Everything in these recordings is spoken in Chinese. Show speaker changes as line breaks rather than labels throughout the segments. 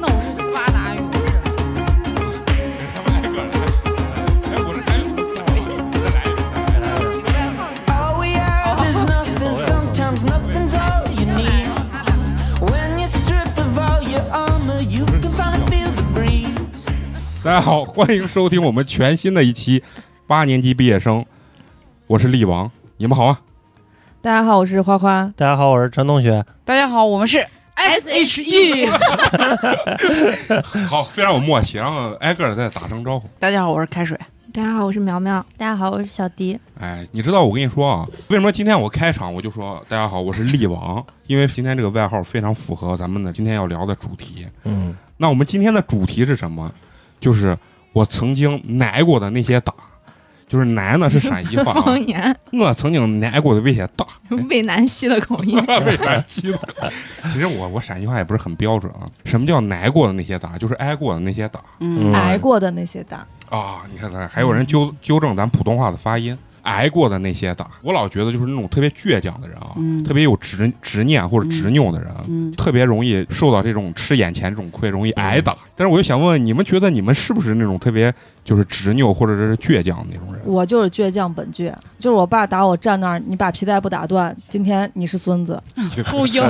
那我是斯巴达勇士。
All we have is nothing. Sometimes nothing's all you need. When you're stripped of all your armor, you can finally feel the breeze.
大家好，欢迎收听我们全新的一期八年级毕业生，我是力王，你们好啊！
大家好，我是花花。
大家好，我是陈同学。
大家好，我们是 S H E。
好，非常有默契，然后挨个儿再打声招呼。
大家好，我是开水。
大家好，我是苗苗。
大家好，我是小迪。
哎，你知道我跟你说啊，为什么今天我开场我就说大家好，我是力王，因为今天这个外号非常符合咱们的今天要聊的主题。
嗯，
那我们今天的主题是什么？就是我曾经挨过的那些打，就是挨呢是陕西 话、 啊
方，言，
我曾经挨过的那些 打。。
渭南系的口音
被人欺负。其实我我陕西话也不是很标准啊。什么叫挨过的那些打？就是挨过的那些打
嗯
嗯
挨过的那些打，
啊！你看看，还有人纠嗯纠正咱普通话的发音，挨过的那些打。我老觉得就是那种特别倔强的人啊，
嗯
特别有执执念或者执拗的人。啊
嗯，
特别容易受到这种吃眼前这种亏，容易挨打。但是我就想问问你们，觉得你们是不是那种特别就是执拗或者是倔强的那 种人？
我就是倔强本倔，就是我爸打我站那儿，你把皮带不打断，今天你是孙子。
够硬，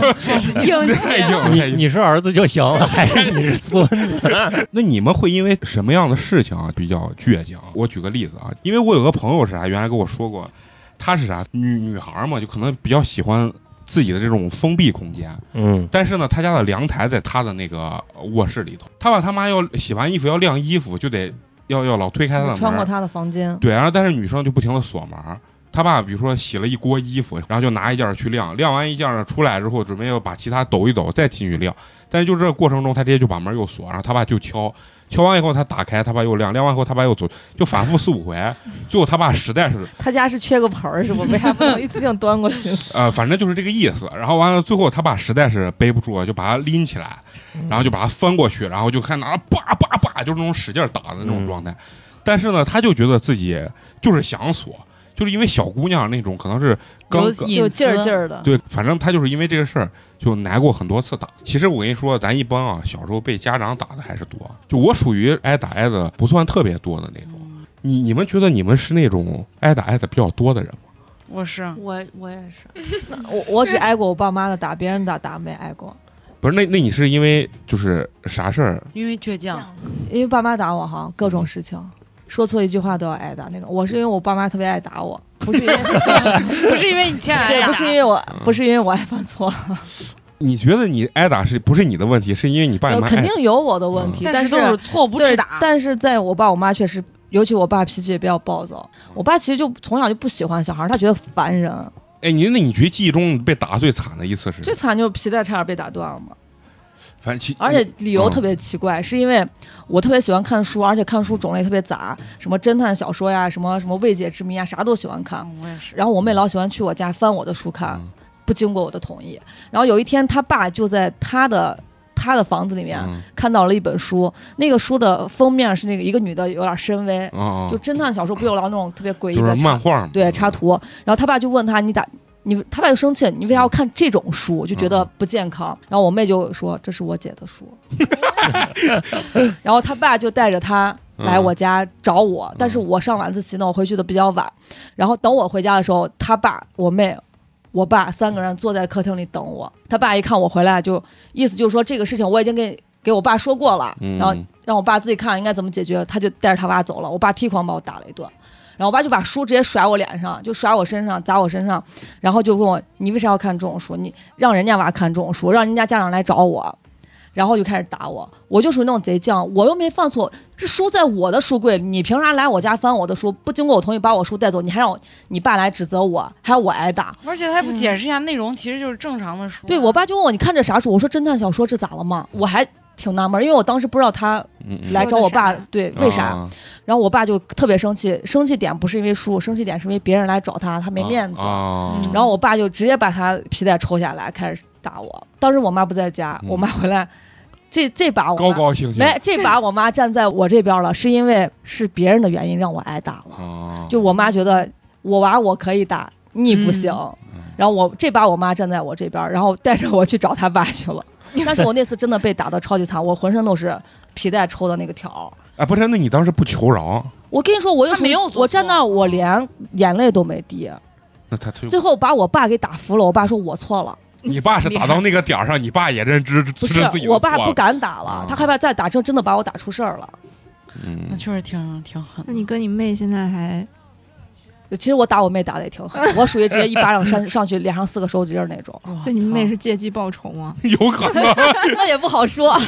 硬
太硬了，太
你
硬了
你是儿子就行 了，还是你是孙子？
那你们会因为什么样的事情啊比较倔强？我举个例子啊，因为我有个朋友是啥，原来跟我说过，她是啥女女孩儿嘛，就可能比较喜欢自己的这种封闭空间。
嗯，
但是呢，她家的凉台在她的那个卧室里头，她爸她妈要洗完衣服要晾衣服，就得要要老推开她的
穿
门
过
儿，
他的房间，
对，然后但是女生就不停的锁门儿。她爸比如说洗了一锅衣服，然后就拿一件儿去晾，晾完一件儿呢出来之后，准备要把其他抖一抖，再进去晾。但是就这个过程中，他直接就把门又锁，然后他爸就敲，敲完以后他打开，他爸又晾，晾完以后他爸又走，就反复四五回。最后他爸实在是，
他家是缺个盆儿是吧？为 啥不能一次性端过 去？
呃，反正就是这个意思。然后完了，最后他爸实在是背不住了，就把他拎起来，然后就把他翻过去，然后就看拿叭叭叭，就是那种使劲打的那种状态。但是呢，他就觉得自己就是想锁，就是因为小姑娘那种可能是刚
有
刚
隐
就
私
劲儿劲儿的。
对，反正他就是因为这个事儿就挨过很多次打。其实我跟你说，咱一般啊，小时候被家长打的还是多。就我属于挨打挨的不算特别多的那种。你你们觉得你们是那种挨打挨的比较多的人吗？
我是
我我也是，
我我只挨过我爸妈的打，别人打打没挨过，
不是，那那你是因为就是啥事儿？
因为倔强，
因为爸妈打我哈，各种事情。说错一句话都要挨打那种，我是因为我爸妈特别爱打我，不是因为
不是因为你欠挨
对，
打，
不是因为
嗯
我，不是因为我爱犯错，
你觉得你挨打是不是你的问题？是因为你爸
呃
妈嗯
肯
挨
定有我的问题，
但
但
是都是错不
对
致打。
但是在我爸我妈确实，尤其我爸脾气也比较暴躁，
嗯
我爸其实就从小就不喜欢小孩儿，他觉得烦人，
哎，你那你觉得记忆中被打最惨的一次是？
最惨就是皮带差点被打断了嘛。
反正其
而且
嗯
理由特别奇怪，是因为我特别喜欢看书，而且看书种类特别杂，什么侦探小说呀，什么什么未解之谜啊，啥都喜欢看。
嗯我也是，
然后我妹老喜欢去我家翻我的书看，
嗯
不经过我的同意。然后有一天，他爸就在他的他的房子里面
嗯
看到了一本书，那个书的封面是那个一个女的有点深 V，
啊啊，
就侦探小说不有老那种特别诡异
就是
的
漫
插
画嘛，
对插图。然后他爸就问他你打。你他爸就生气，你为啥要看这种书？就觉
哦
得不健康。然后我妹就说：“这是我姐 的书。”然后他爸就带着他
嗯
来我家找我，但是我上晚自习呢，我回去的比较晚。然后等我回家的时候，他爸、我妹、我爸三个人坐在客厅里等我。他爸一看我回来就，意思就是说这个事情我已经给给我爸说过了，
嗯
然后让我爸自己看应该怎么解决。他就带着他爸走了，我爸踢狂把我打了一顿。然后我爸就把书直接甩我脸上，就甩我身上，砸我身上，然后就问我你为啥要看这种书？你让人家娃看这种书，让人家家长来找我，然后就开始打我。我就属于那种贼犟，我又没犯错，是书在我的书柜里，你凭啥来我家翻我的书？不经过我同意把我书带走，你还让我你爸来指责我，还要我挨打？
而且他还不
嗯
解释一下内容，其实就是正常的书。
对我爸就问我你看这啥书？我说侦探小说，这咋了嘛？我还挺纳闷，因为我当时不知道他
嗯嗯
来找我爸
说的啥，
对，为啥？
啊
然后我爸就特别生气，生气点不是因为输，生气点是因为别人来找他，他没面子。
啊
嗯
然后我爸就直接把他皮带抽下来，开始打我。当时我妈不在家，
嗯
我妈回来，这这把我妈
高高兴兴
没这把我妈站在我这边了，是因为是别人的原因让我挨打了。
啊，
就我妈觉得我娃我可以打，你不行。
嗯
然后我这把我妈站在我这边，然后带着我去找他爸去了。但是我那次真的被打的超级惨，我浑身都是皮带抽的那个条儿。
哎，不是，那你当时不求饶，
我跟你说，我有
他
什么
没有做
我站那儿，
错
我连眼泪都没滴，
那他就
最后把我爸给打服了。我爸说我错了，
你爸是打到那个点儿上，你爸也认知
不
知
是
道自己的
我爸
错
不
了，
敢打了
啊，
他害怕再打，真真的把我打出事儿了。
嗯
那，确实挺挺狠的。
那你跟你妹现在还
就其实我打我妹打的也挺狠，我属于直接一巴掌扇 上去，脸上四个手指印儿那 种，
哇
就你妹
操
是借机报仇吗？
有可能。
那也不好说。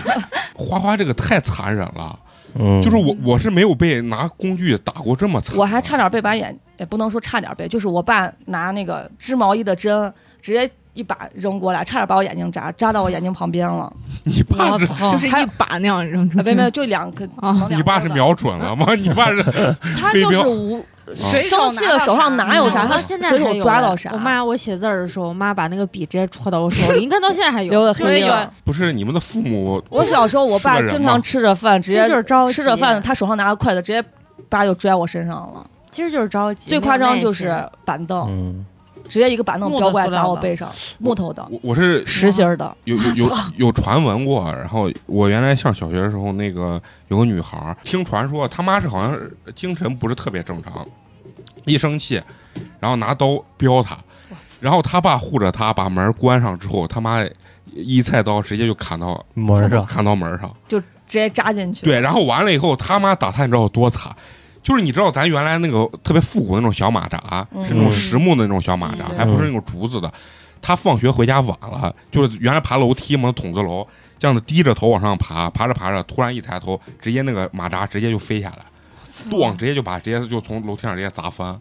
花花这个太残忍了，
嗯，
就是我我是没有被拿工具打过这么惨的，
我还差点被把眼，也不能说差点被，就是我爸拿那个织毛衣的针直接一把扔过来，差点把我眼睛扎扎到我眼睛旁边了。
你爸
我
是。
哦
操！
就是一把那样扔出
啊，没
哎
去
没有，，就两个，可
啊
能两个
你爸是
吧，
瞄准了吗？你爸是
他
飞
就是
镖
无
啊
随手
生气
拿
了，
到
手上
啥
哪有啥？
我
他
到嗯现在
随
还
手
有
抓
嘞
到啥？
我妈让我写字儿的时候，我妈把那个笔直接戳到 我手里，你看到现在还有，
留的
特别
黑印儿
嗯有，
不是你们的父母？
我小时候，我爸
是个人
经
吗
常吃着饭，直
其实
接
就是着急，
吃着饭，，他手上拿个筷子，直接叭就拽我身上了。
其实就是着急。
最夸张就
没有
是
耐
板凳，
嗯，
直接一个板凳
木头
飙过来
塑料
砸我
的
背上，木头的，
我我是
实心儿的。
有有有有传闻过，然后我原来上小学的时候，那个有个女孩儿，听传说她妈是好像是精神不是特别正常，一生气，然后拿刀飙她，然后她爸护着她把门关上之后，他妈一菜刀直接就砍到
门上
砍到门上，
直接扎进去，
对，然后完了以后，他妈打他，你知道有多惨？就是你知道咱原来那个特别复古的那种小马扎，
嗯
是那种实木的那种小马扎，
嗯
还不是那种竹子的。他放学回家晚了，就是原来爬楼梯嘛，筒子楼，这样子低着头往上爬，爬着爬着，突然一抬头，直接那个马扎直接就飞下来，咣，直接就把直接就从楼梯上直接砸翻，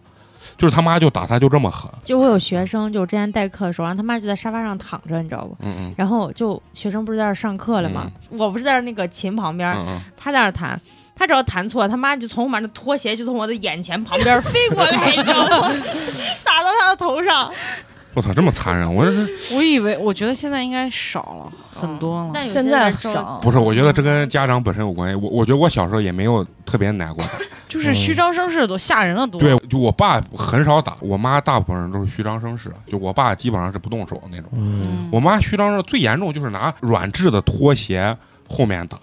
就是他妈就打他就这么狠，
心就我有学生，就之前代课的时候，然后他妈就在沙发上躺着，你知道不？
嗯嗯
然后就学生不是在那儿上课了吗？我不是在那儿那个琴旁边，
嗯嗯，
他在那儿弹，他只要弹错，他妈就从我妈那拖鞋就从我的眼前旁边飞过来，你知道 吗？打到他的头上。
我操，这么残忍！我这是
我以为，我觉得现在应该少了很多了。
但有些
现在
人招
少。
不是？我觉得这跟家长本身有关系。我我觉得我小时候也没有特别奶过
就是虚张声势的都吓人的
嗯
多。
对，就我爸很少打，我妈大部分人都是虚张声势，就我爸基本上是不动手那种。
嗯，
嗯，
我妈虚张声势最严重就是拿软质的拖鞋后面打，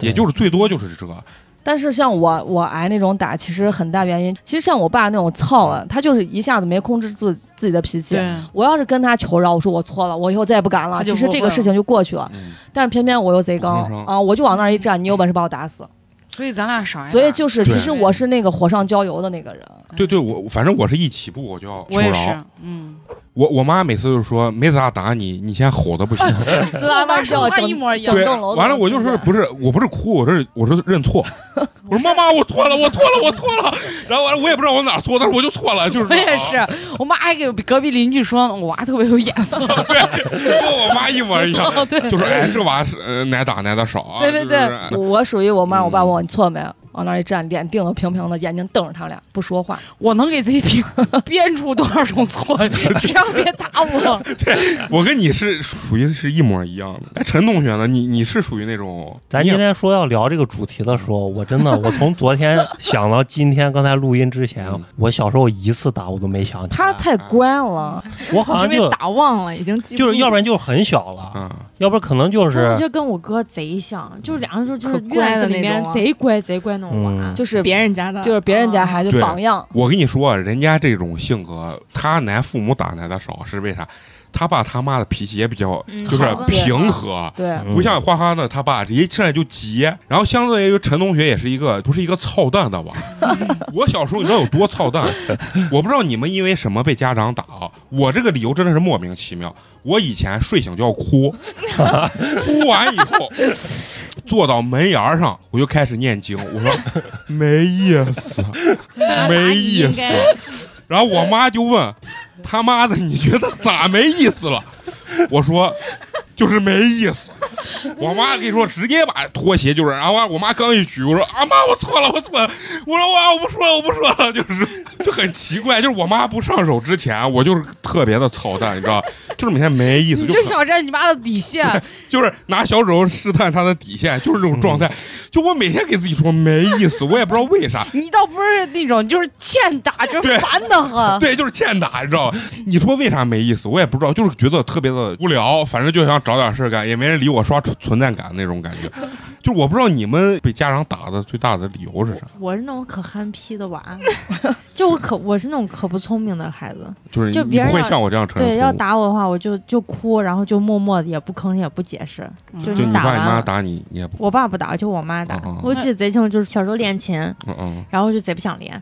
也就是最多就是这。
但是像我，我挨那种打，其实很大原因，其实像我爸那种操啊，他就是一下子没控制住自己的脾气。啊
对，
我要是跟他求饶，我说我错了，我以后再也不敢了，
他就
其实
不
这
会
个
了
事情就过去了。
嗯，
但是偏偏我又贼刚
不吭声
啊，我就往那儿一站，你有本事把我打死。
所以咱俩少挨打。
所以就是，
对
其实我是那个火上浇油的那个人。
对对，我反正我是一起步我就要求
我也
饶。
是，嗯，
我我妈每次就说没咋打你，你先吼的不行。
滋啦啦
说
啊叫
话
整
一模一样
整
对，
栋楼都
完了
能
我就
听
说
见
不是，我不是哭，我是我是认错。我说妈妈，我错了，我错了，我错了。然后完了我也不知道我哪错，但是我就错了，就是
我
这
也
样啊
是。我妈还给隔壁邻居说我娃特别有眼色。
跟我妈一模一样。
对，
就是哎，这娃是呃奶打奶的少啊，
对对对
就是
我我属于我妈我爸
嗯
问我你错没，往那儿一站，脸定的平平的，眼睛瞪着他们俩不说话。
我能给自己编 编出多少种错？只要别打我，
我跟你是属于是一模一样的。哎，陈同学呢？你你是属于那种，
咱
你也
今天说要聊这个主题的时候，我真的，我从昨天想到今天，刚才录音之前
嗯，
我小时候一次打我都没想起来
他太乖了，
我好
是
像
被
就
打忘了，已经记不
就是要不
然
然就是很小了，
啊，
要不然可能就
陈同
是
学跟我哥贼像，就是两个人就就
可
是院子里面
乖的那种啊
贼乖贼乖那种啊娃
嗯，
就是
别人家的，
就是别人家孩子
对
榜样，
我跟你说，人家这种性格，他奶父母打奶的少是为啥？他爸他妈的脾气也比较
嗯
就是
好
平和。
对。
嗯
不像花花呢，他爸直接上来就急，然后相对于陈同学也是一个不是一个操蛋的娃。我小时候你知道有多操蛋？ 我不知道你们因为什么被家长打啊？我这个理由真的是莫名其妙。我以前睡醒就要哭，哭完以后坐到门沿儿上，我就开始念经。我说 没意思， 没意思。然后我妈就问：“他妈的，你觉得咋没意思了？”我说：“就是没意思。”我妈跟你说，直接把拖鞋就是，然后我妈刚一举，我说啊妈，我错了，我错了，我说啊哇，我不说了，我不说了，就是就很奇怪，就是我妈不上手之前，我就是特别的操蛋，你知道，就是每天没意思，
你
就
就
很
挑战你妈的底线，
就是拿小手试探她的底线，就是这种状态。就我每天给自己说没意思，我也不知道为啥，
你倒不是那种就是欠打，就
对嗯
是烦得
啊
很。
对，就是欠打，你知道吧？你说为啥没意思？我也不知道，就是觉得特别的无聊，反正就想找点事儿干，也没人理我，刷存存在感的那种感觉。就是我不知道你们被家长打的最大的理由是啥，
我是那种可憨批 的娃，就我可我是那种可不聪明的孩子，
就是
就
你
别人
不会
要
像我这样承认
对，
错误
要打我的话，我就就哭，然后就默默的也不吭声也不解释，就
就你
打
爸
完
你妈
了。
打你，你也不
我爸不打，就我妈打
嗯嗯。
我记得贼清楚，就是小时候练琴，
嗯嗯，
然后就贼不想练，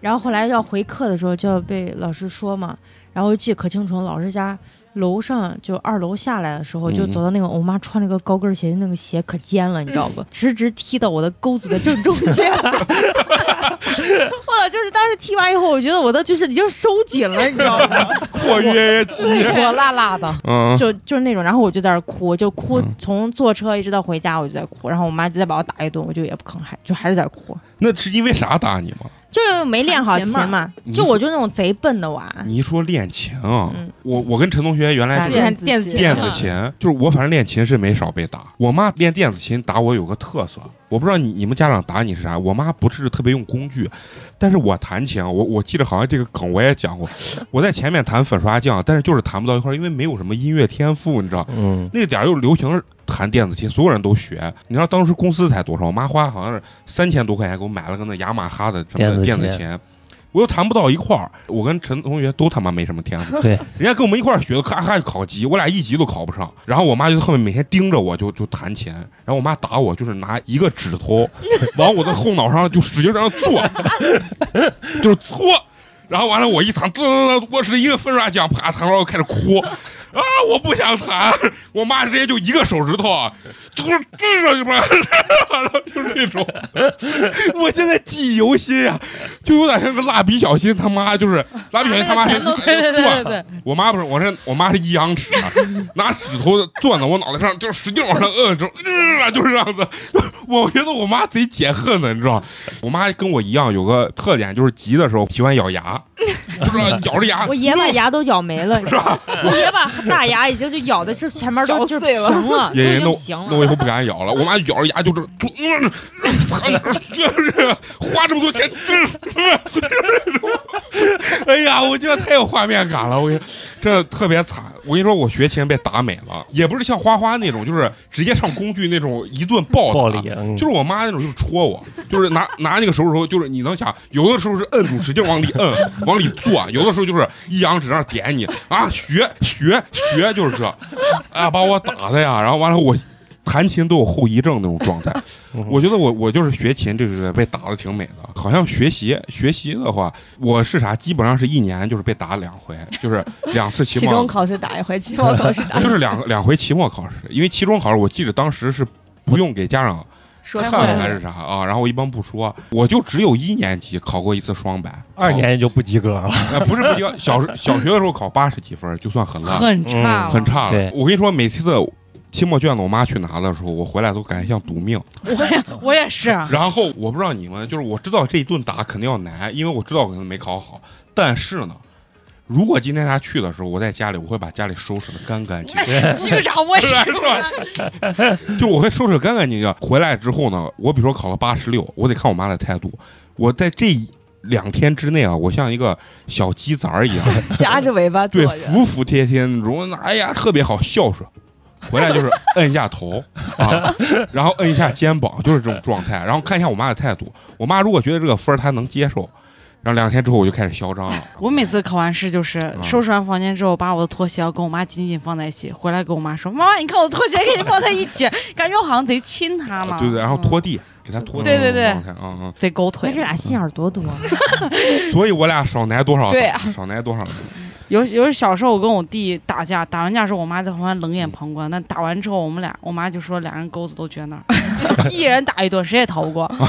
然后后来要回课的时候就要被老师说嘛，然后记得可清楚了，老师家楼上就二楼下来的时候，就
嗯
走到那个我妈穿了个高跟鞋，那个鞋可尖了，你知道不？直直踢到我的沟子的正中间。
我操，就是当时踢完以后，我觉得我的就是已经收紧了，你知道吗？
阔约肌，
火辣辣的，
嗯，
就就是那种，然后我就在那儿哭，就哭
嗯，
从坐车一直到回家，我就在哭，然后我妈就再把我打一顿，我就也不吭，还就还是在哭，
那是因为啥打你吗？
就是没练好
弹
琴
琴嘛
嘛，就我就那种贼笨的娃，
你一说练琴啊，
嗯
我我跟陈同学原来
打
就是
电
子
电子
琴
电子琴，就是我反正练琴是没少被打。我妈练电子琴打我有个特色，我不知道你你们家长打你是啥。我妈不是特别用工具，但是我弹琴，啊我我记得好像这个梗我也讲过，我在前面弹粉刷匠，但是就是弹不到一块儿，因为没有什么音乐天赋，你知道。
嗯，
那个点儿又流行弹电子琴，所有人都学。你知道当时工资才多少？我妈花好像是三千多块钱给我买了个那雅马哈的什么的电
电子
子
琴
琴，我又弹不到一块儿。我跟陈同学都他妈没什么天赋，
对，
人家跟我们一块儿学的，咔咔就考级，我俩一级都考不上。然后我妈就在后面每天盯着我就，就弹琴。然后我妈打我，就是拿一个指头往我的后脑上就使劲这样做， 就是搓。然后完了，我一弹，噔噔噔，我是一个分刷奖，啪弹完我开始哭，啊，我不想弹。我妈直接就一个手指头啊，就是支上去吧， 然后就是那种。 我现在记忆犹新啊，就有点像个蜡笔小新他妈，
啊
就是蜡笔小新他妈是
对对对对对，
我妈不是，我是我妈是一阳尺啊，拿指头攥到我脑袋上，就使劲往上摁，就、呃、就是这样子。 我觉得我妈贼解恨的，你知道吗？我妈跟我一样有个特点，就是急的时候喜欢咬牙， 就是 咬着牙
我。爷把牙都咬没了，你知道吗？我爷把大牙已经就咬的是前面都
嚼
就
碎
平
了
了，都
爷爷
已
那
经
我
平了
那。我以后不敢咬了。我妈咬着牙就这，就嗯， 就是花这么多钱， 就是哎呀，我觉得太有画面感了，我跟你这特别惨。我跟你说，我学琴被打美了，也不是像花花那种，就是直接上工具那种一顿暴
暴
打。
力，嗯
就是我妈那种，就是戳我，就是拿 拿那个手指头，就是你能想，有的时候是摁住，使劲往里摁，往里攥；有的时候就是一扬指那儿点你啊，学学学，就是这，啊，把我打的呀。然后完了，我弹琴都有后遗症那种状态。我觉得我我就是学琴，这是被打的挺美的。好像学习学习的话，我是啥，基本上是一年就是被打两回，就是两次期
期中
末，
考试打一回，期 末考试打
我
一
就
回，
是两两回期末考试，因为期中考试我记得当时是不用给家长。
说
看
错
了
了
还是啥啊？然后我一般不说，我就只有一年级考过一次双百，
二年级就不及格了，
呃不是不行，小时小学的时候考八十几分儿就算很烂，
很差哦，
很差了
对。
我跟你说，每次的期末卷子我妈去拿的时候，我回来都感觉像赌命。
我也我也是，
然后我不知道你们，就是我知道这一顿打肯定要难，因为我知道我可能没考好，但是呢。如果今天他去的时候，我在家里，我会把家里收拾的干干净净。
经常我也
是吧？ 就我会收拾得干干净净。回来之后呢，我比如说考了八十六，我得看我妈的态度。我在这两天之内啊，我像一个小鸡崽儿一 样，
夹着尾巴坐
对，
着。
服服帖帖那种。哎呀，特别好，孝顺。回来就是摁一下 头啊，然后摁一下肩膀，就是这种状态。然后看一下我妈的态度。我妈如果觉得这个分儿她能接受，然后两天之后我就开始嚣张了。
我每次考完试就是
嗯
收拾完房间之后，把我的拖鞋要跟我妈紧紧放在一起，回来跟我妈说：“妈妈，你看我的拖鞋给你放在一起，感觉我好像贼亲她呢。”
啊对对，然后拖地，给她拖地
嗯对
那
对对
种状态，嗯嗯。
贼狗
那
腿
这。俩心眼儿多多啊，
所以我俩少挨多少？
对啊
少挨多少？
有有小时候我跟我弟打架，打完架之后我妈在旁边冷眼旁观，但打完之后我们俩，我妈就说俩人钩子都撅那儿，一人打一顿，谁也逃不过。
嗯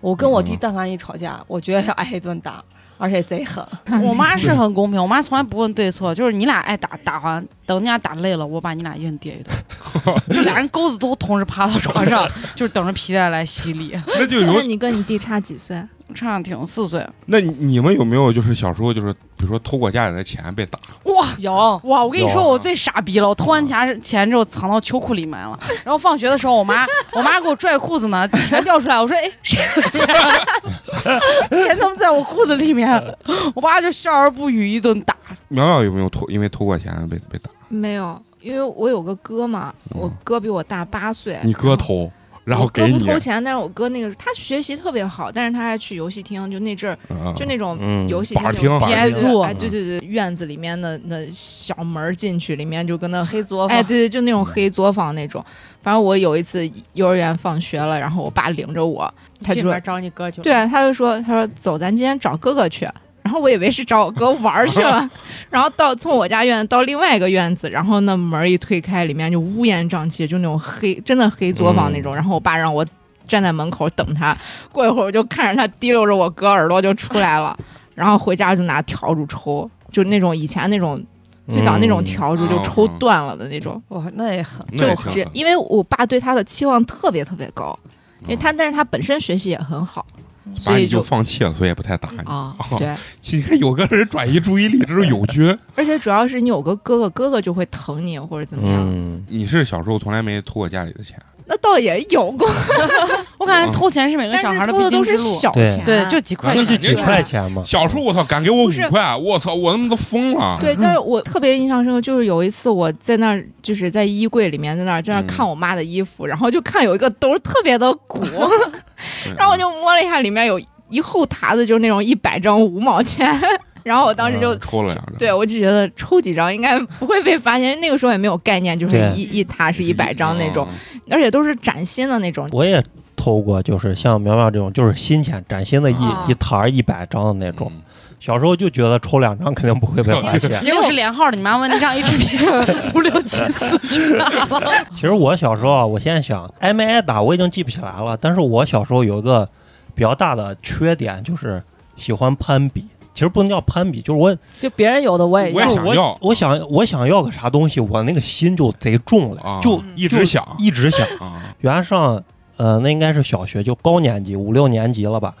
我跟我弟但凡一吵架，我觉得要挨一顿打。而且贼狠。
我妈是很公平，我妈从来不问对错，就是你俩爱打打完，等你俩打累了，我把你俩一人跌一顿，就俩人钩子都同时趴到床上，就是等着皮带来洗礼。
那就
但
有
是你跟你弟差几岁？
差点挺四岁，
那你你们有没有就是小时候就是比如说偷过家里的钱被打？
哇
有
哇！我跟你
有
说，
啊
我最傻逼了，我偷完钱钱之后藏到秋裤里面了，然后放学的时候，我妈我妈给我拽裤子呢， 钱掉出来，我说哎，谁有钱？ 钱怎么在我裤子里面？我爸就笑而不语，一顿打。
苗苗有没有偷因为偷过钱被被打？
没有，因为我有个哥嘛，我哥比我大八岁。
嗯你哥偷，然后
哎我哥
给
不
你，
偷钱，但是我哥那个他学习特别好，但是他还去游戏厅，就那阵儿
嗯
就那种
嗯
游戏
板儿
厅那
厅
种别
板儿厅
哎，对对对，院子里面的那小门儿进去，里面就跟那
黑作坊
哎，对对，就那种黑作坊那种。反正我有一次幼儿园放学了，然后我爸领着我，他
去
就
里
说
面找你哥去了。
对，啊他就说，他说走，咱今天找哥哥去。然后我以为是找我哥玩儿去了， 然后到从我家院到另外一个院子，然后那门儿一推开，里面就乌烟瘴气，就那种黑，真的黑作坊那
嗯
种。然后我爸让我站在门口等他，过一会儿我就看着他提溜着我哥耳朵就出 来了，然后回家就拿笤帚抽，就那种以前那种最早那种
嗯
笤帚就
哦
抽
哦
断了的那种。
哇，那也狠。
那
就
也挺
只
狠
因为我爸对他的期望特别特别高，因为他但是他本身学习也很好，
嗯把
所以
你就放弃了，所以也不太打你。
啊
哦
对，
你看有个人转移注意力，这是友军。
而且主要是你有个哥哥，哥哥就会疼你或者怎么样，
嗯，
你是小时候从来没偷过家里的钱，
那倒也有过，
我感觉偷钱是每个
但
小
是
孩
偷
必
的
经
都
之
是
路。
小
对
钱，
对，就几块
嗯那
钱，
就几块钱嘛，
小时候我操，敢给我
嗯不
五
是
块，我操，我他妈都疯了。
对，但是我特别印象深刻，就是有一次我在那儿，就是在衣柜里面，在那儿在那儿
嗯
看我妈的衣服，然后就看有一个兜儿特别的鼓，
嗯
然后我就摸了一下，里面有一厚沓子，就是那种一百张五毛钱， 然后我当时就
嗯
抽了两张，
对，我就觉得抽几张应该不会被发现，那个时候也没有概念，就是
对哦
一一沓是一百张那种，
嗯。
而且都是崭新的那种。
我也偷过，就是像苗苗这种，就是新钱崭新的一
啊
一沓一百张的那种。
嗯
小时候就觉得抽两张肯定不会被 发现。
结果是连号的，你妈问你让 H P 五六七四去哪了？
其实我小时候啊，我现在想挨没挨打我已经记不起来了，但是我小时候有一个比较大的缺点，就是喜欢攀比。其实不能叫攀比，就是我
就别人有的我也
我也
要，
想要
我我想我想要个啥东西，我那个心就贼重了，
啊
就
嗯
一直想
一直想。
啊，
原来上呃，那应该是小学，就高年级五六年级了吧？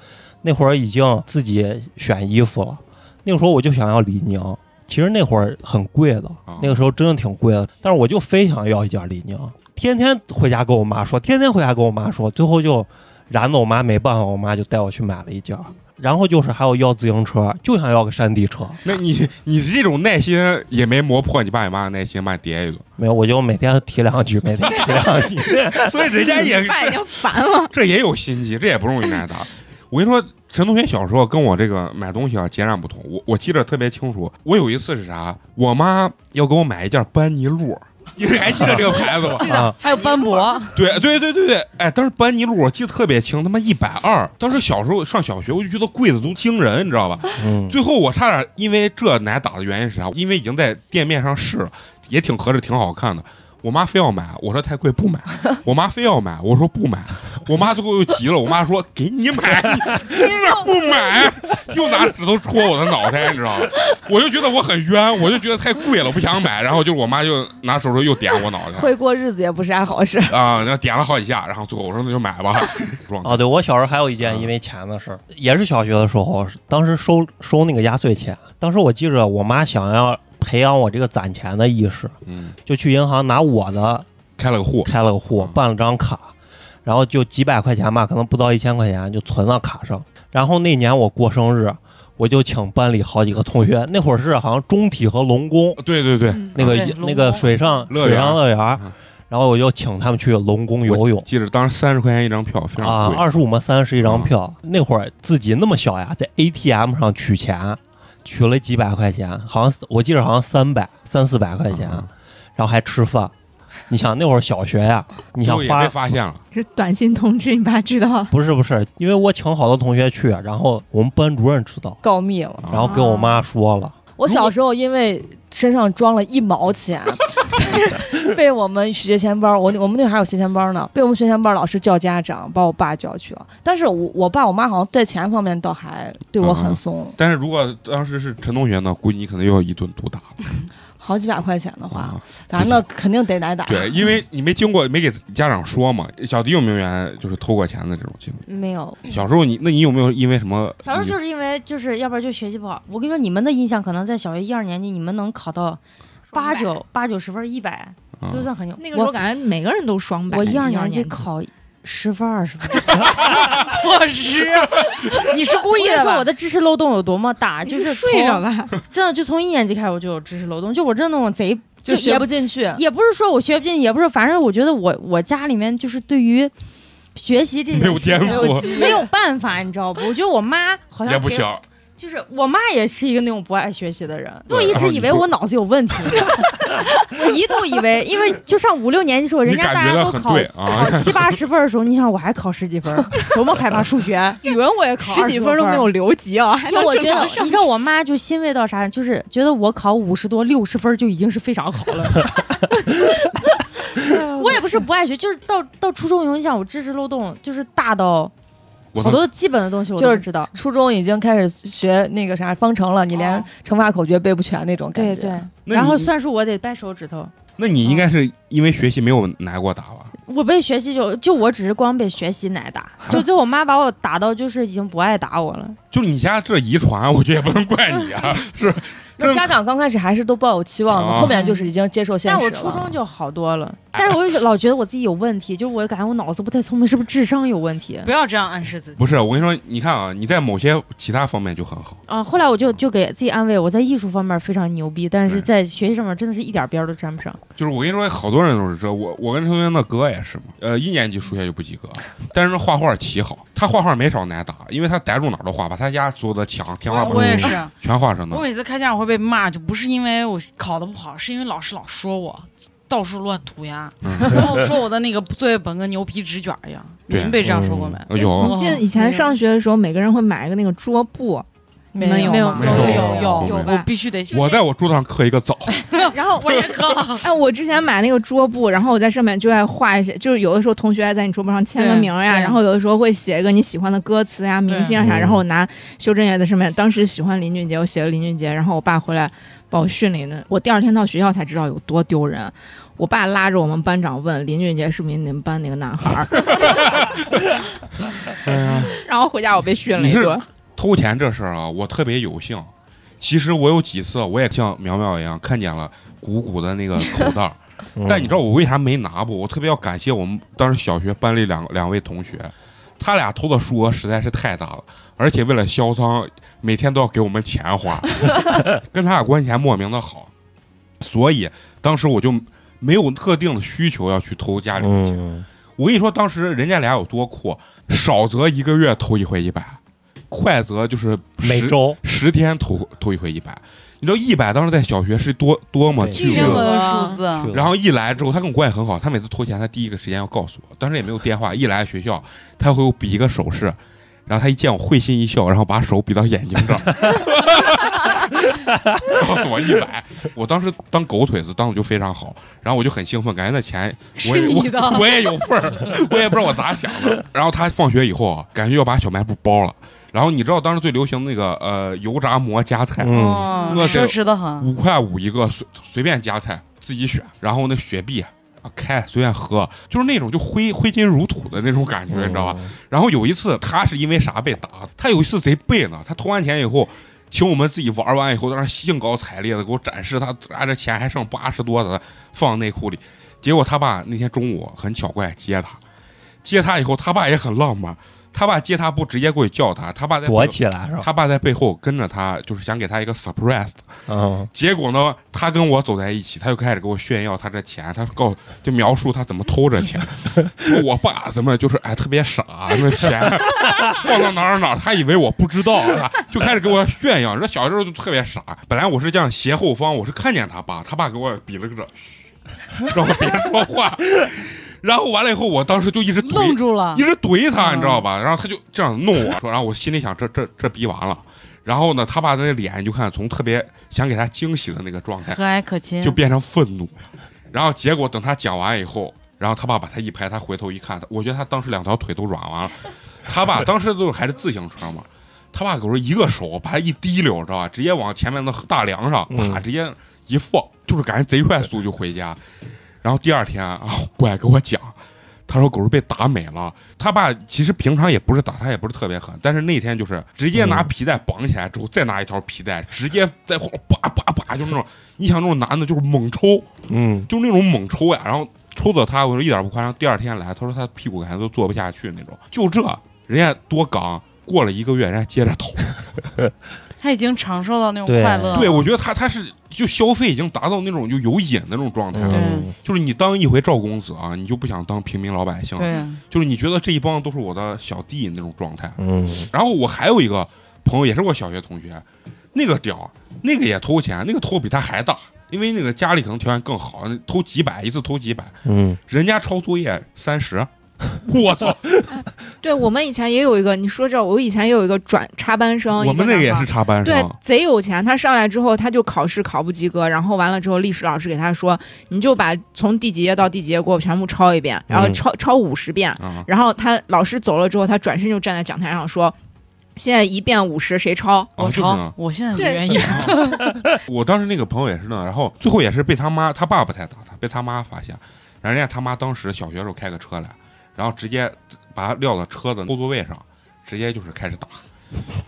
那会儿已经自己选衣服了。那个时候我就想要李宁，其实那会儿很贵的
啊，
那个时候真的挺贵的，但是我就非想要一件李宁，天天回家跟我妈说，天天回家跟我妈说，最后就燃的我妈没办法，我妈就带我去买了一件儿。然后就是还有要自行车，就想要个山地车，
那你你这种耐心也没磨破你爸你妈的耐心，把你叠一顿，
没有我就每天提两句，每天提两句。
所以人家也
爸已经烦了，
这也有心机，这也不容易挨打。我跟你说，陈同学小时候跟我这个买东西啊截然不同。我我记得特别清楚，我有一次是啥，我妈要给我买一件班尼路，你还记得这个牌 子吗？
啊，
还有斑驳，
对对对对对，哎，当时班尼路我记得特别清，他妈一百二。当时小时候上小学，我就觉得贵的都惊人，你知道吧？
嗯，
最后我差点因为这挨打的原因是啥？因为已经在店面上试了，也挺合适，挺好看的。我妈非要买，我说太贵 不买。我妈非要买，我说不买。我妈最后又急了，我妈说 给你买，你真的不买，又拿指头戳我的脑袋，你知道吗？我就觉得我很冤，我就觉得太贵了，不想买。然后就是我妈就拿手指又点我脑袋，
会过日子也不是啥好事。
啊，然后点了好几下，然后最后我说那就买吧。 装
哦，对，我小时候还有一件因为钱的事儿，也是小学的时候，当时收收那个压岁钱，当时我记着我妈想要培养我这个攒钱的意识，
嗯，
就去银行拿我的
开了个户，
开了个户
嗯，
办了张卡，然后就几百块钱吧，可能不到一千块钱就存到卡上。然后那年我过生日，我就请班里好几个同学，那会儿是好像中体和龙宫
对对对，
嗯
那个
啊对
一
龙
那个
宫
水上
乐
水
园
上乐园儿
嗯，
然后我就请他们去龙宫
我
游泳。
记着当时三十块钱一张票，非常
啊
贵，。
二十五嘛，三十一张票。那会儿自己那么小呀，在 ATM 上取钱，取了几百块钱，好像我记得好像三百三四百块钱，
啊
然后还吃饭。你想那会儿小学呀，你
最
想
后也
花
被发现了，
这短信通知你爸知道了，
不是不是，因为我请好多同学去，然后我们班主任知道，
告密了。
啊
然后跟我妈说了。
我小时候因为身上装了一毛钱， 被我们学前班，我我们那会儿还有学前班呢，被我们学前班老师叫家长，把我爸叫去了。但是我我爸我妈好像在钱方面倒还对我
嗯
很松，
但是如果当时是陈同学呢，估计你可能又要一顿毒打了。
好几百块钱的话，
啊
反正那肯定得挨打。
对，因为你没经过，没给家长说嘛。小迪有没有原就是偷过钱的这种经
没有，
历？小时候你，那你有没有因为什么？
小时候就是因为就是要不然就学习不好。我跟你说，你们的印象可能在小学一二年级，你们能考到八九八九十分一百，
嗯
就算很牛。
那个时候
我
感觉每个人都双百。
我一二
年啊
年级考十分二十分，
我是，你是故
我
意
跟你
的
说
吧
我？的知识漏洞有多么大，
你
就是是
睡着
从
吧，
真的就从一年级开始我就有知识漏洞，就我真的那种贼
就
也
学不进去，
也不是说我学不进，也不是，反正我觉得我我家里面就是对于学习这
没有
件
天
事情
赋
没有办法，你知道不？我觉得我妈好像
也不
给
行，
就是我妈也是一个那种不爱学习的人，
对
我一直以为我脑子有 问题，我一度以为，因为就上五六年级的时候，人
你
家
感
大
觉
家
到
都
很
考
对啊。
考 七八十分的时候，你想我还考十几分，多么害怕数学，语文我也考
十几
20多
分都没有。留级啊，还
就
能
我
正
觉
常
得，
上
你知道我妈就欣慰到啥，就是觉得我考五十多、六十分就已经是非常好了。我也不是不爱学，就是到到初中以后，你想我知识漏洞就是大到
我
好
都
多基本的东西我
就
都
是
不知道。
初中已经开始学那个啥方程了，你连乘法口诀背不全那种感觉。
对对，
那
然后
你
算数我得掰手指头。
那你应该是因为学习没有挨过打吧？
我被学习就就我只是光被学习奶 打，就就我妈把我打到就是已经不爱打我了。
就是你家这遗传，我觉得也不能怪你啊。 是，
那家长刚开始还是都抱有期望的，
啊
后面就是已经接受现
但
实
我
了。
初中就好多了，但是我就老觉得我自己有问题，就是我感觉我脑子不太聪明，是不是智商有问题
不要这样暗示自己。
不是，我跟你说，你看啊，你在某些其他方面就很好，
啊？后来我就就给自己安慰，我在艺术方面非常牛逼，但是
对
嗯
在学习上面真的是一点边儿都沾不
哦
上。
就是我跟你说，好多人都是这。我我跟陈同学那哥也是嘛，呃，一年级数学就不及格，但是画画奇好，他画画没少挨打，因为他逮住哪儿都画，把他家所有的墙、天花
我
板
我也是，
全画上的
我。每次开家长会被骂，就不是因为我考的不好，是因为老师老说我到处乱涂鸦，
嗯
然后说我的那个作业本跟牛皮纸卷一样。你
对
们被这样说过没？
哦
有
你记得以前上学的时候，每个人会买一个那个桌布，
没
你们
有
有
没
吗
有有
有
有
有
我
吧？
必须得。
我在我桌子上刻一个枣，
然后
我也磕了，
哎，我之前买那个桌布，然后我在上面就爱画一些，就是有的时候同学爱在你桌布上签个
对
名呀，
对
然后有的时候会写一个你喜欢的歌词呀、明星啊啥，
嗯
然后我拿修正液在上面。当时喜欢林俊杰，我写了林俊杰，然后我爸回来把我训了一顿。我第二天到学校才知道有多丢人。我爸拉着我们班长问林俊杰是不是你们班那个男孩儿，
哎
然后回家我被训了一顿。
偷钱这事儿啊，我特别有幸。其实我有几次我也像苗苗一样看见了鼓鼓的那个口袋儿，
嗯
但你知道我为啥没拿不？我特别要感谢我们当时小学班里两两位同学，他俩偷的数额实在是太大了，而且为了销赃，每天都要给我们钱花， 跟他俩关系还莫名的好，所以当时我就没有特定的需求要去偷家里的钱。
嗯，
我跟你说，当时人家俩有多酷，少则一个月投一回一百，快则就是十
每周
十天投投一回一百。你知道一百当时在小学是多多么
对
巨
天
额
文数字，
去了
然后一来之后，他跟我关系很好，他每次偷钱，他第一个时间要告诉我。当时也没有电话，一来学校，他会比一个手势，然后他一见我会心一笑，然后把手比到眼睛这儿，告诉我一百。我当时当狗腿子当的就非常好，然后我就很兴奋，感觉那钱我也
是你的
我，我也有份儿，我也不知道我咋想的。然后他放学以后啊，感觉要把小卖部包了。然后你知道当时最流行那个呃油炸馍夹菜，
嗯，
哦
那嗯
奢
得
侈的很。
五块五一个，随随便加菜自己选，然后那雪碧啊开随便喝，就是那种就挥挥金如土的那种感觉，
哦
你知道吧？
嗯
然后有一次他是因为啥被打？他有一次贼背呢，他偷完钱以后。请我们自己玩完以后，在那兴高采烈的给我展示他拿着钱还剩八十多的，放内裤里。结果他爸那天中午很巧怪接他，接他以后他爸也很浪漫，他爸接他不直接过去叫他，他爸在
躲
背
起来是吧？
他爸在背后跟着他，就是想给他一个 surprise
嗯，
结果呢，他跟我走在一起，他就开始给我炫耀他这钱，他告就描述他怎么偷这钱，说我爸怎么就是哎特别傻，那钱哎放到哪儿哪儿，他以为我不知道，啊，就开始给我炫耀。这小时候就特别傻，本来我是这样斜后方，我是看见他爸，他爸给我比了个这，嘘，让我别说话。然后完了以后，我当时就一直怼
愣住了
一，直怼他，
嗯
你知道吧？然后他就这样弄我说，然后我心里想，这这这逼完了。然后呢，他爸那脸你就看从特别想给他惊喜的那个状态，
和蔼可亲
就。变成愤怒。然后结果等他讲完以后，然后他爸把他一拍，他回头一看，我觉得他当时两条腿都软完了。他爸当时都还是自行车嘛，他爸给我说一个手把他一提溜，知道吧？直接往前面的大梁上，
嗯
啪，直接一放，就是感觉贼快速就回家。然后第二天啊， 过来给我讲，他说狗是被打美了。他爸其实平常也不是打他，也不是特别狠，但是那天就是直接拿皮带绑起来之后，再拿一条皮带，直接在后叭叭叭，就那种，你想那种男的就是猛抽，
嗯，
就那种猛抽呀，然后抽到他，我说一点不夸张。第二天来，他说他屁股感觉都坐不下去那种，就这，人家多刚，过了一个月，人家接着投。
他已经尝受到那种
对
快乐了。
对，我觉得他他是就消费已经达到那种就有瘾的那种状态了，
嗯
就是你当一回赵公子啊，你就不想当平民老百姓，
对
就是你觉得这一帮都是我的小弟那种状态。
嗯，
然后我还有一个朋友，也是我小学同学，那个屌，那个也偷钱，那个偷比他还大，因为那个家里可能条件更好，偷几百一次偷几百，
嗯，
人家抄作业三 十，我操！
对我们以前也有一个，你说这，我以前也有一个转插班生，
我们那
一
个
个
也
男
是
孩
插班
对
生，，
贼有钱。他上来之后，他就考试考不及格，然后完了之后，历史老师给他说，你就把从第几页到第几页给我全部抄一遍，然后
嗯
抄、抄五十遍。
啊，
然后他老师走了之后，他转身就站在讲台上说：“现在一遍五十，谁抄？”
我
好，我现在就
对
愿意。
我当时那个朋友也是呢，然后最后也是被他妈，他爸爸才打他，被他妈发现，然后人家他妈当时小学时候开个车来，然后直接把他撂到车子后座位上，直接就是开始打，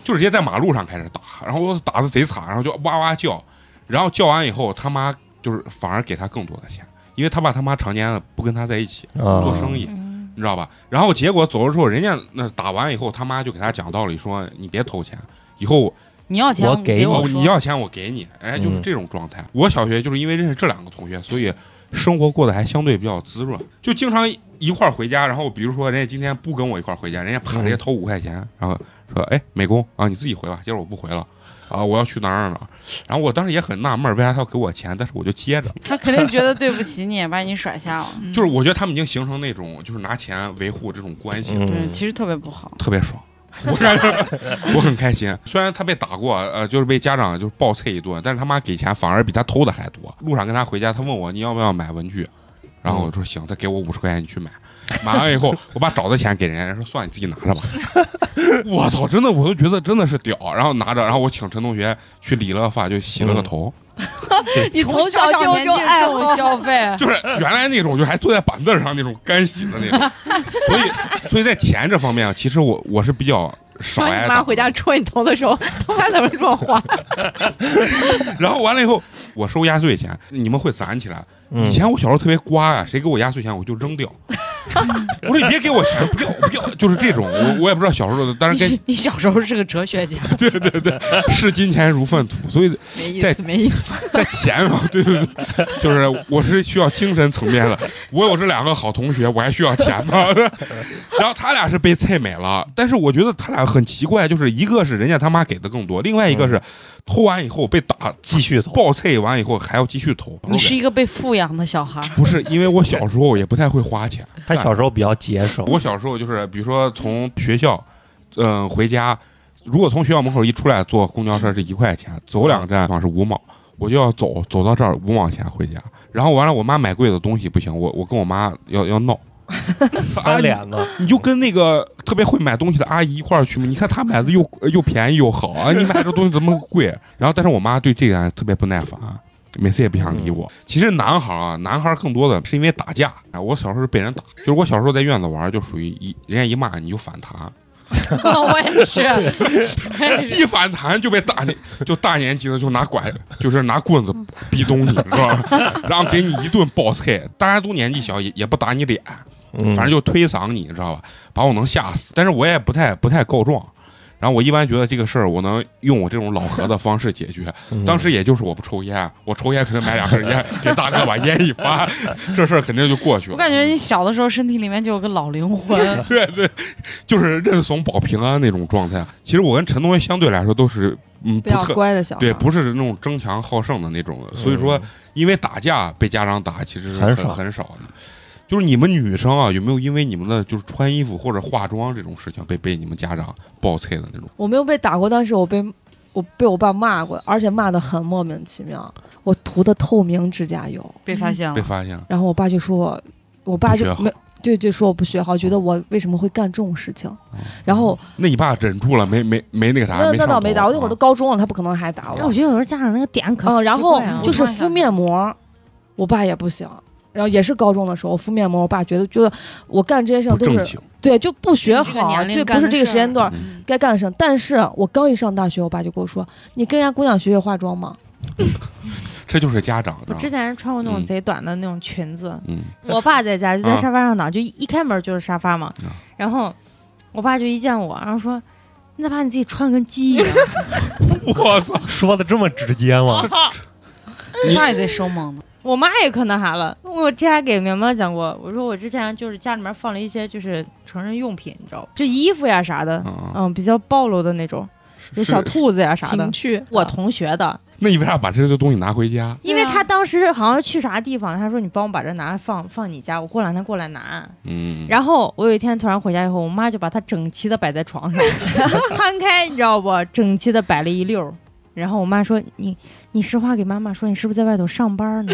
就直接在马路上开始打，然后打的贼惨，然后就哇哇叫，然后叫完以后，他妈就是反而给他更多的钱，因为他爸他妈常年不跟他在一起，做
做
生意，你知道吧？然后结果走了之后，人家那打完以后，他妈就给他讲道理，说你别偷钱，以后
你要钱
我给
给
你
哦，
说
你要钱我给你，哎，就是
嗯
这种状态。我小学就是因为认识这两个同学，所以生活过得还相对比较滋润，就经常一块儿回家。然后比如说人家今天不跟我一块儿回家，人家啪
嗯
直接掏五块钱，然后说：“哎，美工啊，你自己回吧，今儿我不回了。”啊，我要去哪儿哪儿哪儿，然后我当时也很纳闷儿，为啥他要给我钱？但是我就接着，
他肯定觉得对不起你，把你甩下了。
嗯
就是我觉得他们已经形成那种就是拿钱维护这种关系了，
对，
嗯，
其实特别不好。
特别 爽。我感觉我很开心，啊 虽然他被打过，呃，就是被家长就是暴啐一顿，但是他妈给钱反而比他偷的还多。路上跟他回家，他问我你要不要买文具，然后我说行，他给我五十块钱，你去买。买完以后， 我把找的钱给人家，人家说算你自己拿着吧。 我操，真的，我就觉得真的是屌。然后拿着，然后我请陈同学去理了个发，就洗了个头，
你从小就有这种爱好，
消费，
就是原来那种，就还坐在板凳上那种干洗的那种。所以，所以在钱这方面啊，其实我我是比较少
然后
挨
你
打
妈
的
回家戳你头的时候，头发怎么这么黄？
然后完了以后，我收压岁钱，你们会攒起来。
嗯
以
嗯
前我小时候特别瓜呀、谁给我压岁钱我就扔 掉。我说你别给我钱，不要不要，就是这种。我我也不知道小时候的，但 是
你你小时候是个哲学家，
跟视金钱如粪土，所以
没意
在
思，没意思。
在钱方， 对对对，就是我是需要精神层面的。我有这两个好同学，我还需要钱吗？ 然后他俩是被菜美了，但是我觉得他俩很奇怪，就是一个是人家他妈给的更多，另外一个
嗯
是偷完以后被打，
继续投，
暴菜完以后还要继续投。
你是一个被富养的小 孩儿。
不是，因为我小时候也不太会花钱。
他小时候比较节省，
我小时候就是，比如说从学校，嗯、回家，如果从学校门口一出来坐公交车是一块钱，走两站往是五毛，我就要走，走到这儿五毛钱回家。然后完了，我妈买贵的东西不行，我我跟我妈要要闹。
翻脸呢，
你就跟那个特别会买东西的阿姨一块儿去嘛。你看她买的又又便宜又好啊，你买这东西怎么贵？然后，但是我妈对这点特别不耐烦，啊每次也不想理我。其实男孩儿啊，男孩儿更多的是因为打架。啊我小时候是被人打，就是我小时候在院子玩儿，就属于一人家一骂你就反弹，
我也是，我也是。
一反弹就被大年 就大年级的就拿拐就是拿棍子 逼咚你，是吧？然后给你一顿暴踹，大家都年纪小也也不打你脸。
嗯
反正就推搡你，你知道吧？把我能吓死，但是我也不太不太告状。然后我一般觉得这个事儿，我能用我这种老何的方式解决。
嗯
当时也就是我不抽烟，我抽烟可能买两根烟给大哥把烟一发，这事儿肯定就过去
我
了。
感觉你小的时候身体里面就有个老灵魂，
对对，就是认怂保平安那种状态。其实我跟陈同学相对来说都是，嗯，
不
不
要
特
乖的小孩。
对，不是那种争强好胜的那种的。所以说，因为打架被家长打，其实是
很
很
少
很少的。就是你们女生啊，有没有因为你们的就是穿衣服或者化妆这种事情被被你们家长暴啐的那种？
我没有被打过，但是我被我被我爸骂过，而且骂的很莫名其妙。我涂的透明指甲油，
被发现
被
了，
发现了，
然后我爸就说我，我爸就
不学好
没对对说我不学好，觉得我为什么会干这种事情。然后
那你爸忍住了，没没嗯没那个啥，
那那
上
倒没
头
打，我那会儿
啊
都高中了，他不可能还打
哎我
我。
觉得有时候家长那个点可
嗯，然
奇
后
怪啊
就是
我突然想
敷面膜，我爸也不行。然后也是高中的时候敷面膜，我爸觉得觉得我干这些事情
不
都
正
是
经，
对，就不学
你这个
好，
年龄
对，不
干
是
的
这个
事
时间
儿
段儿
嗯
该干的事儿。但是我刚一上大学，我爸就跟我说：“你跟人家姑娘学学化妆嘛。
这就是家长，
我
知道吗
之前穿过那种
嗯
贼短的那种裙子，
嗯，
我爸在家就在
哦
啊
沙发上躺，就一一开门就是沙发嘛
嗯
啊。
然后我爸就一见我，然后说：“你咋把你自己穿跟鸡一样
我操，
说的这么直接吗？
那也得生猛呢。？”
我妈也可那啥了。我之前给苗苗讲过，我说我之前就是家里面放了一些就是成人用品，你知道吧？就衣服呀啥的，
嗯，
嗯，比较暴露的那种，有小
是。
兔子呀啥的
情。趣，
我同学的，
那你为啥把这些东西拿回家？
因为他当时好像去啥地方，他说你帮我把这拿放放你家，我过两天过来拿。
嗯，
然后我有一天突然回家以后，我妈就把它整齐的摆在床上， 摊开，你知道不？整齐的摆了一溜儿。然后我妈说：“你你实话给妈妈说，你是不是在外头上班呢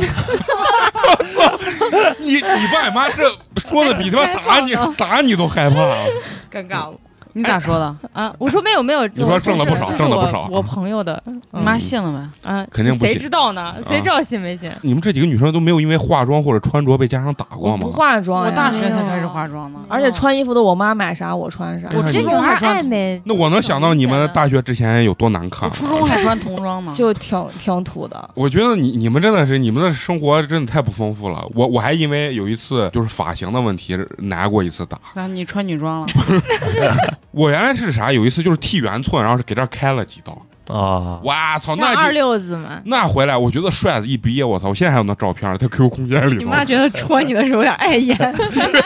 你你爸你妈这说的比他妈打你打你都害怕。？”啊
尴尬
你咋说的？
啊！我说没有没有，
你说挣了不少
这是
挣了不
我
少啊
我朋友的，
你
嗯
妈信了没？
啊，
肯定不啊
谁
信
知道呢？谁知道信没信？
你们这几个女生都没有因为化妆或者穿着被家长打”过
我
吗
不？化妆
我
呀，
大学才开嗯始化妆呢。
而且穿衣服都我妈买啥我穿啥。
我初
这
中
女孩
还穿
爱美，
哎那我能想到你们大学之前有多难看
我。初中还穿童装呢，
就挺挺土的，
我觉得你你们真的是你们的生活真的太不丰富了。我我还因为有一次就是发型的问题挨过一次打。
咋你穿女装了？
我原来是啥？有一次就是剃圆寸，然后是给这儿开了几刀。
啊，
哇操！
像二
哦那就
六子嘛。
那回来，我觉得帅的一毕业，我操！我现在还有那照片，在 QQ 空间里
你
头。
妈觉得戳你的时候有点碍眼，
那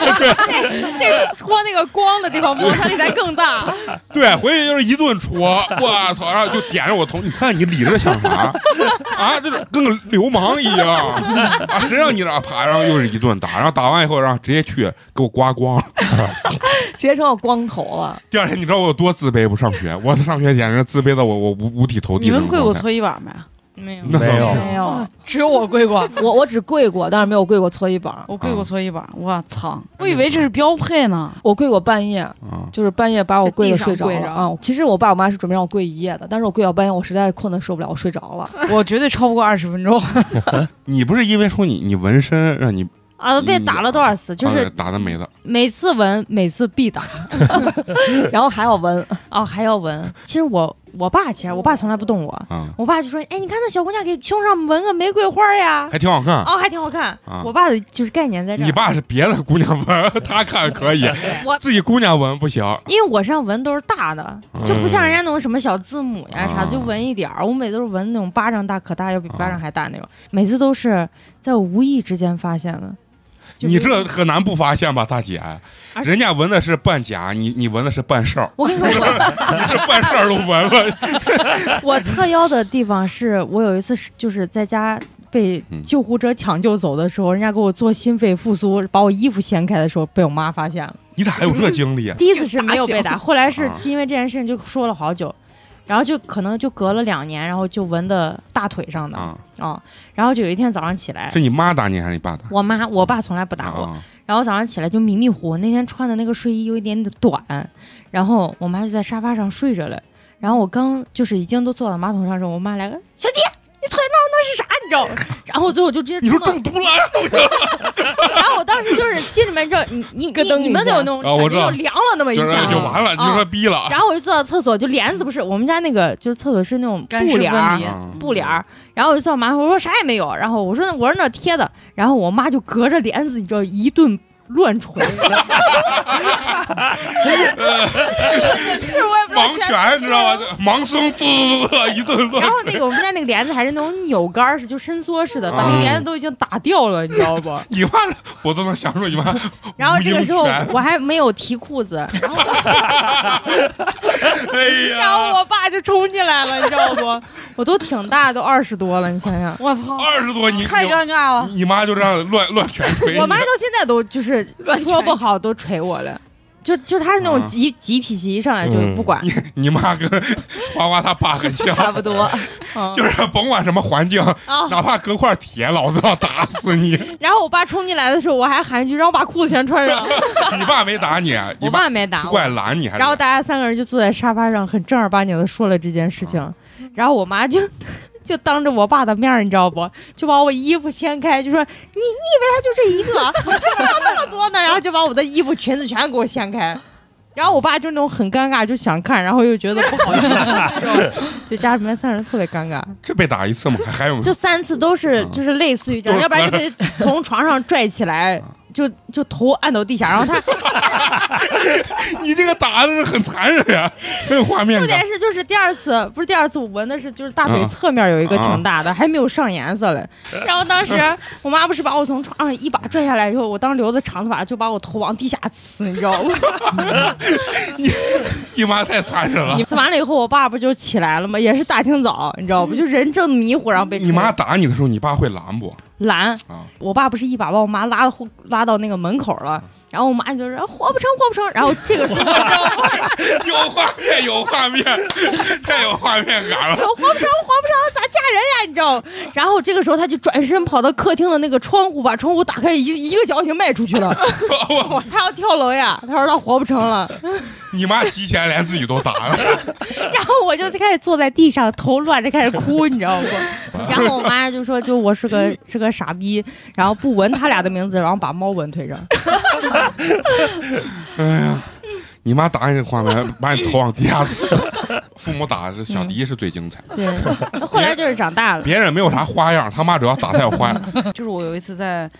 个戳那个光的地方摩擦力才更大。
对，回去就是一顿戳，我操！然后就点着我头，你看你理着想啥啊？这是跟个流氓一样啊！谁让你这啪，然后又是一顿打，然后打完以后，然后直接去给我刮光。
直接成我光头了。
第二天你知道我有多自卑不？上学，我上学简直自卑的我我无五体投地
你
那
们
种
跪
状
过
态。
搓衣板没？啊
没有，
那
没有
没有，
只有我跪过， 哦
我我只跪过，但是没有跪过搓衣板儿。
我跪过搓衣板。我操，我以为这是标配呢。
我跪过半夜，
啊，
就是半夜把我跪得睡着
在地
了
上
啊。其实我爸我妈是准备让我跪一夜的，但是我跪到半夜，我实在是困得受不了，我睡着 了。
我绝对超不过二十分钟。
你不是因为说你你纹身让你
啊，都被打了多少次？就
啊
是
打的没的，
每次闻，每次必打。
然后还要闻，
哦，还要闻。其实我我爸其实我爸从来不动我，
啊，
我爸就说：“哎，你看那小姑娘给胸上纹个玫瑰花呀，
还挺好看。
哦，还挺好看。
啊
我爸的就是概念在这儿。
你爸是别的姑娘纹， 他看可以，
我
自己姑娘纹不行。
因为我身上纹都是大的，就不像人家那种什么小字母呀啥的，
嗯
就纹一点儿。我每次都是纹那种巴掌大，可大要比巴
啊
掌还大那种。每次都是在我无意之间发现的。 就
你
比如
这很难不发现吧，大姐？人家纹的是半甲，你你纹的是半哨，
我跟你说，我
你这半哨都纹了。
我侧腰的地方是我有一次是就是在家被
嗯
救护车抢救走的时候，人家给我做心肺复苏，把我衣服掀开的时候被我妈发现了。
你咋还有这经历？
第一次是没有被打，后来是
啊
因为这件事情就说了好久，然后就可能就隔了两年，然后就纹的大腿上的啊、
啊，
然后就有一天早上起来。
是你妈打你还是你爸打？
我妈、我爸从来不打我，
啊
然后早上起来就迷迷糊糊。那天穿的那个睡衣有一点点短，然后我妈就在沙发上睡着了。然后我刚就是已经都坐到马桶上的时候，我妈来个小弟，你腿那那是啥？你知道吗？ 然后我最后就直接
你说
冲
中
到
毒了？
然后我当时就是心里面就你你
咯
你
噔
你们
一下
有那种
啊我
感
知
觉
道
就凉了那么一
就
下
是
啊，
就完了，你就说逼了。啊
然后我就坐到厕所，就帘子不是我们家那个，就是厕所是那种
干
布
湿
帘
分
儿，
离，
啊
布帘儿。然后我就坐到马桶，我说啥也没有。然后我说那我说那贴的。然后我妈就隔着帘子，你知道一顿乱捶，就是我也不知道
盲
全。
拳，你知道吗？盲僧，嘟嘟嘟嘟，一顿
然
乱。
后那个我们家那个帘子还是那种扭杆儿式，就伸缩式的，把那个
嗯
帘子都已经打掉了，你知道 不？
你妈，我都能想出你妈。
然后这个时候
无影拳
我还没有提 裤子，
哎
然后
呀，
我爸就冲进来了，你知道不？我都挺大，都二十多了，你想想。
我操，
二十多，你
太尴尬了。
你你妈就这样乱乱拳捶你。
我妈到现在都就是
乱
说
拳
不好都捶我了。就就他是那
啊
种急急脾气，一上来就
嗯
不管，
你妈跟 花花他爸很像，
差不多。
嗯
就是 甭管什么环境，
啊。
哪怕隔块铁，老子要打死 你。
然后我爸冲进来的时候，我还喊一句让我把裤子全穿上，
你爸没打你，你
我爸没打
是
我。
怪拦你还是？
然后大家三个人就坐在沙发上，很正儿八经的说了这件
嗯
事情。然后我妈就就当着我爸的面儿，你知道不？就把我衣服掀开，就说：“你你以为他就这一个， 为什么要那么多呢？”然后就把我的衣服、裙子全给我掀开。然后我爸就那种很尴尬，就想看，然后又觉得不好意思， 这种就家里面三人特别尴尬，
这被打一次吗？还还有
就三次都是
嗯
就是类似于这
都
样，
是
要不然就得从床上拽起来，就就头按到地下，然后他
你这个打的是很残忍呀，很有画面
重
感
点。是就是第二次，不是第二次，我闻的是就是大腿
啊
侧面有一个挺大的，还没有上颜 色嘞。然后当时我妈不是把我从床上一把拽下来以后，我当时留的长头发就把我头往地下呲，你知道吗？
你妈太残忍了
你。呲完了以后，我爸不就起来了吗？也是大清早，你知道不？就人正迷糊，然后被
你妈打你的时候，你爸会拦不？
拦
啊，
我爸不是一把把我妈拉后拉到那个门口了，
嗯
然后我妈就是活不成活不成，然后这个时候你知道吗？
有画面，有画面，太有画面感了。
说活不成，活不成，咋嫁人呀？你知道？然后这个时候他就转身跑到客厅的那个窗户，把窗户打开，一一个脚已经迈出 去了，
我
他要跳楼呀！他说他活不成了，
你妈提前连自己都打了，
然后我就开始坐在地上，头乱着开始哭，你知道不？ 然后我妈就说，就我是个是个傻逼，然后不闻他俩的名字，然后把猫闻腿上，
哎你妈打你这画面，把你头往地下呲。 父母打这
嗯
小迪是最精彩的，
对，后来就是长 大了，
别人没有啥花样，他妈只要打他有花样。
就是我有一次在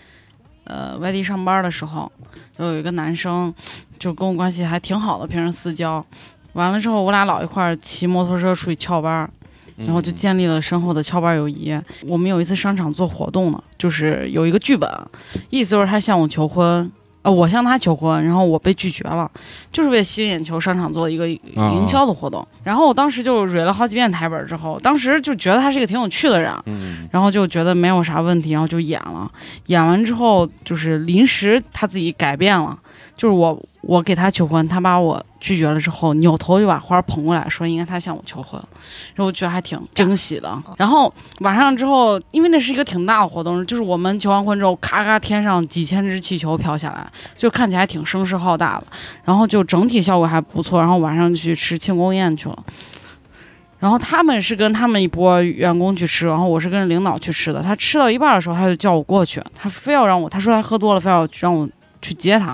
呃外地上班的时候，就有一个男生，就跟我关系还挺好的，平时私交。完了之后，我俩老一块儿骑摩托车出去翘班儿， 然后就
嗯
建立了深厚的翘班友谊。我们有一次商场做活动呢，就是有一个剧本，意思就是他向我求婚，呃，我向他求婚，然后我被拒绝了，就是为了吸引眼球，商场做一个
啊
营销的活动。然后我当时就蕊了好几遍台本儿之后，当时就觉得他是一个挺有趣的人，
嗯，
然后就觉得没有啥问题，然后就演了。演完之后就是临时他自己改变了，就是我我给他求婚，他把我拒绝了之后，扭头就把花捧过来说应该他向我求婚，然后我觉得还挺惊喜的。然后晚上之后，因为那是一个挺大的活动，就是我们求完婚之后，咔咔天上几千只气球飘下来，就看起来挺声势浩大的，然后就整体效果还不错。然后晚上去吃庆功宴去了。然后他们是跟他们一波员工去吃，然后我是跟领导去吃的。他吃到一半的时候，他就叫我过去，他非要让我，他说他喝多了，非要让我去接他。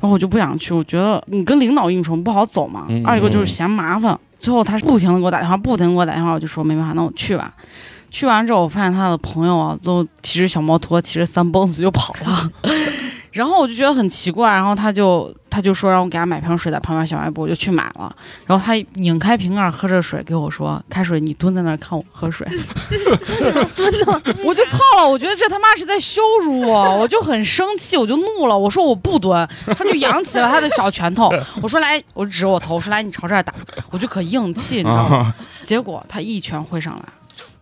然后我就不想去，我觉得你跟领导应酬不好走嘛
嗯，
二一个就是嫌麻烦。最后他是不停的给我打电话，不停地给我打电话，我就说没办法，那我去吧。去完之后，我发现他的朋友啊，都骑着小摩托，骑着三蹦子就跑 了。然后我就觉得很奇怪，然后他就他就说让我给他买瓶水，在旁边小卖部，我就去买了。然后他拧开瓶盖喝着水，给我说：“开水，你蹲在那儿看我喝水。”蹲呢，我就操了！我觉得这他妈是在羞辱我，我就很生气，我就怒了。我说我不蹲，他就扬起了他的小拳头。我说来，我指我头，我说来，你朝这儿打。我就可硬气，你知道吗？
啊，
结果他一拳挥上来，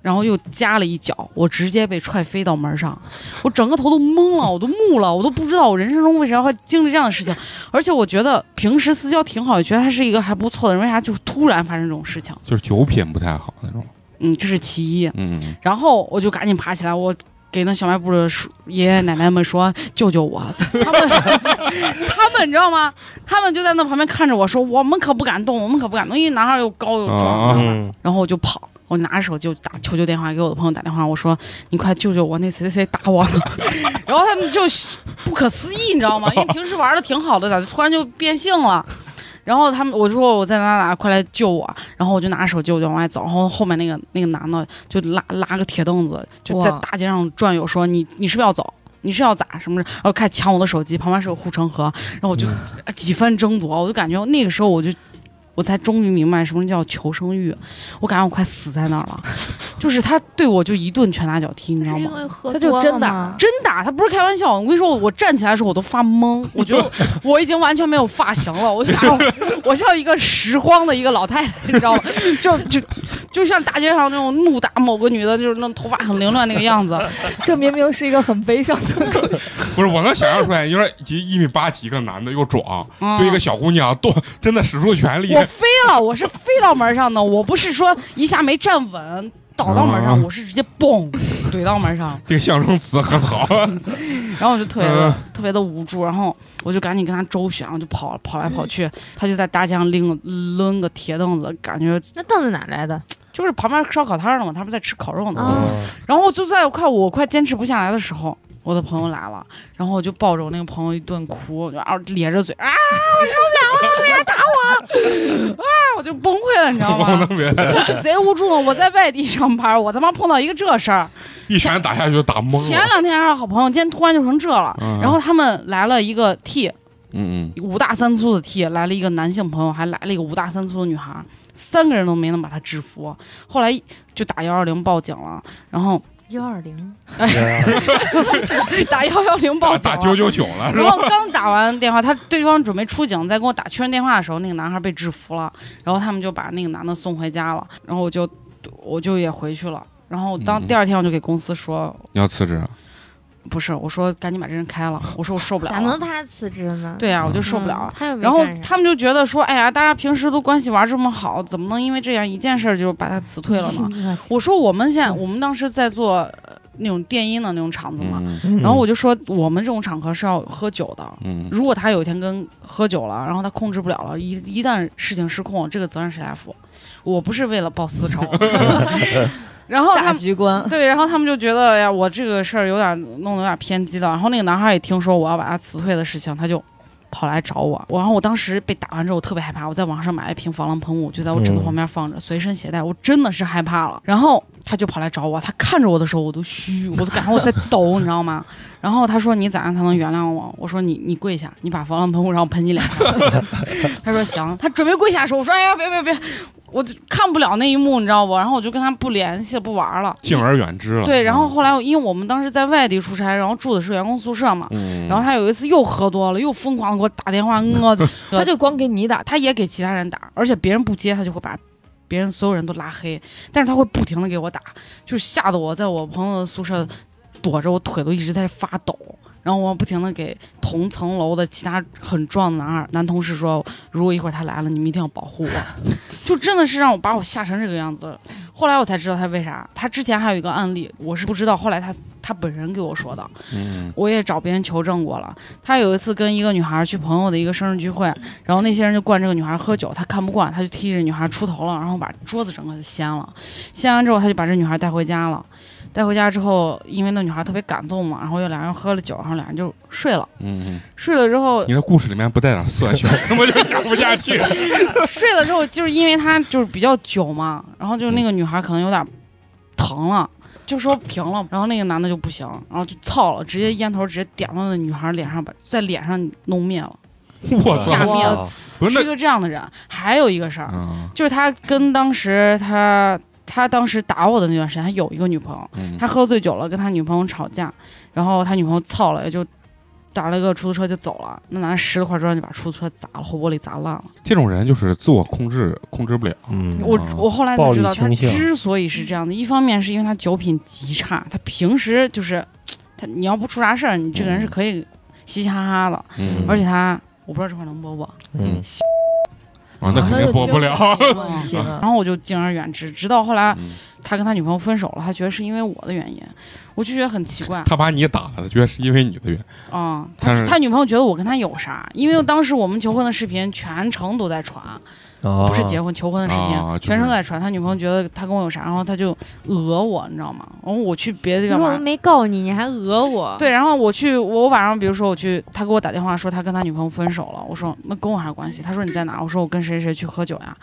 然后又加了一脚，我直接被踹飞到门上，我整个头都懵了，我都木了，我都不知道我人生中为啥会经历这样的事情。而且我觉得平时私交挺好，也觉得他是一个还不错的人，为啥就突然发生这种事情？
就是酒品不太好那种。
嗯，这是其一。
嗯，
然后我就赶紧爬起来，我给那小卖部的叔爷爷奶奶们说：“救救我！”他们 他们你知道吗？他们就在那旁边看着我说：“我们可不敢动，我们可不敢动，因为男孩又高又壮，你知道吧？”
嗯，
然后我就跑。我拿着手机就打求救电话给我的朋友打电话，我说你快救救我，那谁谁谁打我了。然后他们就不可思议，你知道吗？因为平时玩的挺好的，咋就突然就变性了？然后他们我就说我在哪哪，快来救我！然后我就拿着手机我就往外走，然后后面那个那个男的就拉拉个铁凳子，就在
哇
大街上转悠，说你你是不是要走？你是要咋什么的？然后开始抢我的手机，旁边是个护城河，然后我就几番争夺，我就感觉那个时候我就。我才终于明白什么叫求生欲，我感觉我快死在那儿了，就是他对我就一顿拳打脚踢，你知道
是
吗
因？为喝
他就
多了
真的
吗
真打，他不是开玩笑。我跟你说，我站起来的时候我都 发懵，我觉得我已经完全没有 发型了，我就打我像一个拾荒的一个老太太，你知道吗？就就就像大街上那种怒打某个女的，就是那头发很凌乱那个 样子。
这明明是一个很悲伤的故事。
不是我能想象出来，你说一一米八几一个男的又壮，
嗯
对一个小姑娘动，真的使出全力
我，飞了，我是飞到门上的，我不是说一下没站稳倒到门上，
啊
我是直接嘣怼到门上，
这个象声词很好。
然后我就特别的、
嗯
特别的无助，然后我就赶紧跟他周旋，我就跑跑来跑去，他就在大街上拎抡个铁凳子，感觉
那凳子哪来的？
就是旁边烧烤摊儿呢嘛，他们在吃烤肉呢。
啊
哦嗯
然后就在快我快坚持不下来的时候，我的朋友来了，然后我就抱着我那个朋友一顿哭，我就啊咧着嘴啊，我 受不了了，不要打我啊，我就崩溃了，你 知道
我
吗？
能明白，
我就贼无助，我在外地上班，我他妈碰到一个这事儿。
一拳打下去就打懵
前
了。
两天还是啊好朋友，今天突然就成这了。
嗯
然后他们来了一个 T，
嗯
五大三粗的 T，来了一个男性朋友，还来了一个五大三粗的女孩，三个人都没能把他制服。后来就打幺二零报警了，然后
幺二零，
打幺幺零
嗯，打
报警
打
了。
九九九了是
啊然
吧？
后刚打完电话，他对方准备出警，在跟我打确认电话的时候，那个男孩被制服了，然后他们就把那个男的送回家了，然后我就我就也回去了，然后当
嗯
第二天我就给公司说，
你要辞职啊？
不是，我说赶紧把这人开了，我说我受不了啊
咋
了，
能他辞职呢？
对啊呀、我就
嗯，
受不了了。
他又没
然后
干啥
他们就觉得说，哎呀，大家平时都关系玩这么好，怎么能因为这样一件事儿就把他辞退了呢？
呢
我说我们现在我们当时在做呃那种电音的那种场子嘛，
嗯
然
然后我就说我们这种场合是要喝酒的，
嗯，
如果他有一天跟喝酒了，然后他控制不了了，一一旦事情失控，这个责任谁来负？我不是为了报私 仇， 然后他
大
们
局观，
对，然后他们就觉得哎呀，我这个事儿有点弄得有点偏激的。然后那个男孩也听说我要把他辞退的事情，他就跑来找我。然后我当时被打完之后，我特别害怕，我在网上买了一瓶防狼喷雾，就在我枕头
嗯
旁边放着，随身携带。我真的是害怕了。然后他就跑来找我，他看着我的时候，我都虚，我都感觉我在抖，你知道吗？然后他说你咋样才能原谅我？我说你你跪下，你把防狼喷雾让我喷你脸上。 他说行，他准备跪下的时候，我说哎呀别别别。我就看不了那一幕，你知道不？然后我就跟他不联系了，不玩了。
敬而远之了。
对，然后后来因为我们当时在外地出差，然后住的是员工宿舍嘛，
嗯，
然后他有一次又喝多了，又疯狂的给我打电话，我
他就光给你打，
他也给其他人打，而且别人不接他就会把别人所有人都拉黑，但是他会不停的给我打，就是吓得我在我朋友的宿舍躲着，我腿都一直在发抖。然后我不停的给同层楼的其他很壮的男二男同事说，如果一会儿他来了，你们一定要保护我，就真的是让我把我吓成这个样子。后来我才知道他为啥，他之前还有一个案例，我是不知道，后来他他本人给我说的，
嗯
我也找别人求证过了。他有一次跟一个女孩去朋友的一个生日聚会，然后那些人就灌这个女孩喝酒，他看不惯，他就踢这女孩出头了，然后把桌子整个掀了。掀完之后，他就把这女孩带回家了。带回家之后，因为那女孩特别感动嘛，然后又俩人喝了酒，然后俩人就睡了。
嗯，
睡了之后，
你的故事里面不带点色情，根本就讲不下去。
睡了之后，就是因为他就是比较久嘛，然后就是那个女孩可能有点疼了，就说平了，然后那个男的就不行，然后就操了，直接烟头直接点到那女孩脸上，把在脸上弄灭了，
我
下
操，
嗯
面
不
是
是
一个这样的人。还有一个事
那
儿，
啊，
就是他跟当时他他当时打我的那段时间，他有一个女朋友，
嗯
他喝醉酒了，跟他女朋友吵架，然后他女朋友操了，也就。打了个出租车就走了，那男的拾了块砖就把出租车砸了，后玻璃砸烂了。
这种人就是自我控制控制不了。
嗯，
我
啊
我后来才
暴
知
力
道，他
倾向
之所以是这样的，一方面是因为他酒品极差，他平时就是他你要不出啥事儿，你这个人是可以嘻嘻哈哈的，
嗯，
而且他我不知道这块能播不。
嗯
啊，那肯定播不了。
问题呢。
然后我就敬而远之，直到后来
嗯
他跟他女朋友分手了，他觉得是因为我的原因，我就觉得很奇怪
他把你打了，觉得是因为你的原因。
啊、
但
他
是嗯
他女朋友觉得我跟他有啥，因为当时我们求婚的视频全程都在传，
啊，
不是结婚求婚的视频，
啊就是
全程都在传。他女朋友觉得他跟我有啥，然后他就讹我，你知道吗？然后我去别的地
你
方
说我
玩
们，没告你，你还讹我？，
对，然后我去，我晚上比如说我去，他给我打电话说他跟他女朋友分手了，我说那跟我啥关系？他说你在哪？我说我跟谁谁去喝酒呀，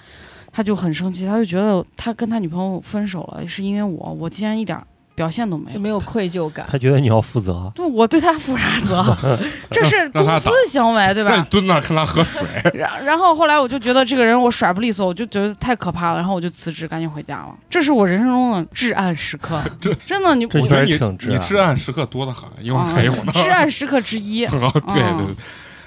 他就很生气，他就觉得他跟他女朋友分手了是因为我，我竟然一点儿表现都没
就
有。
没有愧疚感。
他觉得你要负责，
对，我对他负啥 责？这是
让
公
他
司
打
行为，对
让你
吧？
蹲那儿看他喝水，
然然后后来我就觉得这个人我甩不利索，我就觉得太可怕了，然后我就辞职，赶紧回家了。这是我人生中的至暗时 刻，真的，你
这
我
我
觉得
啊
你
确实挺
你
治
哦
至暗时刻多得很，一会儿还有呢。哎
至暗时刻之一。
哦，对对对，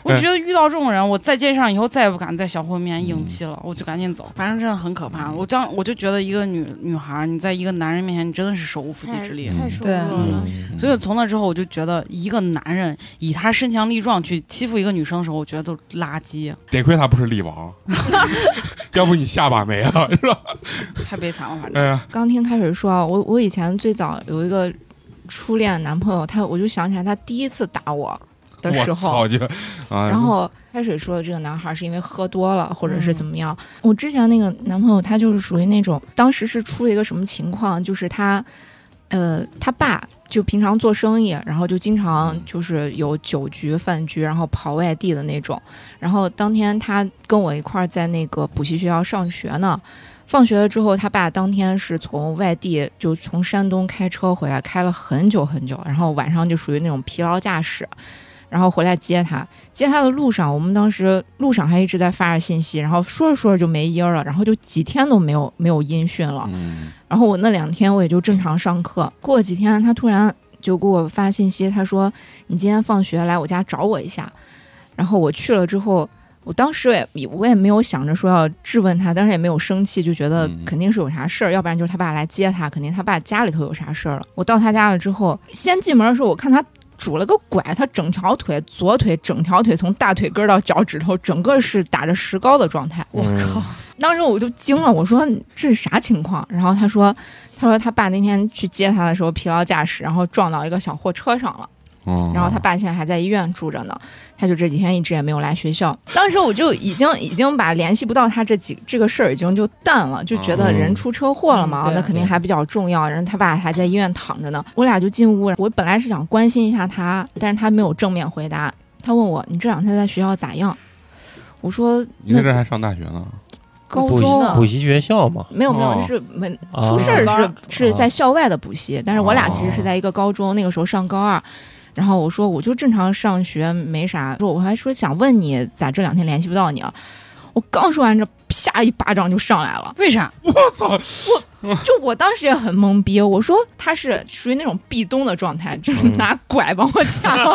我我觉得遇到这种人，我在街上以后再也不敢在小混面
嗯
应激了，我就赶紧走。反正真的很可怕。我当我就觉得一个女女孩儿，你在一个男人面前，你真的是手无缚鸡之力。
太瘦
对
弱了。
嗯
所以从那之后，我就觉得一个男人以他身强力壮去欺负一个女生的时候，我觉得都是垃圾，
得亏他不是力王， 要不你下巴没了是吧？
太悲惨了。反正
哎呀，
刚听开水说啊，我我以前最早有一个初恋男朋友，他我就想起来他第一次打我的时
我
候，
操就啊，
然后开水说的这个男孩是因为喝多了或者是怎么样。我之前那个男朋友他就是属于那种，当时是出了一个什么情况，就是他，呃，他爸。就平常做生意，然后就经常就是有酒局、饭局，然后跑外地的那种。然后当天他跟我一块儿在那个补习学校上学呢，放学了之后，他爸当天是从外地，就从山东开车回来，开了很久很久，然后晚上就属于那种疲劳驾驶，然后回来接他。接他的路上，我们当时路上还一直在发着信息，然后说着说着就没音儿了，然后就几天都没有没有音讯了。
嗯
然后我那两天我也就正常上课。过几天他突然就给我发信息，他说：“你今天放学来我家找我一下。”然后我去了之后，我当时也我也没有想着说要质问他，但是也没有生气，就觉得
嗯
肯定是有啥事儿，要不然就是他爸来接他，肯定他爸家里头有啥事儿了。我到他家了之后，先进门的时候，我看他。拄了个拐，他整条腿，左腿整条腿从大腿根儿到脚趾头，整个是打着石膏的状态。
我靠，
当时我就惊了，我说这是啥情况？然后他说，他说他爸那天去接他的时候疲劳驾驶，然后撞到一个小货车上了，
嗯
哦
然后他爸现在还在医院住着呢，他就这几天一直也没有来学校。当时我就已经已经把联系不到他这几这个事儿已经就淡了，就觉得人出车祸了嘛，
哦嗯嗯对
那肯定还比较重要。然后他爸还在医院躺着呢，我俩就进屋，我本来是想关心一下他，但是他没有正面回答，他问我你这两天在学校咋样？我说
你在这还上大学呢，
高
补习
中啊
补习学校嘛，
没有没有，
哦
那是没
啊
出事儿
啊
是是在校外的补习，但是我俩其
哦
实是在一个高中，那个时候上高二。然后我说我就正常上学没啥，说我还说想问你咋这两天联系不到你啊？我刚说完这，啪一巴掌就上来 了，
为啥？
我操，
就我当时也很懵逼，我说他是属于那种壁咚的状态，就是
嗯
拿拐把我掐了。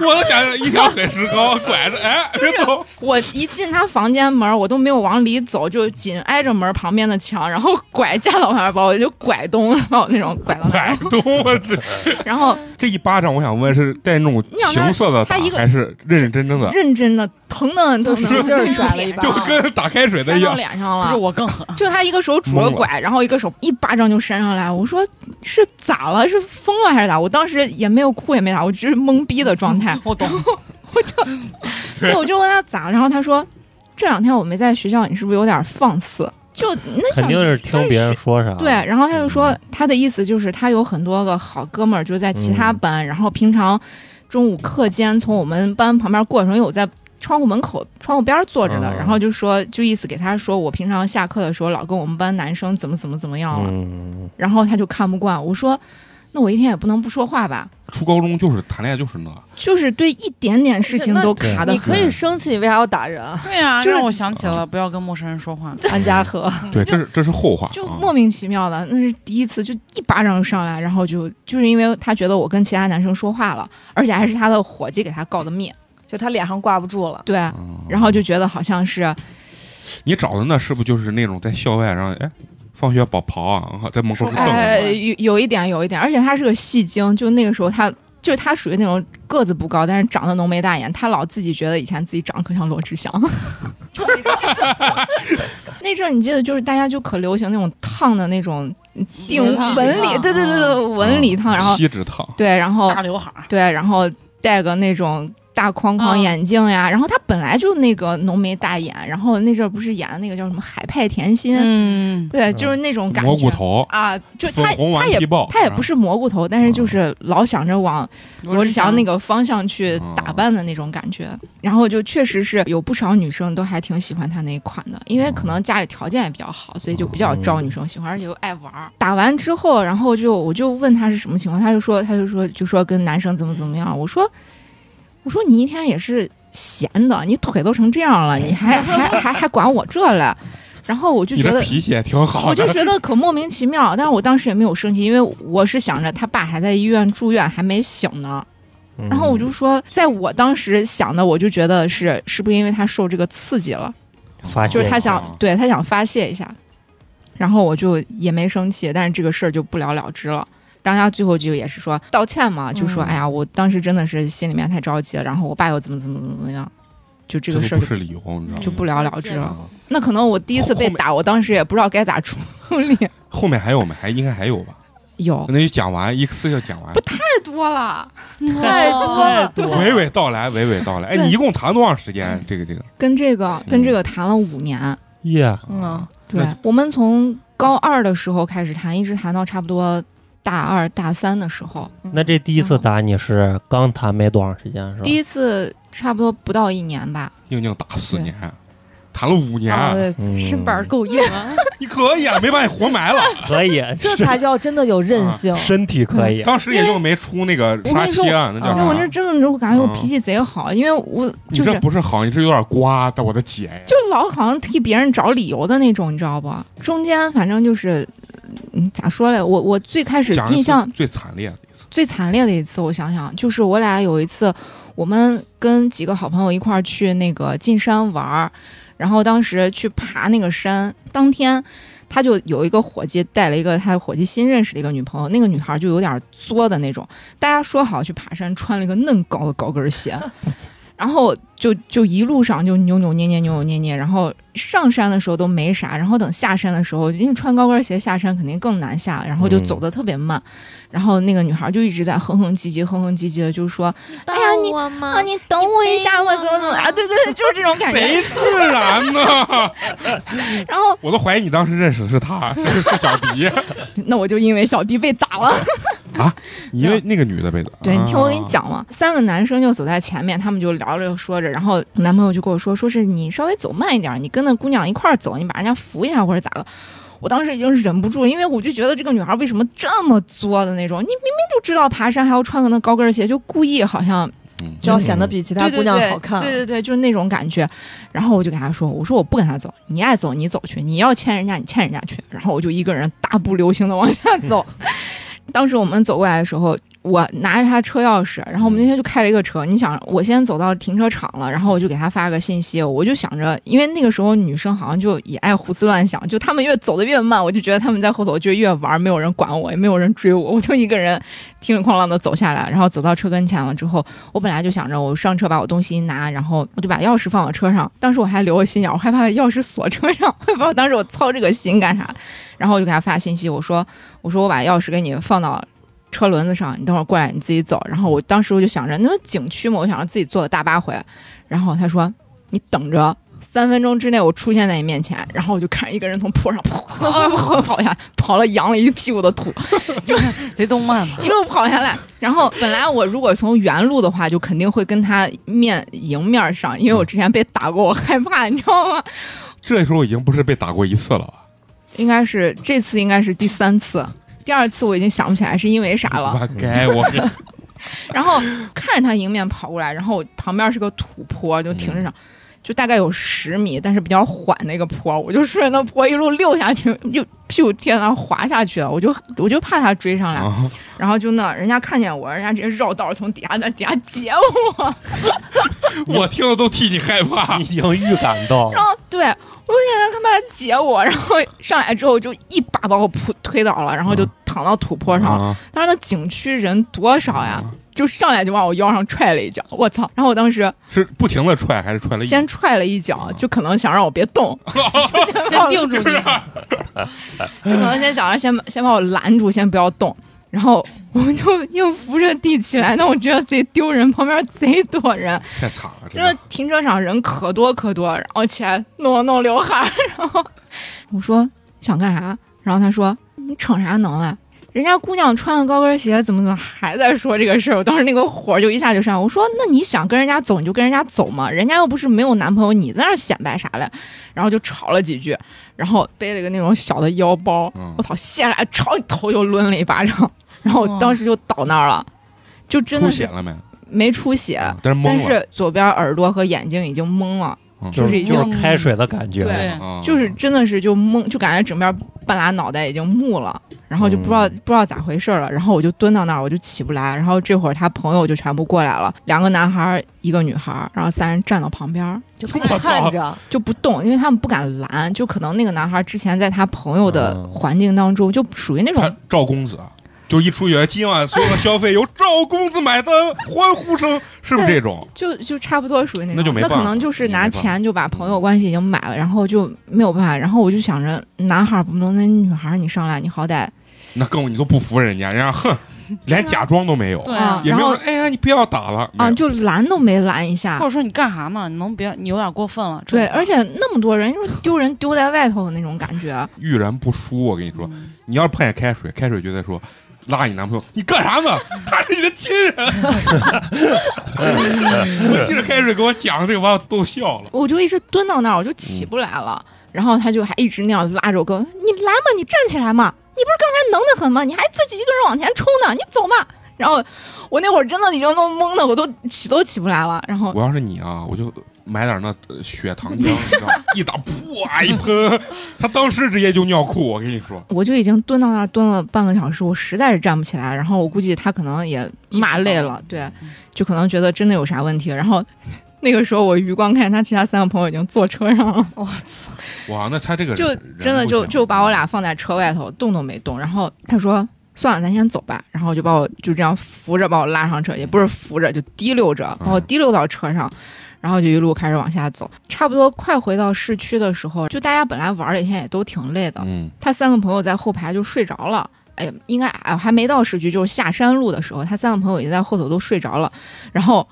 我都想起来一条很石膏拐着，哎，别走，
我一进他房间门，我都没有往里走，就紧挨着门旁边的墙，然后拐架到旁边，把我就拐东，把我那种拐到那
拐
儿，
动我这
然后
这一巴掌，我想问是带那种情色的打
你想他他一个
还是认认真真的，
认真的疼的疼的，
使劲儿甩了一把
就
啊
跟打开水的
扇
一
到
样，
脸上
不是
了。
我更 狠，
就他一个手拄着拐，然后一个手一巴掌就扇上来，我说是咋了？是疯了还是咋？我当时也没有哭也没啥，我只是懵逼的 状态。
我懂。
对，我就问他咋了，然后他说这两天我没在学校，你是不是有点放肆？就那
肯
想
定是听别人说啥。
对，，啊然后他就说他的意思就是他有很多个好哥们儿就在其他班，然后平常中午课间从我们班旁边过的时候，因为我在窗户门口窗户边儿坐着的，
嗯
然后就说就意思给他说我平常下课的时候老跟我们班男生怎么怎么怎么样了，
嗯，
然后他就看不惯，我说那我一天也不能不说话吧，
初高中就是谈恋爱就是那，
就是对一点点事情
那
都卡的
你。可以生气，你为啥要打 人啊？
对呀、
就是
让我想起了不要跟陌生人说话。
安家和，
对，这是这是后话
嗯就
啊。
莫名其妙的，那是第一次，就一巴掌上来，然后就就是因为他觉得我跟其他男生说话了，而且还是他的伙计给他告的密，
就他脸上挂不住了。
对，
嗯
然后就觉得好像是
你找的那是不是就是那种在校外，然后哎，放学跑跑啊，在门口是
说
瞪
哎
着，
呃有有一点有一点，而且他是个戏精，就那个时候他就是他属于那种个子不高，但是长得浓眉大眼，他老自己觉得以前自己长得可像罗志祥。那阵儿你记得就是大家就可流行那种烫的那种定
直烫
纹理，对对对对，纹理烫，然后
啊锡纸烫，
对，然后
啊大刘海儿，
对，然后戴个那种大框框
嗯
眼镜
啊
呀，然后他本来就那个浓眉大眼，然后那阵儿不是演的那个叫什么《海派甜心》，
嗯，
对，就是那种感觉。
蘑菇头，
啊，就
粉
他
红
他
顽
也
皮豹，啊
他也不
是
是蘑菇头，但是
啊
就是老想着往罗志祥那个方向去打扮的那种感觉。然后就确实是有不少女生都还挺喜欢他那一款的，因为
啊
可能家里条件也比较好，所以就比较招女生喜欢，而且又爱玩儿。打完之后，然后就我就问他是什么情况，他就说他就说就说跟男生怎么怎么样，我说我说你一天也是闲的，你腿都成这样了，你还还还还管我这来。然后我就
你
觉
的
得
脾气也 挺好
我就
的，
觉得可莫名其妙，但是我当时也没有生气，因为我是想着他爸还在医院住院，还没醒呢。
嗯
然后我就说，在我当时想的，我就觉得是是不是因为他受这个刺激了，
发
就是
泄
他
了
想
啊
对他想发泄一下，然后我就也没生气，但是这个事儿就不了了之了。当家最后就也是说道歉嘛，就说、
嗯
哎呀，我当时真的是心里面太着急了，然后我爸又怎么怎么怎么怎么样，就这
这
个
都
事儿
不
就是
理由，你
嗯
知道吗？
就不了了之了。
啊
那可能我第一次被
后面
打，我当时也不知道该咋处 理。
后面还有没？还应该还有吧？
有
那就讲完，一次就讲完，
太多了，
太太多了
娓娓道来，娓娓道来。哎，
对嗯
你一共谈多长时间？啊这个这个
跟这个
嗯
跟这个谈了五年。
呀，
嗯，
对
那，
我们从高二的时候开始谈，一直谈到差不多大二大三的时候，
嗯
那这第一次打你是刚谈没多长时间
嗯
是吧？
第一次差不多不到一年吧。
硬硬打四年，啊谈了五年，
啊，
嗯
身板儿够硬 啊，
你可以啊，没把你活埋了。
可以，
这
是
才叫真的有
啊
韧性。
身体可以，
当时也就没出那个
我
杀
跟你说
妻案，那叫
啊
因为我
啥
就？真的就感觉我脾气贼好，因为我
嗯你
就
这
是
不是好，你是有点瓜，但我的姐呀，
就老好像替别人找理由的那种，你知道不？中间反正就是，嗯，咋说嘞？我我最开始
讲一次
印象
最惨烈的一次，
最惨烈的一次，我想想，就是我俩有一次，我们跟几个好朋友一块儿去那个进山玩儿，然后当时去爬那个山，当天他就有一个伙计带了一个他伙计新认识的一个女朋友，那个女孩就有点作的那种，大家说好去爬山，穿了一个嫩高的高跟鞋。 然后就就一路上就扭扭捏捏扭扭捏捏，然后上山的时候都没啥，然后等下山的时候，因为穿高跟鞋下山肯定更难下，然后就
嗯
走得特别慢，然后那个女孩就一直在哼哼唧唧、哼哼唧唧的，就说：“哎呀，你
我
啊，
吗？
你等我一下，我怎么怎么啊？对对对，就是这种感觉。
贼自然呢。
然 后，
我都怀疑你当时认识的是他，是是小迪，啊
那我就因为小弟被打了。
你因为那个女的被打。
对你听我跟你
啊，
讲嘛，三个男生就走在前面，他们就聊着说着，然后男朋友就跟我说，说是你稍微走慢一点，你跟那姑娘一块儿走，你把人家扶一下或者咋了。我当时已经忍不住，因为我就觉得这个女孩为什么这么作的那种？你明明就知道爬山还要穿个那高跟鞋，就故意好像
嗯
就要显得比其他
对
姑
对
娘
对
好看，
对对对，就是那种感觉。然后我就给他说：“我说我不跟他走，你爱走你走去，你要牵人家你牵人家去。”然后我就一个人大步流星的往下走。 当时我们走过来的时候，我拿着他车钥匙，然后我们那天就开了一个车。你想，我先走到停车场了，然后我就给他发个信息，我就想着，因为那个时候女生好像就也爱胡思乱想，就他们越走的越慢，我就觉得他们在后头就越玩，没有人管我，也没有人追我，我就一个人 听里哐啷的走下来，然后走到车跟前了之后，我本来就想着我上车把我东西一拿，然后我就把钥匙放我车上。当时我还留个心眼，我害怕钥匙锁车上， 我也不知道当时我操这个心干啥。然后我就给他发信息，我说我说我把钥匙给你放到车轮子上，你等会儿过来你自己走。然后我当时我就想着，那不是景区嘛，我想着自己坐大巴回来。然后他说你等着。三分钟之内，我出现在你面前，然后我就看着一个人从坡上 跑跑下，跑了扬了一屁股的土，
贼动漫 嘛。
一路跑下来。然后本来我如果从原路的话，就肯定会跟他面迎面上，因为我之前被打过，我害怕，你知道吗？
这时候已经不是被打过一次了吧？
应该是这次应该是第三次，第二次我已经想不起来是因为啥了。
他妈该我跟你
然后看着他迎面跑过来，然后我旁边是个土坡，就停着上，就大概有十米，但是比较缓的一个坡，我就顺着那坡一路溜下去，就屁股贴那儿滑下去了。我就我就怕他追上来，
啊，
然后就那人家看见我，人家直接绕道从底下在底下截我，
我听了都替你害怕
你已。经预感到
然后对我就现在他妈截我，然后上来之后就一把把我扑推倒了，然后就躺到土坡上了。
啊
当时那景区人多少呀？就上来就往我腰上踹了一脚，我操！然后我当时
是不停的踹还是踹了一？啊
先踹了一脚，就可能想让我别动，
先定住你，
就可能先想着先把先把我拦住，先不要动。然后我就硬扶着地起来，那我觉得贼丢人，旁边贼多人，
太惨了，
真的停车场人可多可多，然后起来弄了弄刘海儿， 然后我说想干啥，然后他说你逞啥能啊？人家姑娘穿个高跟鞋，怎么怎么还在说这个事儿？我当时那个火就一下就上来，我说那你想跟人家走你就跟人家走嘛，人家又不是没有男朋友，你在那儿显摆啥嘞？然后就吵了几句，然后背了一个那种小的腰包，
嗯
我操，下来朝你头就抡了一巴掌，然后我当时就倒那儿了，就真
出
的
血
是
了没？
没出血，
啊但是懵
但
了。
是左边耳朵和眼睛已经懵了，
嗯
就
就是已经
就是开水的感觉。
对
啊，
就是真的是就懵，就感觉整边半拉脑袋已经木了，然后就不知道、
嗯
不知道咋回事了，然后我就蹲到那儿，我就起不来，然后这会儿他朋友就全部过来了，两个男孩儿一个女孩儿，然后三人站到旁边儿
就看着，
就不动，因为他们不敢拦，就可能那个男孩儿之前在他朋友的
嗯
环境当中就属于那种
他赵公子，就是一出去，今晚所有的消费由赵公子买单，欢呼声是不是这种？
就就差不多属于那种，
那就没办法
可能就是拿
也没办法
钱就把朋友关系已经买了，然后就没有办法。然后我就想着，男孩儿不能，那女孩儿你上来，你好歹
那更你都不服人家，人家哼，连假装都没有，
对啊
嗯，
也没有
然后
哎呀，你不要打了
啊，就拦都没拦一下
或。者说你干啥呢？你能别你有点过分了。
对，而且那么多人，就是丢人丢在外头的那种感觉。
遇人不淑。我跟你说，你要是碰见开水，开水就在说。拉你男朋友，你干啥呢？他是你的亲人。 我记着开水给我讲这个，把我逗笑了。
我就一直蹲到那儿，我就起不来了。然后他就还一直那样拉着我跟我说，你来嘛，你站起来嘛，你不是刚才能的很吗？你还自己一个人往前冲呢，你走嘛。然后我那会儿真的已经都懵的，我都起都起不来了。然后
我要是你啊，我就买点那呃血糖浆，你知道吗，一打噗啊一喷，他当时直接就尿裤。我跟你说，
我就已经蹲到那儿蹲了半个小时，我实在是站不起来。然后我估计他可能也骂累了，对，就可能觉得真的有啥问题。然后 那个时候我余光看见他其他三个朋友已经坐车上了，
我操，
哇，那他这个
就
人
真的
不嗯
就
行
就把我俩放在车外头，动都没动。然后他说：“算了，咱先走吧。”然后就把我就这样扶着把我拉上车，也不是扶着，就提溜着把
嗯
我提溜到车上。然后就一路开始往下走，差不多快回到市区的时候，就大家本来玩了一天也都挺累的，
嗯
他三个朋友在后排就睡着了。哎呀，应该哎还没到市区，就是下山路的时候，他三个朋友已经在后头都睡着了。然后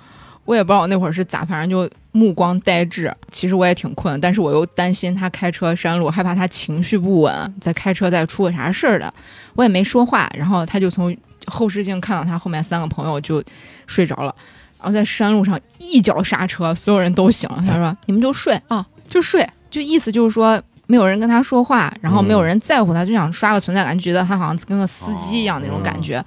我也不知道我那会儿是咋，反正就目光呆滞。其实我也挺困，但是我又担心他开车山路，害怕他情绪不稳，再开车再出个啥事儿的。我也没说话，然后他就从后视镜看到他后面三个朋友就睡着了，然后在山路上一脚刹车，所有人都醒了。他说：“你们就睡啊，就睡。”就意思就是说没有人跟他说话，然后没有人在乎他，就想刷个存在感，就觉得他好像跟个司机一样那种感觉。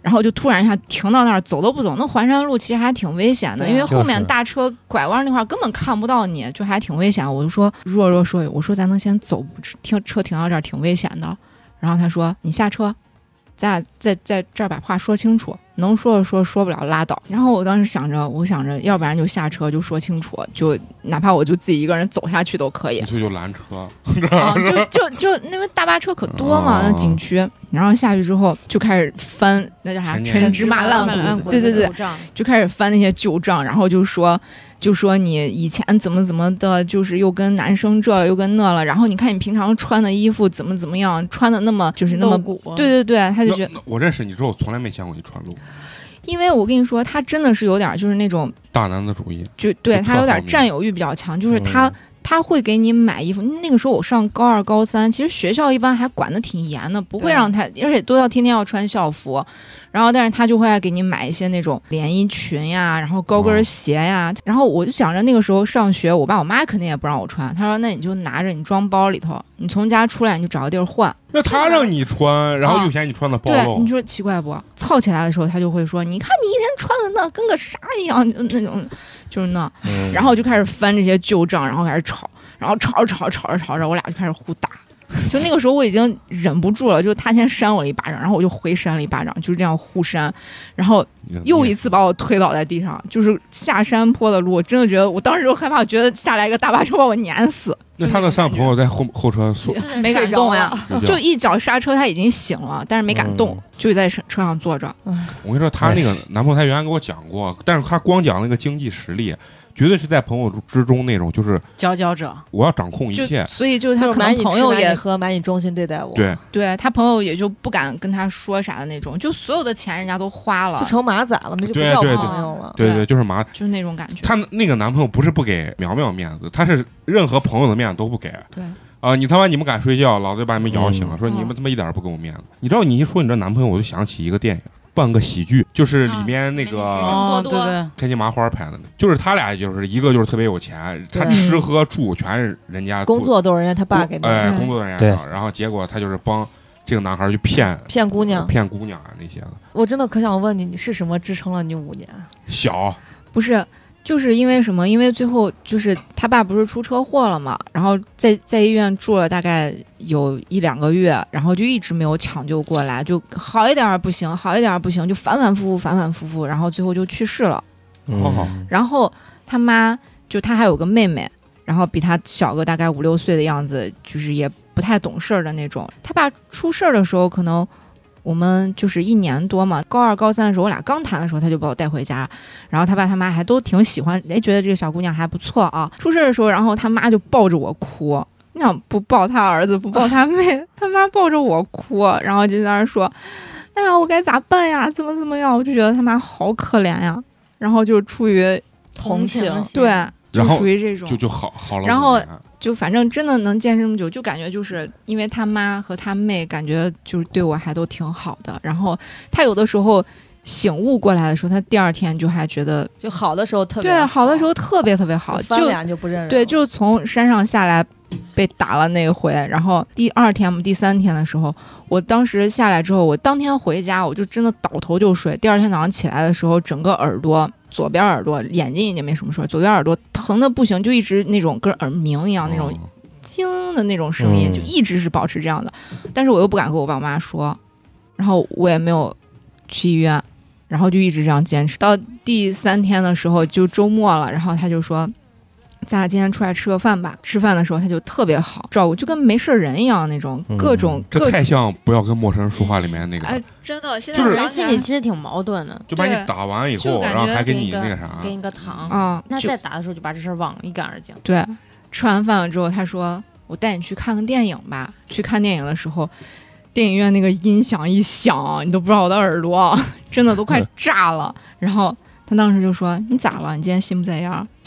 然后就突然一下停到那儿，走都不走。那环山路其实还挺危险的，
对啊
因为后面
就是
大车拐弯那块儿根本看不到你，就还挺危险。我就说弱弱说，我说咱能先走，停车停到这儿挺危险的。然后他说你下车，咱俩在在这儿把话说清楚，能说的说，说不了拉倒。然后我当时想着，我想着要不然就下车就说清楚，就哪怕我就自己一个人走下去都可以
你。去就拦车，
啊，就就就因为大巴车可多嘛，那景区，然后下去之后就开始翻，那叫啥？
陈年
陈芝麻烂
烂
谷
谷
子，对
子
对对
旧，账
就开始翻那些旧账，然后就说就说你以前怎么怎么的，就是又跟男生这了又跟那了，然后你看你平常穿的衣服怎么怎么样，穿的那么就是那么
露。骨，
对对对，他就
那
觉得，
那我认识你之后，从来没见过你穿露，
因为我跟你说，他真的是有点就是那种，
大男子主义。
就对
就
他
特
有点
好明
占有欲比较强，就是他、他会给你买衣服。那个时候我上高二、高三，其实学校一般还管得挺严的，不会
对
让他，而且都要天天要穿校服。然后，但是他就会给你买一些那种连衣裙呀，然后高跟鞋呀。然后我就想着那个时候上学，我爸我妈肯定也不让我穿。他说：“那你就拿着，你装包里头，你从家出来你就找个地儿换。
那他让你穿，然后又嫌你穿的暴
对，
露
你，说奇怪不？操起来的时候，他就会说：“你看你一天穿的那跟个啥一样，就那种就是那。”
嗯
然后就开始翻这些旧账，然后开始吵，然后吵着吵着吵着吵着，我俩就开始互打。就那个时候我已经忍不住了，就是他先扇我了一巴掌，然后我就回扇了一巴掌，就是这样互扇，然后
你
又一次把我推倒在地上。就是下山坡的路，我真的觉得我当时就害怕，我觉得下来一个大巴车把我碾死，
那他那三个朋友在后后车坐，
哎
嗯没敢
睡着
动呀
睡
了。
觉
就一脚刹车，他已经醒了，但是没敢动，
嗯
就在车车上坐着。
嗯
我跟你说，他
哎
那个男朋友，他原来跟我讲过，但是他光讲那个经济实力，绝对是在朋友之中那种，就是
佼佼者，
我要掌控一
就
切。
所以 就是他
就是
可
买
能
你
朋
吃
友
买
也
你喝买你衷心对待我，
对，
对他朋友也就不敢跟他说啥的那种，就所有的钱人家都花了
就，成马仔了，那就不
对
叫朋
对
对
友了。
对
对
对，就是麻。
就是那种感觉。
她那个男朋友不是不给苗苗面子，他是任何朋友的面子都不给。
对
啊、你他妈你们敢睡觉，老子就把你们摇醒了。
嗯
说你们他妈一点儿不给我面子。你知道你一说你这男朋友，我就想起一个电影《半个喜剧》，就是里面那个、
啊
哦，对
多多
对，
开心麻花拍的那，就是他俩就是一个就是特别有钱，他
对
吃喝住全是人家
工作都是人家他爸给弄的，
哎
嗯
工作人员
对
的，然后结果他就是帮这个男孩去骗
骗姑娘。
骗姑娘啊那些的。
我真的可想问你，你是什么支撑了你五年？
小
不是，就是因为什么？因为最后就是他爸不是出车祸了嘛，然后在在医院住了大概有一两个月，然后就一直没有抢救过来，就好一点儿不行，好一点儿不行，就反反复复，反反复复，然后最后就去世了。
嗯
哦
然后他妈就他还有个妹妹，然后比他小个大概五六岁的样子，就是也不太懂事儿的那种。他爸出事儿的时候，可能我们就是一年多嘛，高二高三的时候，我俩刚谈的时候，他就把我带回家，然后他爸他妈还都挺喜欢，哎，觉得这个小姑娘还不错啊。出事儿的时候，然后他妈就抱着我哭。你想不抱他儿子，不抱他妹， 他妈抱着我哭，然后就在那儿说：“哎呀，我该咋办呀？怎么怎么样？”我就觉得他妈好可怜呀。然后就出于
同
情
情，
心
对，就
然后
属于这种，
就就好好了五年。
然后就反正真的能健这么久，就感觉就是因为他妈和他妹，感觉就是对我还都挺好的。然后他有的时候醒悟过来的时候，他第二天就还觉得
就好的时候特别
对啊好的时候特别特别好，
翻
就
脸就不认人了，
对，就从山上下来被打了那回，然后第二天嘛，第三天的时候，我当时下来之后，我当天回家我就真的倒头就睡，第二天早上起来的时候，整个耳朵左边耳朵眼睛已经没什么事儿，左边耳朵疼的不行，就一直那种跟耳鸣一样那种
嗯
轻的那种声音，
嗯
就一直是保持这样的，但是我又不敢跟我爸妈说，然后我也没有去医院，然后就一直这样坚持到第三天的时候，就周末了，然后他就说。咱俩今天出来吃个饭吧。吃饭的时候他就特别好照顾，就跟没事儿人一样那种，
嗯
各种
这
各
太像不要跟陌生人说话里面那个
哎
了，，
真的现在
就是
想
人
起
心
来
里其实挺矛盾的，
就把你
对
打完以
就
后，
感
然后
觉
还给
给
你
一个
那个啥，啊
给你个糖。
啊，
那
就
再打的时候就把这事儿忘了，一干二净。
对。吃完饭了之后，他说：“我带你去看个电影吧。”去看电影的时候，电影院那个音响一响，你都不知道我的耳朵啊 真的都快炸了。然后他当时就说：“你咋了？你今天心不在焉儿？”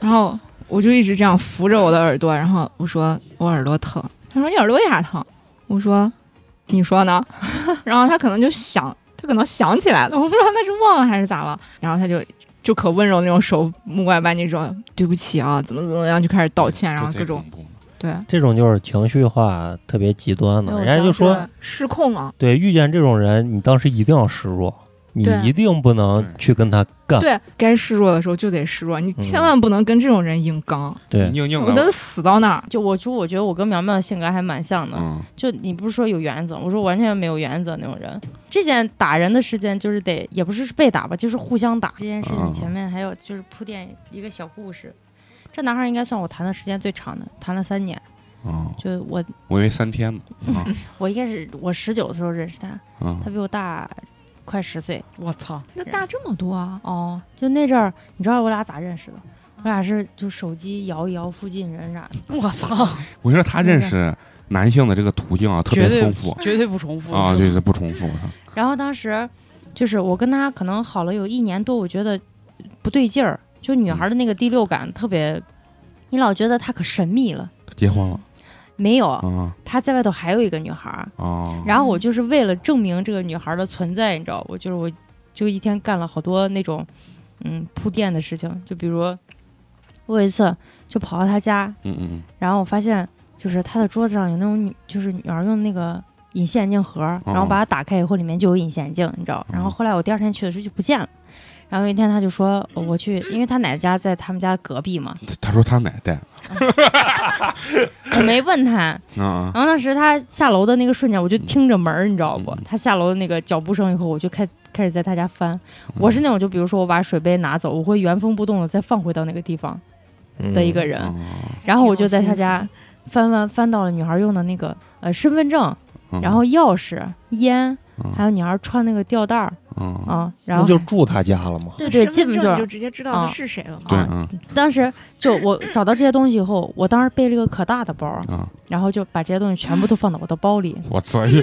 然后我就一直这样扶着我的耳朵，然后我说：“我耳朵疼。”他说：“你耳朵为啥疼？”我说：“你说呢？” 然后他可能就想，他可能想起来了，我不知道他是忘了还是咋了。然后他就就可温柔那种手目光把你说对不起啊，怎么怎么样就开始道歉，然后
这
各
贼
种
恐怖
对，
这种就是情绪化特别极端的，
没有
人家就
上
说
升，
失控了。
对，遇见这种人，你当时一定要示弱，你
对
一定不能去跟他干。
对该示弱的时候就得示弱，你
啊嗯
千万不能跟这种人硬刚，
对
硬硬
我能
的，
死到那儿。
就我说，我觉得我跟苗苗的性格还蛮像的。
嗯，
就你不是说有原则，我说完全没有原则那种人。这件打人的事件就是得，也不是被打吧，就是互相打。这件事
嗯
情前面还有就是铺垫一个小故事。这男孩应该算我谈的时间最长的，谈了三年。
嗯，
就我，
我以为三天呢，啊
我应该是我十九的时候认识他，
嗯
他比我大快十岁。
我操！
那大这么多啊，
哦，就那阵儿，你知道我俩咋认识的？我俩是就手机摇一摇附近人啥的。
我操！
我跟你说，他认识男性的这个途径啊，特别
绝对
丰富
绝对不重复
啊，对，对，不重复。
然后当时就是我跟他可能好了有一年多，我觉得不对劲儿，就女孩的那个第六感特别，你老觉得她可神秘了。
结婚了
没有，
啊
他在外头还有一个女孩儿，
啊！
然后我就是为了证明这个女孩儿的存在，你知道，我就是我就一天干了好多那种嗯铺垫的事情，就比如我有一次就跑到他家，
嗯嗯嗯
然后我发现就是他的桌子上有那种女，就是女儿用的那个隐形眼镜盒儿，
嗯
然后把它打开以后，里面就有隐形眼镜，你知道。然后后来我第二天去的时候就不见了。然后有一天他就说呃我去，因为他奶奶家在他们家隔壁嘛，
他他说他奶带
我没问他。
啊
然后当时他下楼的那个瞬间，我就听着门儿，你知道不
嗯？
他下楼的那个脚步声以后，我就开开始在他家翻。
嗯
我是那种就比如说我把水杯拿走，我会原封不动的再放回到那个地方
嗯
的一个人。
啊，
然
哎
后我就在他家翻翻翻到了女孩用的那个呃身份证，
嗯
然后钥匙、烟，
嗯
还有女孩穿那个吊带儿
嗯
啊，然
那
后
就住他家了嘛。
对对，基
身份
本
证你
就
就是直接知道他
啊
是谁了嘛。
对
啊
嗯
当时就我找到这些东西以后，我当时背了一个可大的包儿，
啊，
然后就把这些东西全部都放到我的包里，
我操，这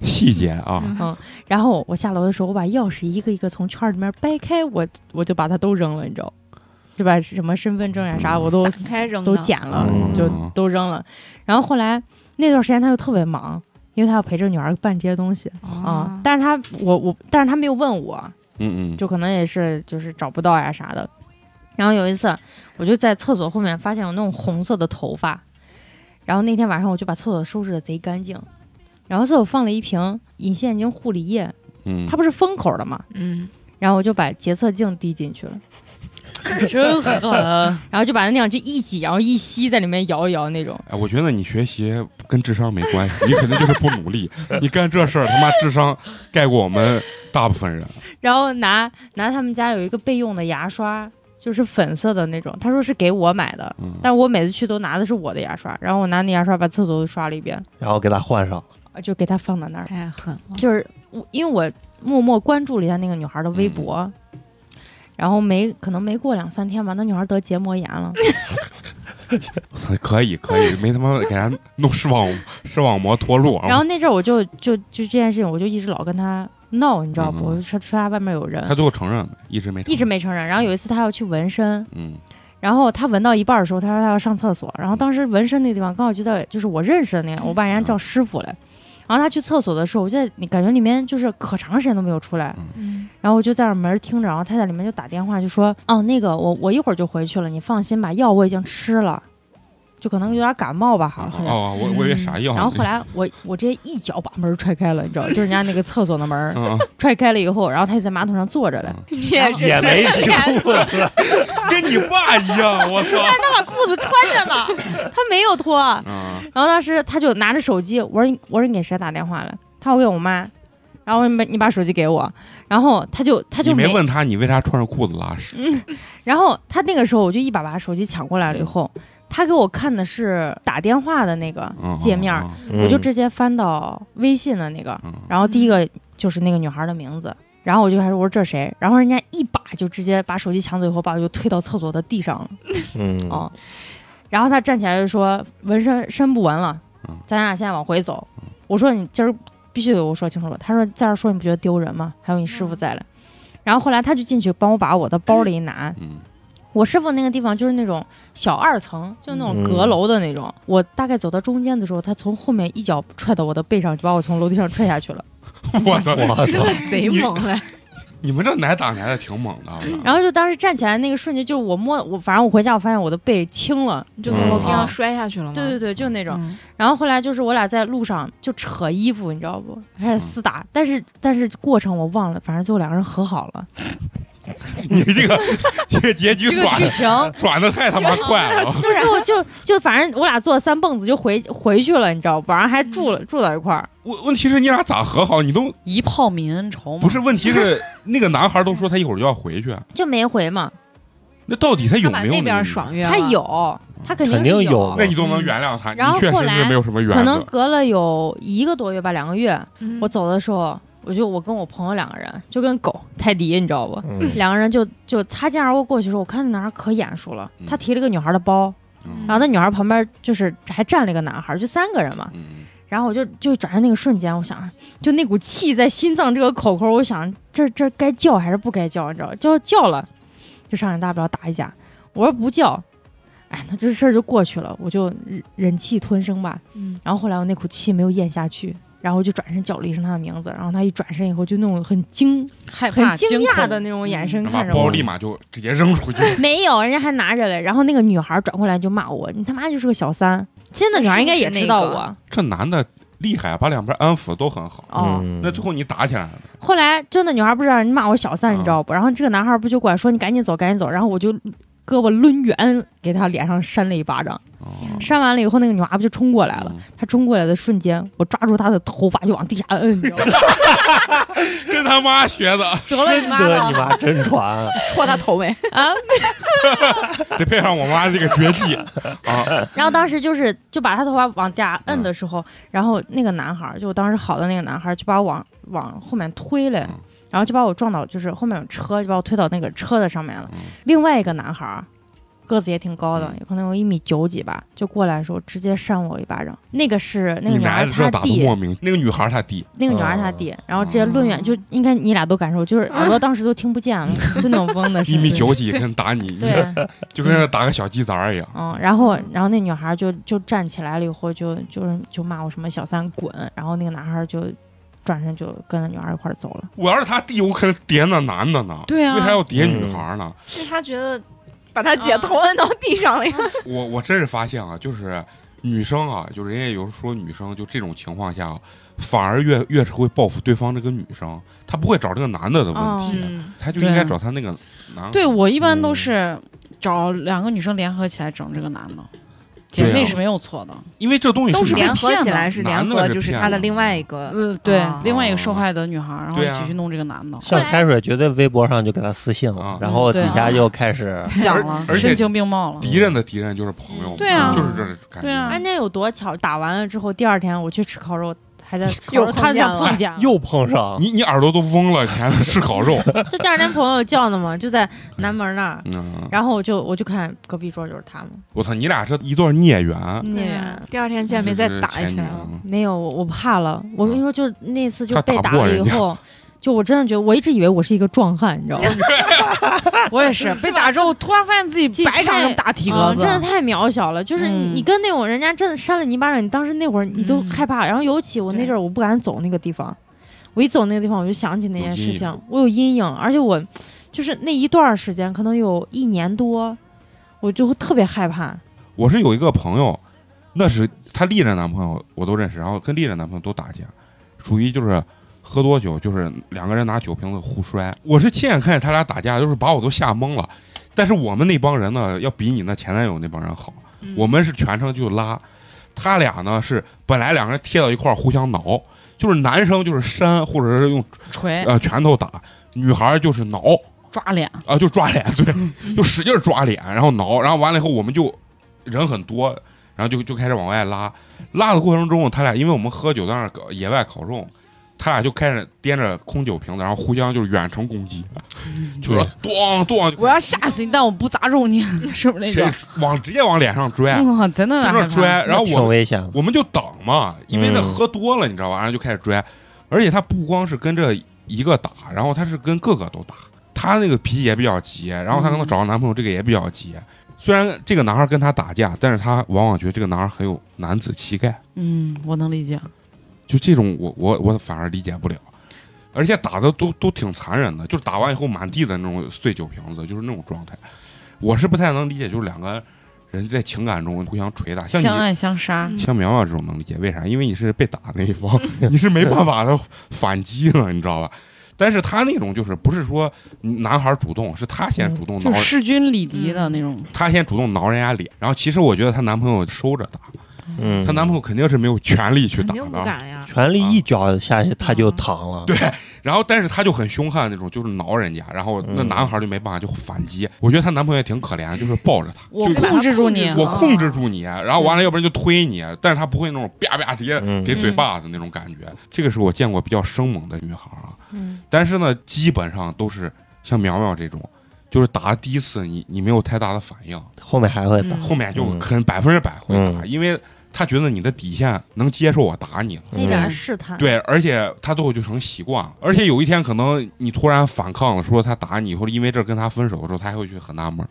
细节啊，
嗯然后我下楼的时候，我把钥匙一个一个从圈儿里面掰开，我我就把它都扔了，你知道，就把什么身份证呀啥我都
散开扔
都
的
捡
啊
了，
嗯
就都扔了。然后后来那段时间他又特别忙，因为他要陪着女儿办这些东西啊、
啊，
但是他我我，但是他没有问我，
嗯嗯，
就可能也是就是找不到呀啥的。然后有一次，我就在厕所后面发现有那种红色的头发，然后那天晚上我就把厕所收拾的贼干净，然后厕所放了一瓶隐形眼镜护理液，
嗯
它不是封口的嘛，
嗯，
然后我就把洁厕净滴进去了， 真狠。然后就把那两只一挤，然后一吸在里面摇一摇那种。
哎，我觉得你学习跟智商没关系，你肯定就是不努力。你干这事儿，他妈智商盖过我们大部分人。
然后拿拿他们家有一个备用的牙刷，就是粉色的那种，他说是给我买的，
嗯，
但是我每次去都拿的是我的牙刷，然后我拿那牙刷把厕所都刷了一遍，
然后给他换上。
啊就给他放在那儿。
太哎狠了。
就是我因为我默默关注了一下那个女孩的微博，然后没可能没过两三天吧，那女孩得结膜炎了，
我操可以可以，没他妈给人家弄视网视网膜脱落。啊
然后那阵儿我就就就这件事情，我就一直老跟她闹，你知道不？
嗯
我就说说她外面有人
他，最后承认了，一直没承认
一直没承认。然后有一次她要去纹身，
嗯
然后她纹到一半儿的时候，她说她要上厕所，然后当时纹身那地方刚好就在就是我认识的那个，我把人
嗯
家叫师傅来。然后她去厕所的时候，我就在你感觉里面就是可长时间都没有出来，
嗯，
然后我就在那门儿听着，然后他在里面就打电话，就说：“哦，那个我我一会儿就回去了，你放心吧，药我已经吃了，就可能有点感冒吧，好像。
哦，我我以为啥药呢？
然后后来我我直接一脚把门儿踹开了，你知道，就是人家那个厕所的门儿
嗯，嗯
踹开了以后，然后他就在马桶上坐着嘞，
你也是
也没 裤子，
跟你爸一样，我操！
他把裤子穿着呢， 他没有脱。
嗯，
然后当时他就拿着手机，我说你我说你给谁打电话了？他说我给我妈，然后我说你把你把手机给我，然后他就 他就
嗯你没问他你为啥穿着裤子拉屎？
然后他那个时候我就一把把手机抢过来了，以后他给我看的是打电话的那个
嗯
界面，
嗯
我就直接翻到微信的那个，
嗯
然后第一个就是那个女孩的名字，然后我就开始我说这谁，然后人家一把就直接把手机抢走以后，把我就推到厕所的地上了
嗯
啊、哦然后他站起来就说纹身身不纹了
嗯，
咱俩现在往回走。我说你今儿必须得给我说清楚了。他说在这儿说你不觉得丢人吗？还有你师傅在嘞。然后后来他就进去帮我把我 的包里一拿，
嗯
我师傅那个地方就是那种小二层，就那种阁楼的那种。我大概走到中间的时候，他从后面一脚踹到我的背上，就把我从楼梯上踹下去了。
嗯，我操！
我操，
贼猛嘞！
你们这奶打奶的挺猛的。
然后就当时站起来那个瞬间，就是我摸我，反正我回家我发现我的背青了。
你就从楼梯上摔下去了吗？
对对对，就那种。
嗯
然后后来就是我俩在路上就扯衣服，你知道不？开始厮打，但是但是过程我忘了，反正最后两个人和好了。
你这 个这个结局
这个
转
剧情，
转的太他妈快 了。
就是最后就就反正我俩坐三蹦子就回回去了，你知道不？晚上还住了住到一块儿。
问问题是你俩咋和好？你
嗯
都
一炮泯恩仇嘛。
不是？问题是那个男孩都说他一会儿就要回去，啊
就没回嘛，
那到底他有
他把
没有
那
那
边
个
爽
意
约了，
他有，他肯定
肯定
是
有
思？那你都能原谅他？
嗯然后
你确
后
实
来
是没有什么原
可能
则。
隔了有一个多月吧，两个月，
嗯，
我走的时候，我就我跟我朋友两个人，就跟狗泰迪，你知道不？
嗯
两个人就就擦肩而过过去的时候，我看哪儿可眼熟了，
嗯
他提了个女孩的包，
嗯
然后那女孩旁边就是还站了一个男孩，就三个人嘛。
嗯
然后我就就转身那个瞬间，我想，就那股气在心脏这个口口，我想这这该叫还是不该叫，你知道吧？就要叫了，就上来大不了打一架。我说不叫，哎，那这事儿就过去了，我就忍忍气吞声吧。
嗯
然后后来我那口气没有咽下去，然后我就转身叫了一声他的名字，然后他一转身以后就那种很惊、
害怕
很惊讶的
恐
那种眼神
然后嗯
看
把
着我
包，立马就直接扔出去。
没有，人家还拿着嘞。然后那个女孩转过来就骂我：“你他妈就是个小三！”其实那女孩应该也知道
那是不是
我
这男的厉害，把两边安抚都很好。
哦。
嗯
那最后你打起来了，
后来就那女孩不是让人骂我小三，你知道不？然后这个男孩不就过来说：“你赶紧走，赶紧走。”然后我就胳膊抡圆，给他脸上扇了一巴掌。
哦
扇完了以后，那个女孩不就冲过来了？
嗯
她冲过来的瞬间，我抓住她的头发就往地下摁，你知道吗？
嗯跟他妈学的，
得了你妈
哥你
的，
妈真传，啊
戳他头没？
得配上我妈这个绝技啊！
然后当时就是就把他头发往地下摁的时
嗯
候，然后那个男孩儿，就我当时好的那个男孩儿，就把我往往后面推嘞，
嗯
然后就把我撞到，就是后面有车，就把我推到那个车的上面了。
嗯
另外一个男孩儿个子也挺高的，有可能有一米九几吧，就过来的时候直接扇我一巴掌。那个是那个
你
女
奶
孩儿
奶这
她
打的
弟
莫，名，那个女孩她弟，
那个女孩儿她
哦
弟，然后直接抡远，就应该你俩都感受，就是耳朵当时都听不见了，就那种嗡的 声
一
音。
米九几跟打你，
对。
就跟那打个小鸡崽儿一样。
嗯，然后然后那女孩就就站起来了以后就就是就骂我什么小三滚，然后那个男孩就转身就跟着女孩一块儿走了。
我要是他弟，我可能叠那男的呢，
对
为啥
啊，
要叠女孩呢？
嗯
是他觉得把他姐头摁到地上了呀？
嗯
我我真是发现啊，就是女生啊，就人家有时候说女生就这种情况下啊，反而越越是会报复对方这个女生，她不会找这个男的的问题，
嗯，
她就应该
哦对啊
找她那个男。
对我一般都
嗯
是找两个女生联合起来整这个男的，姐
对
妹
啊
是没有错的。
因为这东西
都是
是
两
个
个
联合起来是联
男的
合，
是
就是
骗
他的
子
另外一 个，
嗯，对
啊，
另外一个受害的女孩，然后
对
一
啊
起去弄这个男的，
像开水绝对微博上就给他私信
啊
了，然后底下就开始
讲了，
而且
神情病冒了。
敌人的敌人就是朋友嘛，
对啊
就是这感觉。
对啊
哎，那有多巧？打完了之后，第二天我去吃烤肉，还在烤
又
肉摊上
碰
碰见了。
又碰上，
你你耳朵都嗡了，你还能吃烤肉？
就第二天朋友叫的嘛，就在南门那儿。
嗯，
然后我就我就看隔壁桌就是他哎们，
我操，你俩这一对孽缘，
孽缘
第二天见没
这
再
是
打
前
起来
女
了。
友嗯
没有我我怕了，我跟你说，就是那次就
他
被
打
打
不过
了
人
以
家
后， 就我真的觉得我一直以为我是一个壮汉，你知道吗？
我也是被打之后，突然发现自己
记
白长
太
这么大体
啊
格子，
真的太渺小了。就是
嗯
你跟那种人家真的扇了你一巴掌，你当时那会儿你都
嗯
害怕。然后尤其我那
对
阵儿我不敢走那个地方，我一走那个地方我就想起那件
有阴
事
影
情，我有阴影，而且我就是那一段儿时间，可能有一年多，我就会特别害怕。
我是有一个朋友，那是她历任男朋友我都认识，然后跟历任男朋友都打架，属于就是喝多酒，就是两个人拿酒瓶子互摔。我是亲眼看见他俩打架，就是把我都吓懵了。但是我们那帮人呢，要比你那前男友那帮人好，
嗯
我们是全程就拉，他俩呢是本来两个人贴到一块儿互相挠，就是男生就是扇或者是用
锤
呃拳头打，女孩儿就是挠。
抓脸，
啊，就抓脸，
嗯
对，就使劲抓脸，然后挠，然后完了以后我们就人很多，然后就就开始往外拉，拉的过程中，他俩因为我们喝酒在那儿搞野外烤肉，他俩就开始掂着空酒瓶子，然后互相就是远程攻击，就是咣咣，
我要吓死你，但我不砸 中你，
嗯
是不是那
谁
种？嗯
往直接往脸上拽，
哇，真的有
在那
点害
儿
怕
追，然后
挺
我
危险的。
我们就等嘛，因为那
嗯
喝多了，你知道吧？然后就开始追，而且他不光是跟这一个打，然后他是跟各个都打。他那个脾气也比较急，然后他可能找个男朋友，这个也比较急。虽然这个男孩跟他打架，但是他往往觉得这个男孩很有男子气概，
嗯，我能理解。
就这种我我我反而理解不了。而且打的都都挺残忍的，就是打完以后满地的那种碎酒瓶子，就是那种状态。我是不太能理解，就是两个人在情感中互相捶打，像你
相爱相杀，
嗯
像苗苗这种能理解，为啥？因为你是被打的那一方， 你是没办法的反击了，你知道吧？但是他那种就是不是说男孩主动，是他
嗯
先主动挠
就，势均力敌的那种。
他先主动挠人家脸。然后其实我觉得她男朋友收着打，
嗯，
她男朋友肯定是没有权利去
肯
打
定不
的。
敢呀，
全力一脚下去，他就躺了。
对，然后但是他就很凶悍那种，就是挠人家，然后那
嗯
男孩就没办法就反击。我觉得她男朋友也挺可怜，就是抱着她，
我
就
控制住
嗯
你，
哦
我控制住你，啊然后完了，要不然就推你，啊但是他不会那种啪啪直接
嗯
给嘴巴子那种感觉。这个是我见过比较生猛的女孩啊，
嗯，
但是呢，基本上都是像苗苗这种，就是打第一次你你没有太大的反应，
后面还会打。
嗯
后面就很百分之百会打，
嗯
因为他觉得你的底线能接受我打你了。
那点儿
嗯
试探，
对，啊而且他最后就成习惯了。而且有一天，可能你突然反抗了，说他打你以后，因为这跟他分手的时候，他还会去很纳闷儿。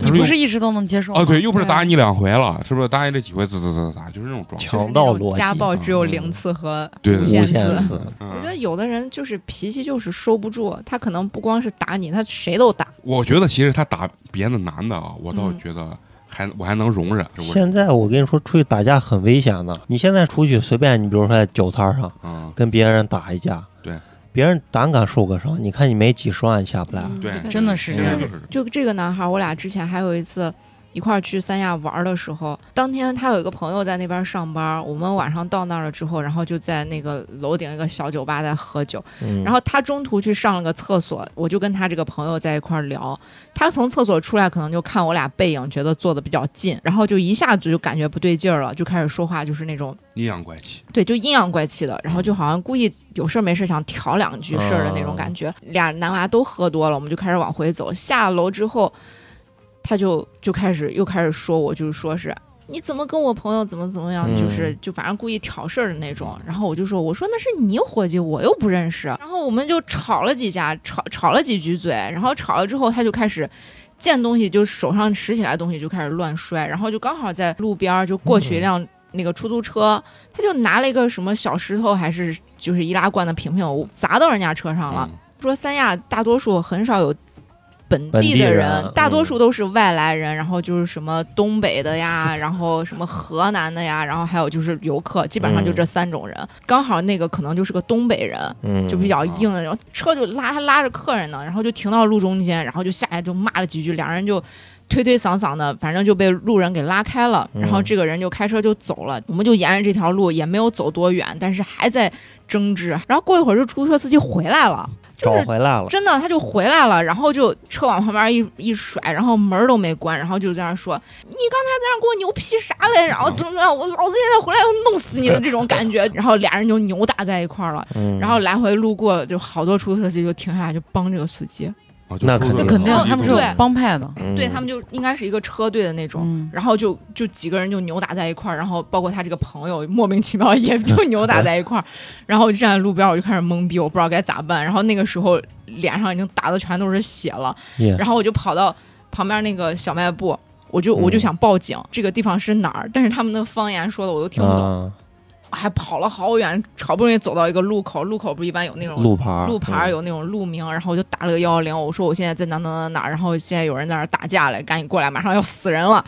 他说
你不
又
是一直都能接受吗啊
哦，对，，又不是
对
打你两回了，是不是？打你这几回，咋咋咋咋，就是那种状态。
就是
强
那
盗
种
逻辑，
家暴只有
嗯
零次和
对
无
对
无
对
限
限
次。
次。
嗯
我觉得有的人就是脾气就是收不住，他可能不光是打你，他谁都打。
我觉得其实他打别的男的啊，我倒
嗯
觉得还、我还能容忍。是不是
现在我跟你说，出去打架很危险的。你现在出去随便，你比如说在酒摊上
嗯，
跟别人打一架，
对，
别人胆敢受个伤，你看你没几十万下不来。
嗯
对，
真的是
现在
这
就
样
是
就这个男孩，我俩之前还有一次一块儿去三亚玩儿的时候，当天他有一个朋友在那边上班，我们晚上到那儿了之后，然后就在那个楼顶一个小酒吧在喝酒，
嗯，
然后他中途去上了个厕所，我就跟他这个朋友在一块儿聊，他从厕所出来可能就看我俩背影，觉得坐的比较近，然后就一下子就感觉不对劲儿了，就开始说话，就是那种
阴阳怪气。
对，就阴阳怪气的，然后就好像故意有事儿没事儿想挑两句事儿的那种感觉。俩男娃都喝多了，我们就开始往回走。下楼之后，他就就开始又开始说我，就是说是你怎么跟我朋友怎么怎么样，
嗯
就是就反正故意挑事儿的那种。然后我就说，我说那是你伙计，我又不认识。然后我们就吵了几架，吵吵了几句嘴，然后吵了之后，他就开始。见东西就手上拾起来的东西就开始乱摔，然后就刚好在路边儿就过去一辆那个出租车，他就拿了一个什么小石头还是就是易拉罐的瓶瓶，我砸到人家车上了。
嗯
说三亚大多数很少有本
本地
的
人
大多
嗯
数都是外来人，然后就是什么东北 的呀，然后什么河南的呀，然后还有就是游客，基本上就
嗯
这三种人。刚好那个可能就是个东北人，
嗯，
就比较硬的，然后车就拉还拉着客人呢，然后就停到路中间，然后就下来就骂了几句，两人就推推搡搡的，反正就被路人给拉开了，
嗯
然后这个人就开车就走了，我们就沿着这条路也没有走多远，但是还在争执，然后过一会儿就出租车司机回来了，就
找
是。
回来了，
真的，他就回来了，然后就车往旁边一一甩，然后门儿都没关，然后就在那儿说：“你刚才在那儿给我牛批啥嘞？然后怎么怎么样，我老子现在回来要弄死 你的这种感觉。”然后俩人就扭打在一块儿了。
嗯，
然后来回路过，就好多出租车司机就停下来就帮这个司机，
啊，就
那
出
肯
这
那
个
肯定
问题
他们是有
对
帮派的，
嗯
对他们就应该是一个车队的那种，
嗯，
然后就就几个人就扭打在一块儿，然后包括他这个朋友莫名其妙也就扭打在一块儿， 然后我就站在路边儿我就开始懵逼，我不知道该咋办，然后那个时候脸上已经打的全都是血了，
也啊
然后我就跑到旁边那个小卖部。我就我就
嗯
想报警，这个地方是哪儿？但是他们的方言说的我都听不懂，
啊，
还跑了好远，好不容易走到一个路口，路口不是一般有那种
路牌儿
路牌儿
嗯
有那种路名，然后我就打了个幺幺零，我说我现在在哪哪哪哪，然后现在有人在那儿打架了，赶紧过来，马上要死人 了，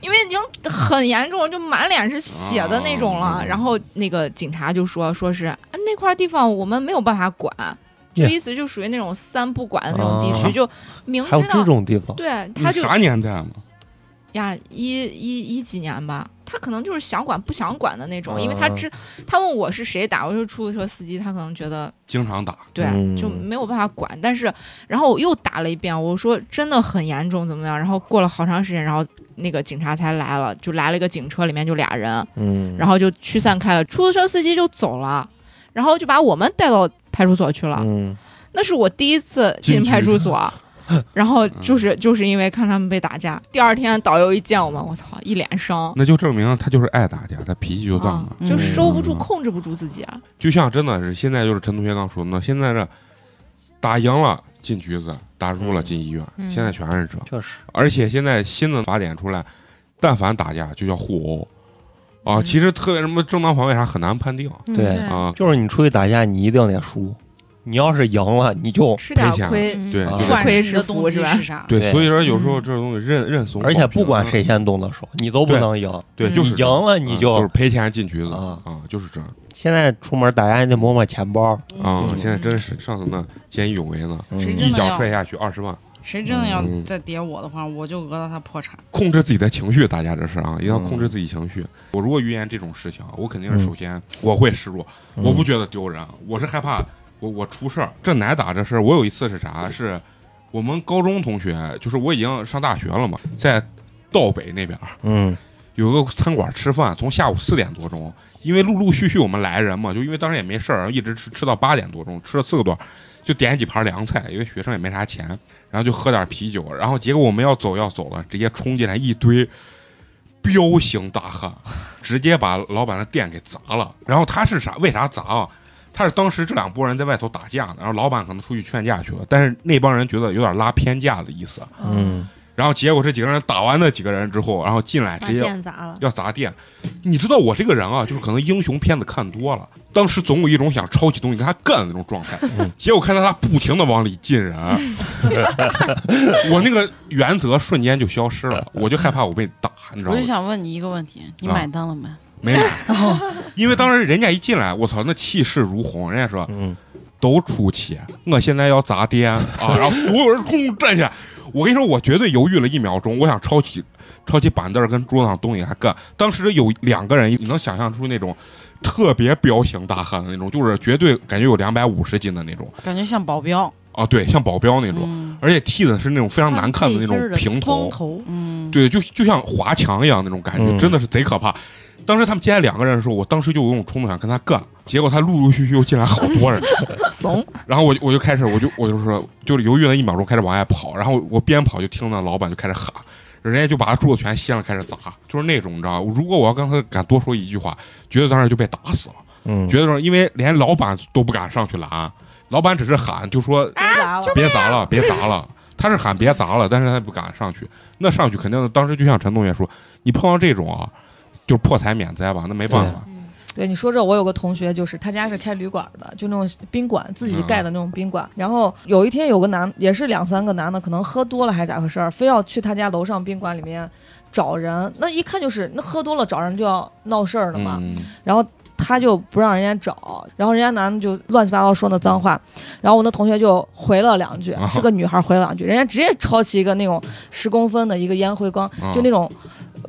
因为已经很严重，就满脸是血的那种了
哦。
然后那个警察就说，说是、啊、那块地方我们没有办法管，就
Yeah
意思就属于那种三不管的那种地区，
啊
就明
还有
知
这
道
种地方，
对
你
他就
啥年代嘛？
呀，一一一几年吧，他可能就是想管不想管的那种，因为他
嗯
知他问我是谁打，我是出租车司机，他可能觉得
经常打，
对，
嗯
就没有办法管。但是，然后我又打了一遍，我说真的很严重，怎么样？然后过了好长时间，然后那个警察才来了，就来了一个警车，里面就俩人，
嗯，
然后就驱散开了，出租车司机就走了，然后就把我们带到派出所去了。
嗯，
那是我第一次进
进去嗯
派 出所。然后就是就是因为看他们被打架，第二天导游一见我们，我操，一脸伤，
那就证明他就是爱打架，他脾气就
啊
脏了。
就收不住，
嗯
控制不住自己啊。
就像真的是现在就是陈同学刚说的那，现在这打赢了进局子，打输了
嗯
进医院，
嗯
现在全是这。
确实，
而且现在新的法典出来，但凡打架就叫互殴啊，
嗯
其实特别什么正当防卫啥很难判定
对
嗯
啊，
就是你出去打架，你一定得输，你要是赢了，你就
吃点
赔钱
亏，
嗯
对
啊
不
就是
管
亏
你
是
的
福
动机
是吧
是啥，
对，
对
所以说有时候这种东西认认怂，
而且不管谁先动的手，你都不
对
能赢，
嗯对，
嗯
就是啊
你赢了你
就
就是
赔钱进局子
啊
啊，就是这样
现在出门打架你得摸摸钱包，
啊
嗯。
现在真是上次那见义勇为呢，
谁
一
真的
脚
要
踹下去二十万，
谁真的要
嗯
再叠我的话，我就讹到他破产。
控制自己的情绪，大家这是啊，一定要
嗯
控制自己情绪。我如果遇见这种事情，啊我肯定
嗯
是首先我会示弱，
嗯
我不觉得丢人，啊我是害怕我我出事儿。这挨打这事儿，我有一次是啥？是我们高中同学，就是我已经上大学了嘛，在道北那边儿
嗯
有个餐馆吃饭，从下午四点多钟，因为陆陆续续我们来人嘛，就因为当时也没事儿，然后一直吃吃到八点多钟，吃了四个多，就点几盘凉菜，因为学生也没啥钱，然后就喝点啤酒，然后结果我们要走要走了，直接冲进来一堆彪形大汉，直接把老板的店给砸了。然后他是啥？为啥砸啊？他是当时这两拨人在外头打架呢，然后老板可能出去劝架去了，但是那帮人觉得有点拉偏架的意思，
嗯
然后结果这几个人打完那几个人之后，然后进来直接
砸了，
要砸店。你知道我这个人啊，就是可能英雄片子看多了，当时总有一种想抄起东西跟他干的那种状态。结果看到他不停的往里进人，我那个原则瞬间就消失了，我就害怕我被打，你知道
我
吗
就？想问你一个问题，你
啊
买单了没？
没买， 因为当时人家一进来，我操，那气势如虹，人家说
嗯，
都出去，我现在要砸店啊！然后所有人冲站起来，我跟你说，我绝对犹豫了一秒钟，我想抄起抄起板凳儿跟桌子上东西还干。当时有两个人，你能想象出那种特别彪形大汉的那种，就是绝对感觉有两百五十斤的那种
感觉像保镖
啊，对，像保镖那种，
嗯
而且剃的是那种非常难看的那种平头，
头，
嗯，
对，就就像华强一样那种感觉，
嗯
真的是贼可怕。当时他们接来两个人的时候，我当时就有种冲动想跟他干，结果他陆陆续续又进来好多人，
怂，
然后我就我就开始我就我就说就是犹豫了一秒钟开始往外跑，然后我边跑就听到老板就开始喊，人家就把他桌子全掀了开始砸，就是那种你知道，如果我要刚才敢多说一句话，绝对当时就被打死了，
嗯，
绝对是因为连老板都不敢上去拦，老板只是喊就说
别
嗯
砸了，
别砸了，别砸了。他是喊别砸了，但是他也不敢上去。那上去肯定，当时就像陈同学说，你碰到这种啊，就是破财免灾吧，那没办法。
对你说这，我有个同学，就是他家是开旅馆的，就那种宾馆自
嗯
己盖的那种宾馆。然后有一天有个男，也是两三个男的，可能喝多了还是咋回事儿，非要去他家楼上宾馆里面找人。那一看就是，那喝多了找人就要闹事儿了嘛。
嗯，
然后他就不让人家找，然后人家男的就乱七八糟说那脏话，然后我那同学就回了两句
啊，
是个女孩回了两句，人家直接抄起一个那种十公分的一个烟灰缸，
啊
就那种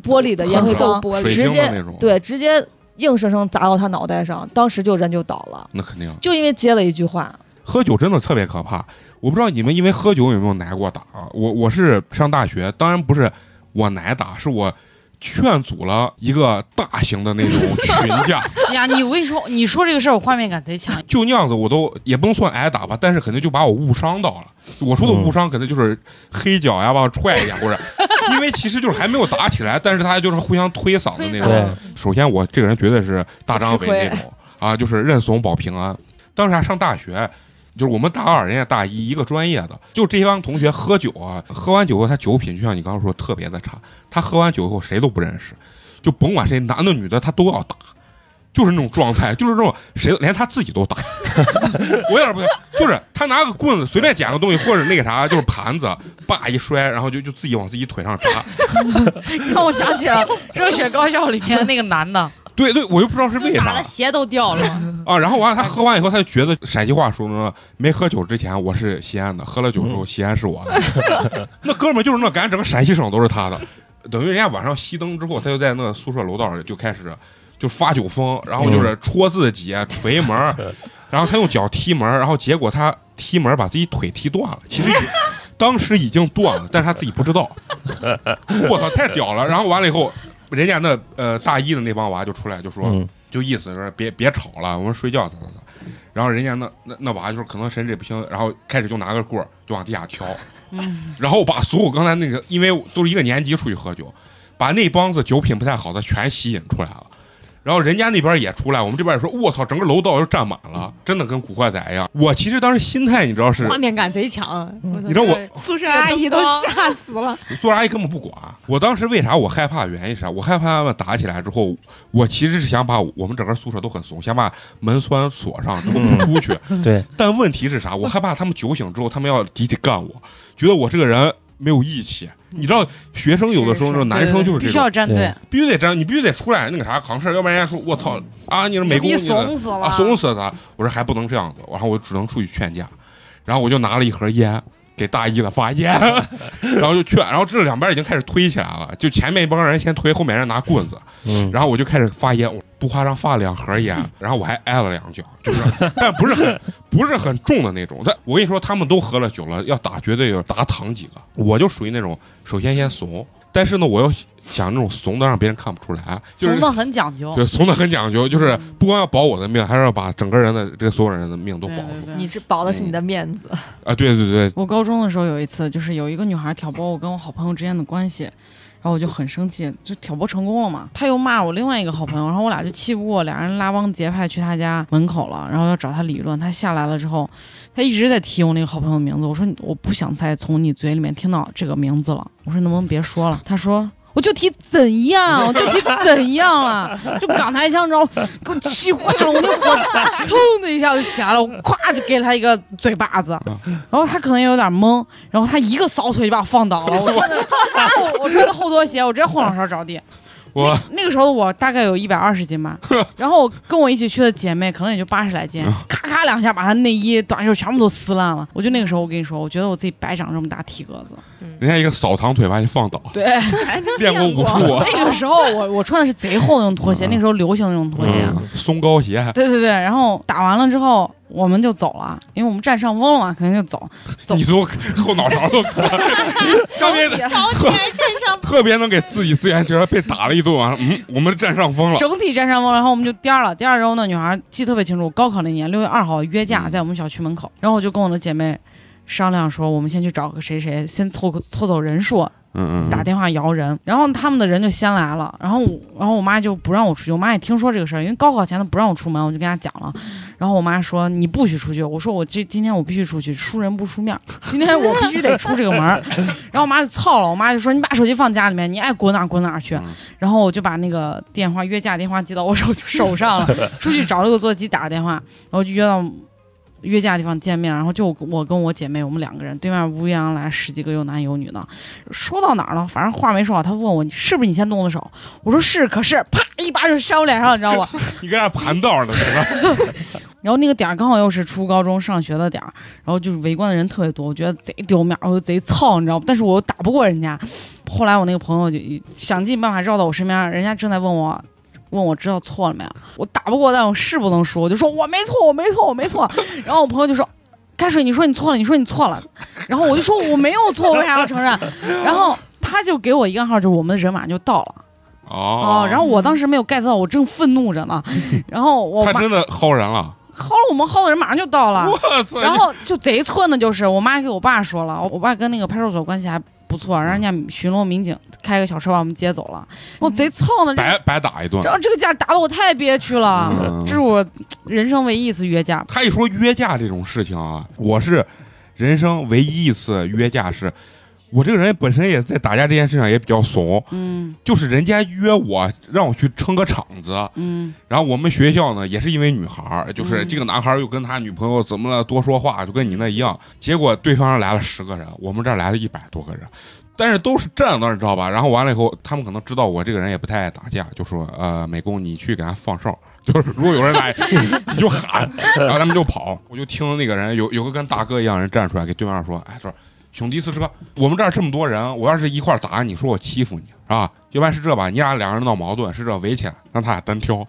玻璃的烟灰缸，
玻璃
水
直
晶的那
接
种，，
对直接硬生生砸到他脑袋上，当时就人就倒了，
那肯定。
就因为接了一句话，
喝酒真的特别可怕。我不知道你们因为喝酒有没有挨过打啊？我我是上大学，当然不是我挨打，是我劝阻了一个大型的那种 群架，
哎呀，你我跟你说，你说这个事儿，我画面感贼强。
就那样子，我都也不能算挨打吧，但是肯定就把我误伤到了。我说的误伤，肯定就是黑脚呀，把我踹一下，或者因为其实就是还没有打起来，但是他就是互相推搡的那种。
对，
首先我这个人绝对是大张伟那种啊，就是认怂保平安。当时还上大学，就是我们大二，人家大一，一个专业的，就这帮同学喝酒啊，喝完酒后他酒品就像你刚刚说特别的差，他喝完酒后谁都不认识，就甭管谁男的女的他都要打。就是那种状态，就是这种谁连他自己都打，我有点不行。就是他拿个棍子随便捡个东西，或者那个啥，就是盘子，叭一摔，然后就就自己往自己腿上扎，
让我想起了《热血高校》里面那个男 的，
对对，我又不知道是为啥。
打的鞋都掉了，
啊，然后完了，他喝完以后，他就觉得陕西话说什么，没喝酒之前我是西安的，喝了酒之后西安是我的。那哥们儿就是那感觉整个陕西省都是他的，等于人家晚上熄灯之后，他就在那宿舍楼道里就开始就发酒疯，然后就是戳自己、啊捶门儿，然后他用脚踢门儿，然后结果他踢门儿把自己腿踢断了，其实已经当时已经断了，但是他自己不知道。我操，太屌了！然后完了以后，人家那呃大一的那帮娃就出来就说。
嗯，
就意思是别别吵了，我们睡觉咋咋咋。然后人家那那那娃就是可能神志不清，然后开始就拿个棍儿就往地下敲，
嗯，
然后把所有刚才那个，因为都是一个年级出去喝酒，把那帮子酒品不太好的全吸引出来了。然后人家那边也出来，我们这边也说，我操，整个楼道就站满了，真的跟古惑仔一样。我其实当时心态你知道是，
画面感贼强。
你知道我
宿舍阿姨都 吓死了。
做啥也根本不管。我当时为啥我害怕？原因是啥？我害怕他们打起来之后，我其实是想把我们整个宿舍都很怂，想把门栓锁上，之后不出去。
对，
但问题是啥？我害怕他们酒醒之后，他们要集体干我，觉得我这个人没有义气。你知道，学生有的时候，
是
就是男生就是
必
这
须
种
要，站
对
队，
必须得这样，你必须得出来那个啥扛事儿，要不然人家说我操啊，你是美工，
逼
你的
怂死了，
啊，怂死了他！我说还不能这样子，然后我只能出去劝架，然后我就拿了一盒烟给大一的发烟， 然后就劝，然后这两边已经开始推起来了，就前面一帮人先推，后面人拿棍子，
嗯，
然后我就开始发烟，我不夸张发了两盒烟，然后我还挨了两脚，就是，但不是很不是很重的那种。但我跟你说，他们都喝了酒了，要打绝对有打躺几个。我就属于那种首先先怂，但是呢，我又想那种怂的让别人看不出来， 就是
怂的很讲究。
对，怂的很讲究，就是
嗯
不光要保我的命，还是要把整个人的这所有人的命都
对
保
对
住
对
你是保的是你的面子，
啊！对对对，
我高中的时候有一次，就是有一个女孩挑拨我跟我好朋友之间的关系，然后我就很生气，就挑拨成功了嘛。她又骂我另外一个好朋友，然后我俩就气不过，俩人拉帮结派去她家门口了，然后要找她理论。她下来了之后，她一直在提我那个好朋友的名字，我说你我不想再从你嘴里面听到这个名字了，我说能不能别说了？她说。我就提怎样，我就提怎样了，就港台腔，然后给我气坏了，我那火腾的一下就起来了，我咵就给她一个嘴巴子，然后他可能也有点懵，然后他一个扫腿就把我放倒了。我穿的，我穿的厚拖鞋，我直接后脑勺着地。
我
那个时候的我大概有一百二十斤吧，然后我跟我一起去的姐妹可能也就八十来斤，咔咔两下把她内衣、短袖全部都撕烂了。我就那个时候，我跟你说，我觉得我自己白长这么大体格子。
人家一个扫堂腿把你放倒，
嗯对，
练过武术啊，
那个时候我我穿的是贼厚的那种拖鞋，那个时候流行那种拖鞋。
嗯松糕鞋，
对对对，然后打完了之后我们就走了，因为我们占上风了嘛，肯定就走。走啊
你都后脑勺都 磕，特别
朝
天
站上
特别能给自己自圆其说，被打了一顿完了，嗯，我们占上风了，
整体占上风，然后我们就颠儿了。颠儿之后，那女孩记得特别清楚，高考那年六月二号约架在我们小区门口，然后我就跟我的姐妹商量说，我们先去找个谁谁，先凑个凑凑人数，
嗯嗯
打
嗯，
电话摇人。然后他们的人就先来了，然后我然后我妈就不让我出去，我妈也听说这个事儿，因为高考前她不让我出门，我就跟她讲了，然后我妈说你不许出去，我说我这今天我必须出去，输人不输面儿，今天我必须得出这个门儿。 然后我妈就操了，我妈就说你把手机放家里面，你爱滚哪儿滚哪儿去
嗯。
然后我就把那个电话约架电话记到我手手上了， 出去找了个座机打个电话，然后就约到。约架的地方见面，然后就我跟我姐妹，我们两个人，对面乌泱来十几个有男有女的，说到哪儿了？反正话没说好，他问我你是不是你先动的手？我说是，可是啪一巴掌扇我脸上，你知道吧？
你跟那盘道呢，在那
然后那个点儿刚好又是初高中上学的点儿，然后就是围观的人特别多，我觉得贼丢面儿，我就贼操，你知道吗？但是我又打不过人家。后来我那个朋友就想尽办法绕到我身边，人家正在问我。问我知道错了没有？我打不过，但我是不能输，我就说我没错，我没错，我没错。 然后我朋友就说：“开水，你说你错了，你说你错了。”然后我就说我没有错，为啥要承认？然后他就给我一个暗号，就是我们的人马上就到了
哦
啊。然后我当时没有 get 到，我正愤怒着呢。然后我
哦他
妈
真的薅人了，
薅了我们薅的人马上就到了。
我操！
然后就贼寸的，就是我妈给我爸说了，我爸跟那个派出所关系还不错，让人家巡逻民警开个小车把我们接走了，我贼操呢，这
白白打一顿。
然后这个架打的我太憋屈了，
嗯
这是我人生唯一一次约架。
他一说约架这种事情啊，我是人生唯一一次约架是，我这个人本身也在打架这件事上也比较怂，
嗯
就是人家约我让我去撑个场子，
嗯
然后我们学校呢也是因为女孩儿，就是
嗯
这个男孩儿又跟他女朋友怎么了多说话，就跟你那一样，结果对方来了十个人，我们这儿来了一百多个人。但是都是站那儿，你知道吧？然后完了以后，他们可能知道我这个人也不太爱打架，就说：“呃，美工，你去给他放哨， 就是如果有人来，你就喊，然后他们就跑。我就听那个人有有个跟大哥一样人站出来，给对面说：“哎，说兄弟四车，我们这儿这么多人，我要是一块儿打你，说我欺负你是吧？要不然是这吧，你俩两个人闹矛盾，是这围起来，让他俩单挑。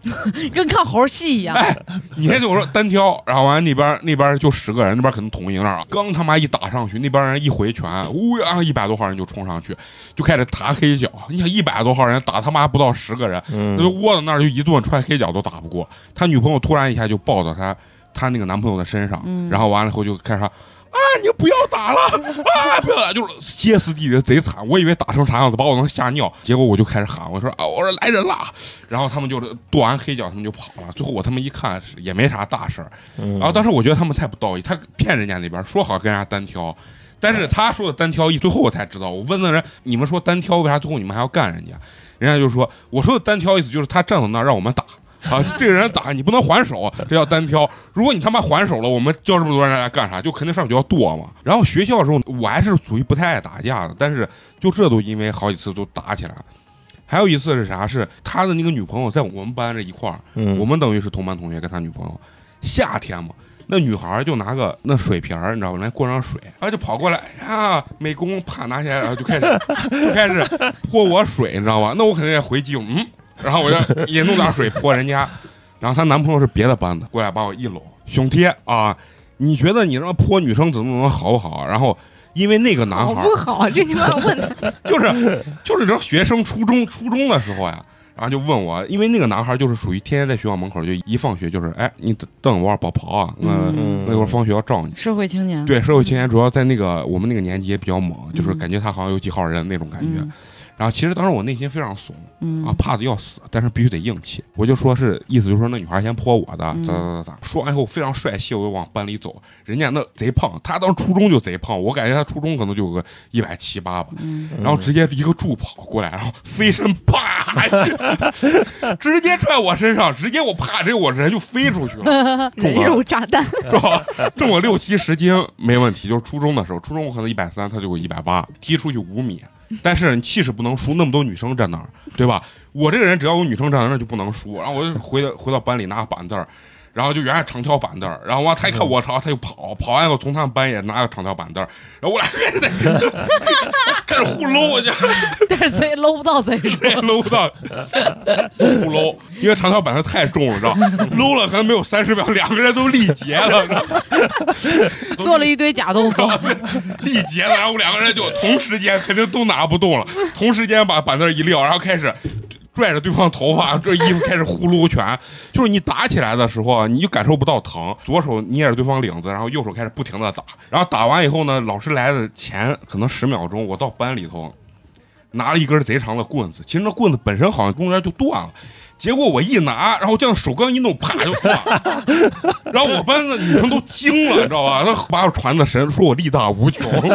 跟看猴戏一样，
哎 你还得我说单挑，然后完那边那边就十个人，那边可能统一那儿，啊刚他妈一打上去，那边人一回拳，呜呀，一百多号人就冲上去，就开始弹黑脚。你想一百多号人打他妈不到十个人，
嗯
那就窝在那儿就一顿踹黑脚都打不过。他女朋友突然一下就抱到他他那个男朋友的身上，
嗯
然后完了以后就开始喊啊，你不要打了啊，不要打，就是歇斯底里贼惨。我以为打成啥样子把我能吓尿，结果我就开始喊，我说啊，我说来人了。然后他们就是跺完黑脚，他们就跑了。最后我他妈一看是也没啥大事儿，
嗯
然后当时我觉得他们太不道义，他骗人家那边说好跟人家单挑，但是他说的单挑一，最后我才知道，我问那人你们说单挑为啥最后你们还要干人家？人家就说我说的单挑意思就是他站在那儿让我们打。啊， 这个人打你不能还手，这叫单挑。如果你他妈还手了，我们叫这么多人来干啥？就肯定上去要剁嘛。然后学校的时候，我还是属于不太爱打架的，但是就这都因为好几次都打起来了。还有一次是啥？是他的那个女朋友在我们班这一块儿，
嗯
我们等于是同班同学跟他女朋友，夏天嘛。那女孩儿就拿个那水瓶儿，你知道吧，来过上水，然后就跑过来，哎呀，美工，啪拿起来，然后就开始 就开始泼我水，你知道吧？那我肯定也回击，嗯，然后我就也弄点水泼人家。然后她男朋友是别的班的，过来把我一搂，兄弟啊，你觉得你这么泼女生怎么怎么好不好？然后因为那个男
好
孩儿
不好？这你们要问他，
就是就是这学生初中初中的时候呀，然后就问我，因为那个男孩就是属于天天在学校门口就一放学就是，哎，你等我跑跑啊，那
嗯
那会儿放学要照你。
社会青年，
对，社会青年主要在那个我们那个年级也比较猛，就是感觉他好像有几号人那种感觉。
嗯
然后其实当时我内心非常怂
嗯
啊，怕的要死，但是必须得硬气。我就说是意思就是说那女孩先泼我的，咋
嗯
咋咋咋。说完以后非常帅气，我就往班里走。人家那贼胖，他当时初中就贼胖，我感觉他初中可能就有个一百七八吧。
嗯
然后直接一个助跑过来，然后飞身啪，直接踹我身上，直接我啪，这我人就飞出去了，中
人
了
肉炸 弹，
是吧？挣我六七十斤没问题，就是初中的时候，初中我可能一百三，他就给我一百八，踢出去五米。但是你气势不能输，那么多女生站那儿，对吧？我这个人只要有女生站在那儿就不能输。然后我就回到回到班里拿个板凳儿，然后就原来长条板凳儿，然后完他一看我朝他就跑，跑完以后从他们班也拿个长条板凳儿，然后我俩开始在 开始互搂，我就。
但是谁搂不到谁说，
也搂不到，不搂，因为长条板它太重了，知道吧？搂了可能没有三十秒，两个人都力竭了，知道吧
做了一堆假动 作，
力竭了，然后两个人就同时间肯定都拿不动了，同时间把板凳一撂，然后开始。拽着对方头发，这衣服开始呼噜拳，就是你打起来的时候啊，你就感受不到疼，左手捏着对方领子，然后右手开始不停的打，然后打完以后呢，老师来的前可能十秒钟，我到班里头拿了一根贼长的棍子，其实那棍子本身好像中间就断了，结果我一拿，然后这样手刚一弄，啪就断了。然后我班的女生都惊了，你知道吧？她把我传的神，说我力大无穷。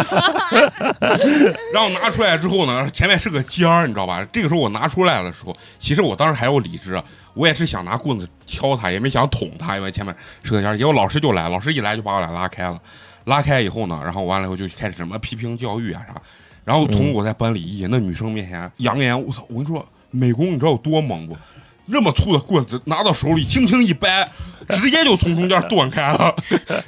然后拿出来之后呢，前面是个尖儿，你知道吧？这个时候我拿出来的时候，其实我当时还有理智，啊我也是想拿棍子敲他，也没想捅他，因为前面是个尖儿。结果老师就来，老师一来就把我俩拉开了。拉开以后呢，然后完了以后就开始什么批评教育啊啥。然后从我在班里一那女生面前扬言，我操！我跟你说，美工你知道有多猛不？那么粗的棍子拿到手里，轻轻一掰，直接就从中间断开了。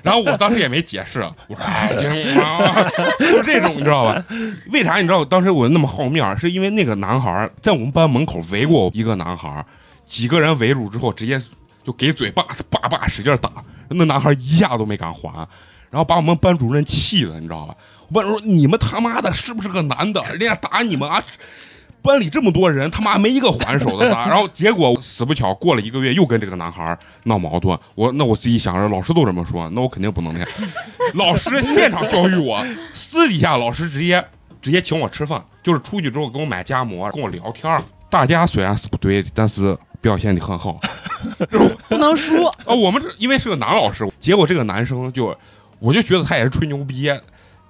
然后我当时也没解释，我说哎，这啊，就这种你知道吧？为啥你知道当时我那么好面儿？是因为那个男孩儿在我们班门口围过一个男孩儿，几个人围住之后，直接就给嘴巴叭叭使劲打，那男孩儿一下都没敢还，然后把我们班主任气的，你知道吧？我班主任说你们他妈的是不是个男的？人家打你们啊！班里这么多人，他妈没一个还手的打。然后结果死不巧，过了一个月又跟这个男孩儿闹矛盾。我那我自己想着，老师都这么说，那我肯定不能那样。老师现场教育我，私底下老师直接直接请我吃饭，就是出去之后给我买夹馍，跟我聊天儿。大家虽然是不对，但是表现得很好。
不能输。
啊，我们这因为是个男老师，结果这个男生就，我就觉得他也是吹牛逼。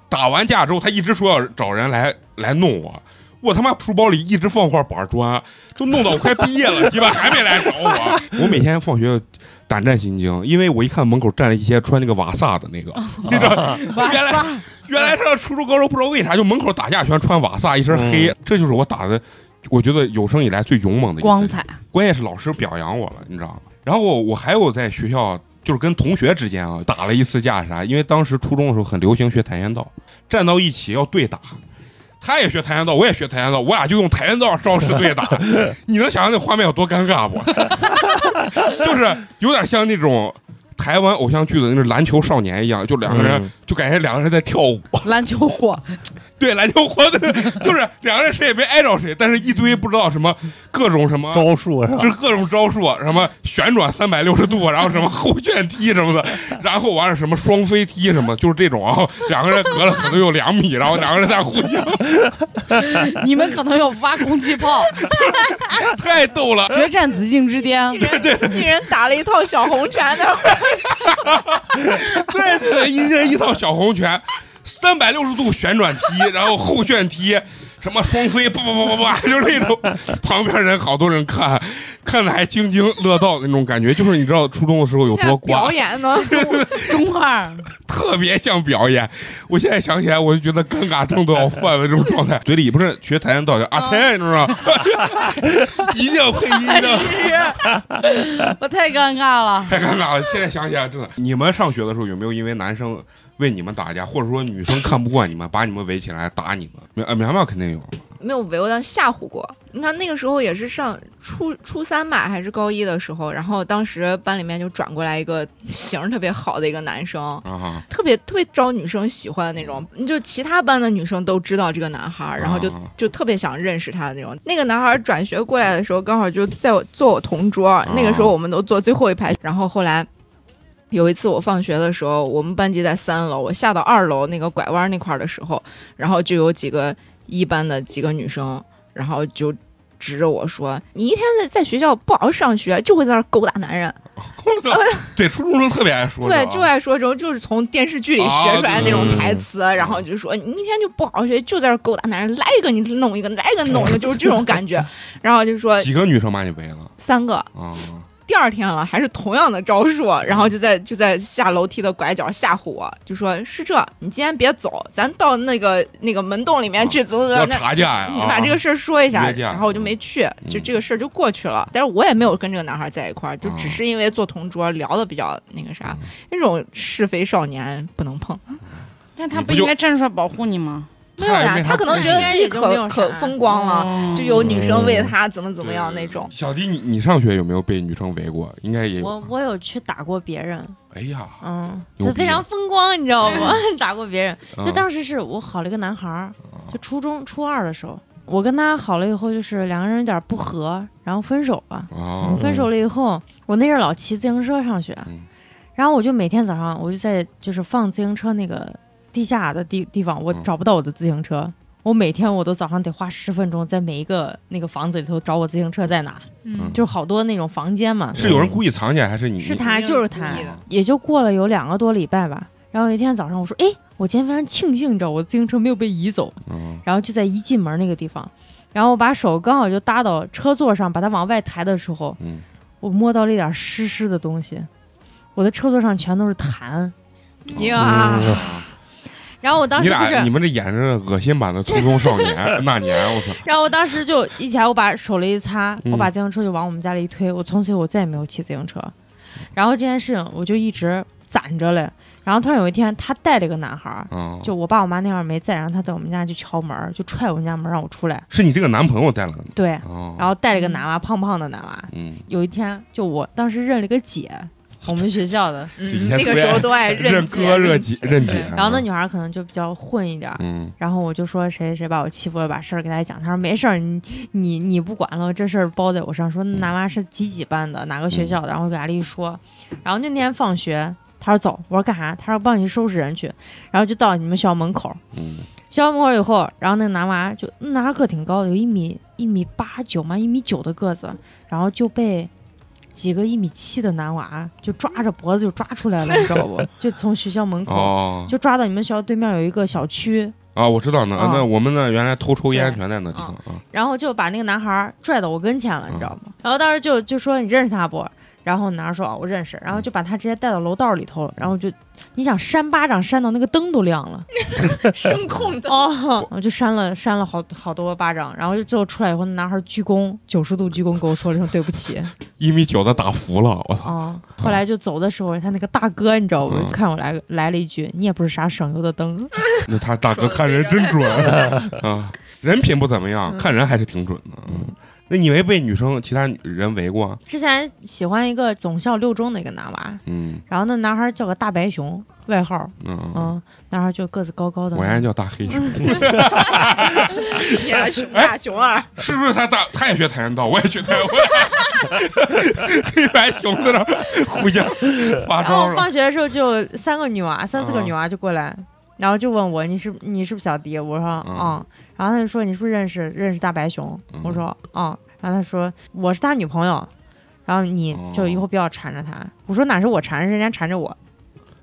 打完架之后，他一直说要找人来来弄我，我他妈书包里一直放块板砖，都弄到我快毕业了，鸡巴还没来找我。 我每天放学胆战心惊，因为我一看门口站了一些穿那个瓦萨的那 个，你知道
哇
原来
塞，
原来上初中、高中不知道为啥就门口打架全穿瓦萨，一身黑，这就是我打的，我觉得有生以来最勇猛的一次。
光彩，
关键是老师表扬我了，你知道吗？然后我我还有在学校就是跟同学之间啊打了一次架啥，因为当时初中的时候很流行学跆拳道，站到一起要对打。他也学跆拳道，我也学跆拳道，我俩就用跆拳道招式对打，你能想象那画面有多尴尬不？就是有点像那种台湾偶像剧的那种篮球少年一样，就两个人、
嗯
就感觉两个人在跳舞，
篮球火，
对篮球活的， 就是两个人谁也没挨着谁，但是一堆不知道什么各种什么
招数啊是吧？
就是各种招数，什么旋转三百六十度，然后什么后旋踢什么的， 然后完了什么双飞踢什么，就是这种啊，两个人隔了可能有两米，然后两个人在互相，
你们可能有发空气炮，
太逗了。
决战紫禁之巅。
一人打了一套小红拳的，
对对对，一人一套小红拳，三百六十度旋转踢， 然后后旋踢。什么双飞，叭叭叭叭 叭，就是那种，旁边人好多人看，看的还津津乐道的那种感觉，就是你知道初中的时候有多瓜
表，演呢？
中二，
特别像表演。我现在想起来，我就觉得尴尬症都要犯了这种状态，嘴里不是学跆拳道叫阿菜，你知 道吗？ 一定要配音的，
我太尴尬了。
太尴尬了。现在想起来，真的，你们上学的时候有没有因为男生为你们打架，或者说女生看不惯你们，把你们围起来打你们？苗呃苗苗肯定有，
没有围殴，但吓唬过。你看那个时候也是上初初三吧，还是高一的时候，然后当时班里面就转过来一个型儿特别好的一个男生，
啊，
特别特别招女生喜欢的那种，就其他班的女生都知道这个男孩儿，然后就
啊
就特别想认识他的那种。那个男孩儿转学过来的时候，刚好就在我坐我同桌，那个时候我们都坐最后一排。然后后来有一次我放学的时候，我们班级在三楼，我下到二楼那个拐弯那块儿的时候，然后就有几个一班的几个女生，然后就。指着我说：“你一天在在学校不好好上学，就会在那儿勾搭男人。
我操对，初中生特别爱说，
呃对
是，吧
就爱说这种，就是从电视剧里学出来的那种台词，然后就说你一天就不好好学，就在这儿勾搭男人，来一个你弄一个，来一个弄一个，就是这种感觉。然后就说
几个女生把你围了
三个，
啊，
第二天了还是同样的招数，然后就在就在下楼梯的拐角吓唬我，就说是这，你今天别走，咱到那个那个门洞里面去，走走
要
走，那
查架呀，
你
啊
把这个事儿说一下，
约架嗯
然后我就没去，就这个事儿就过去了。但是我也没有跟这个男孩在一块儿，就
啊
只是因为做同桌聊的比较那个啥
嗯，
那种是非少年不能碰。
但他
你
不
不
应
就
该站出来保护你吗？
没有呀
没，啥
他可能觉得自己
应该也就没
可
有啥
可风
哦
光了，
嗯
了
就有女生为他怎么怎么样那种。
小迪，你你上学有没有被女生围过？应该也有。
我我有去打过别人，
哎呀，
嗯，
啊牛
就
逼啊
非常风光，你知道吗？ 打过别人，就
嗯
当时是我好了一个男孩儿，就初中初二的时候，我跟他好了以后，就是两个人有点不和，然后分手了。
啊
分手了以后，我那阵儿老骑自行车上学
嗯，
然后我就每天早上我就在就是放自行车那个地下的地地方，我
嗯
找不到我的自行车。我
我每天我都早上得花十分钟在每一个那个房子里头找我自行车在哪，
嗯
就是好多那种房间嘛。
是有人故意藏起来，还是你？嗯
是
你
他，
肯定
就是
是
他
故意的，
也就过了有两个多礼拜吧。然后有一天早上，我说：“哎，我今天非常庆幸，着我自行车没有被移走。”
嗯
然后就在一进门那个地方，然后我把手刚好就搭到车座上，把它往外抬的时候，
嗯，
我摸到了一点湿湿的东西，我的车座上全都是痰。
哦
呀，
嗯
然后我当
你
时不
俩
是
你，们这演是恶心版的《匆匆少年》 那年，我操！
然后我当时就一起来，我把手雷一擦，
嗯
我把自行车就往我们家里一推，我从此以后我再也没有骑自行车。然后这件事情我就一直攒着嘞。然后突然有一天，他带了一个男孩儿，
啊，
就我爸我妈那会儿没在，然后他到我们家去敲门儿，就踹我们家门让我出来。
是你这个男朋友带了你
对，
啊，
然后带了一个男娃，胖胖的男娃。
嗯，
有一天，就我当时认了一个姐，我们学 校的，
以
嗯，
前
那个
特别
时候都爱
认
姐
哥认姐认姐啊
对，
然后那女孩可能就比较混一点儿。
嗯
然后我就说谁谁谁把我欺负了，把事儿给他讲。他说没事儿，你你你不管了，这事儿包在我上。说那
嗯
男娃是几几班的，哪个学校的，然后我给阿丽说。然后那天放学，他说走，我说干啥？他说帮你收拾人去。然后就到你们学校门口，
嗯
学校门口以后，然后那个男娃就那男孩个挺高的，有一米一米八九嘛，一米九的个子，然后就被几个一米七的男娃就抓着脖子就抓出来了，你知道不？就从学校门口、
哦
嗯就抓到你们学校对面有一个小区，
啊，我知道那
啊
那我们那原来偷抽烟
对嗯
全在那地方啊，
然后就把那个男孩拽到我跟前了，你知道吗？然后当时就就说你认识他不？然后男孩说哦我认识，然后就把他直接带到楼道里头了，然后就你想扇巴掌扇到那个灯都亮了。
声控的，
哦，我就扇了扇了好好多巴掌，然后就最后出来以后，那男孩鞠躬，九十度鞠躬，跟我说了一声对不 起。
一米九的打服了，我操！
啊、后来就走的时候，他那个大哥你知道吗？
嗯
看我来来了一句，你也不是啥省油的 灯。
那他大哥看人真 准啊，人品不怎么
嗯
样，看人还是挺准的。嗯，那你没被女生其他女人围过？啊
之前喜欢一个总校六中的一个男娃，
嗯
然后那男孩叫个大白熊，外号，
嗯，
嗯，男孩就个子高高的，
我原来叫大黑
嗯
熊，
呀，熊大熊二，
是不是他大？他也学跆拳道，我也学跆拳道， 黑白熊在那儿互相发
然
招啊
后
了。
放学的时候就三个女娃，三四个女娃就过来，然后就问我你是你是不是小迪？我说啊、
嗯
嗯然后他就说你是不是认识认识大白熊？
嗯
我说啊、然后他说我是他女朋友，然后你
哦
就以后不要缠着他。我说哪是我缠着，是人家缠着我。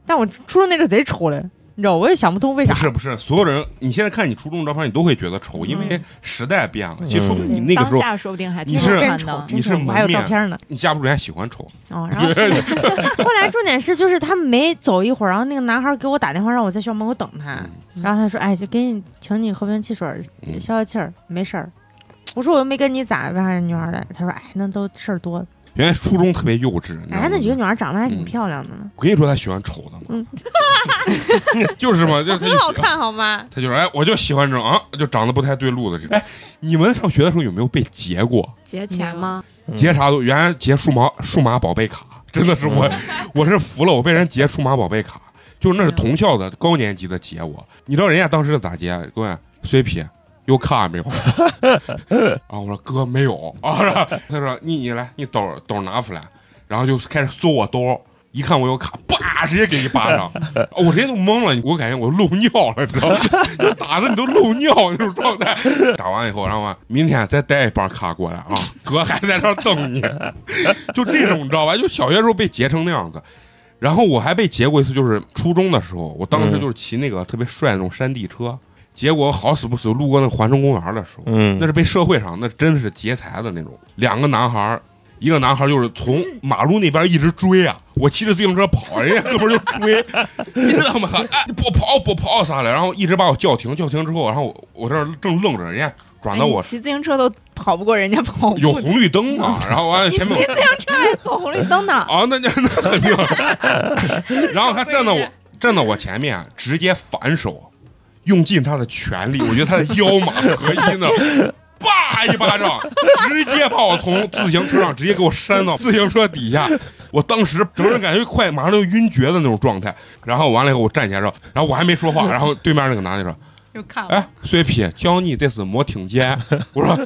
但我初中那阵贼丑嘞，你知道，我也想不通为啥
不。是不是，所有人，你现在看你初中照片，你都会觉得
嗯
丑，因为时代变了。其实说明你那哎个时
当
候，
下说不定还
你
挺
是啊
真
丑
的，。
真
你是
丑，我还有
蒙面
照片呢。
你架不住人家喜欢丑。
哦，然后后来重点是，就是他们没走一会儿，然后那个男孩给我打电话，让我在校门口等他。然后他说：“哎，就给你，请你喝瓶汽水儿
嗯
消消气儿，没事儿。”我说：“我又没跟你咋，为啥女孩儿来？”他说：“哎，那都事儿多。
原来初中特别幼稚，你知道
哎，那几个
吗？
女孩儿长得还
嗯
挺漂亮的呢，
我跟你说，他喜欢丑的嘛，
嗯
就是嘛，就他
很
就
好看，好吗？
他就是哎，我就喜欢这种啊，就长得不太对路的这种。哎，你们上学的时候有没有被劫过？
节前吗？
嗯
劫啥都，原来劫数码数码宝贝卡，真的是我，我是服了，我被人劫数码宝贝卡，就是那是同校的高年级的劫我。你知道人家当时是咋劫？各位，随撇。有卡没有？ 啊，我说哥没有 啊。是吧他说你你来，你兜兜拿出来，然后就开始搜我兜，一看我有卡，叭，直接给一巴掌，啊我直接就懵了，我感觉我漏尿了，你知道吗？ 就打的你都漏尿那种状态。打完以后，然后啊明天再带一包卡过来啊，哥还在那儿等你， 就这种你知道吧？就小学时候被劫成那样子。然后我还被劫过一次，就是初中的时候，我当时就是骑那个特别帅的那种山地车，结果好死不死路过那个环城公园的时候，
嗯，
那是被社会上那真是劫财的那种。两个男孩儿，一个男孩儿就是从马路那边一直追啊，我骑着自行车跑，人家 哥们儿就追，一直在后面喊哎不跑不跑啥的，然后一直把我叫停，叫停之后，然后我我这儿正愣着，人家转
哎
到
你
我
骑自行车都跑不过人家跑步，
有红绿灯嘛，然后完了
你骑
前
自
面
行车还走红绿灯 呢，
啊，那那 那肯定。然后他站到我站到我前面，直接反手，用尽他的全力，我觉得他的腰马合一呢， 叭一巴掌，直接把我从自行车上直接给我扇到自行车底下。我当时整个人感觉快马上就晕厥的那种状态。然后完了以后，我站起来之后，然后我还没说话，然后对面那个男的说。
就看
哎，水皮，教你这是没听见。我说，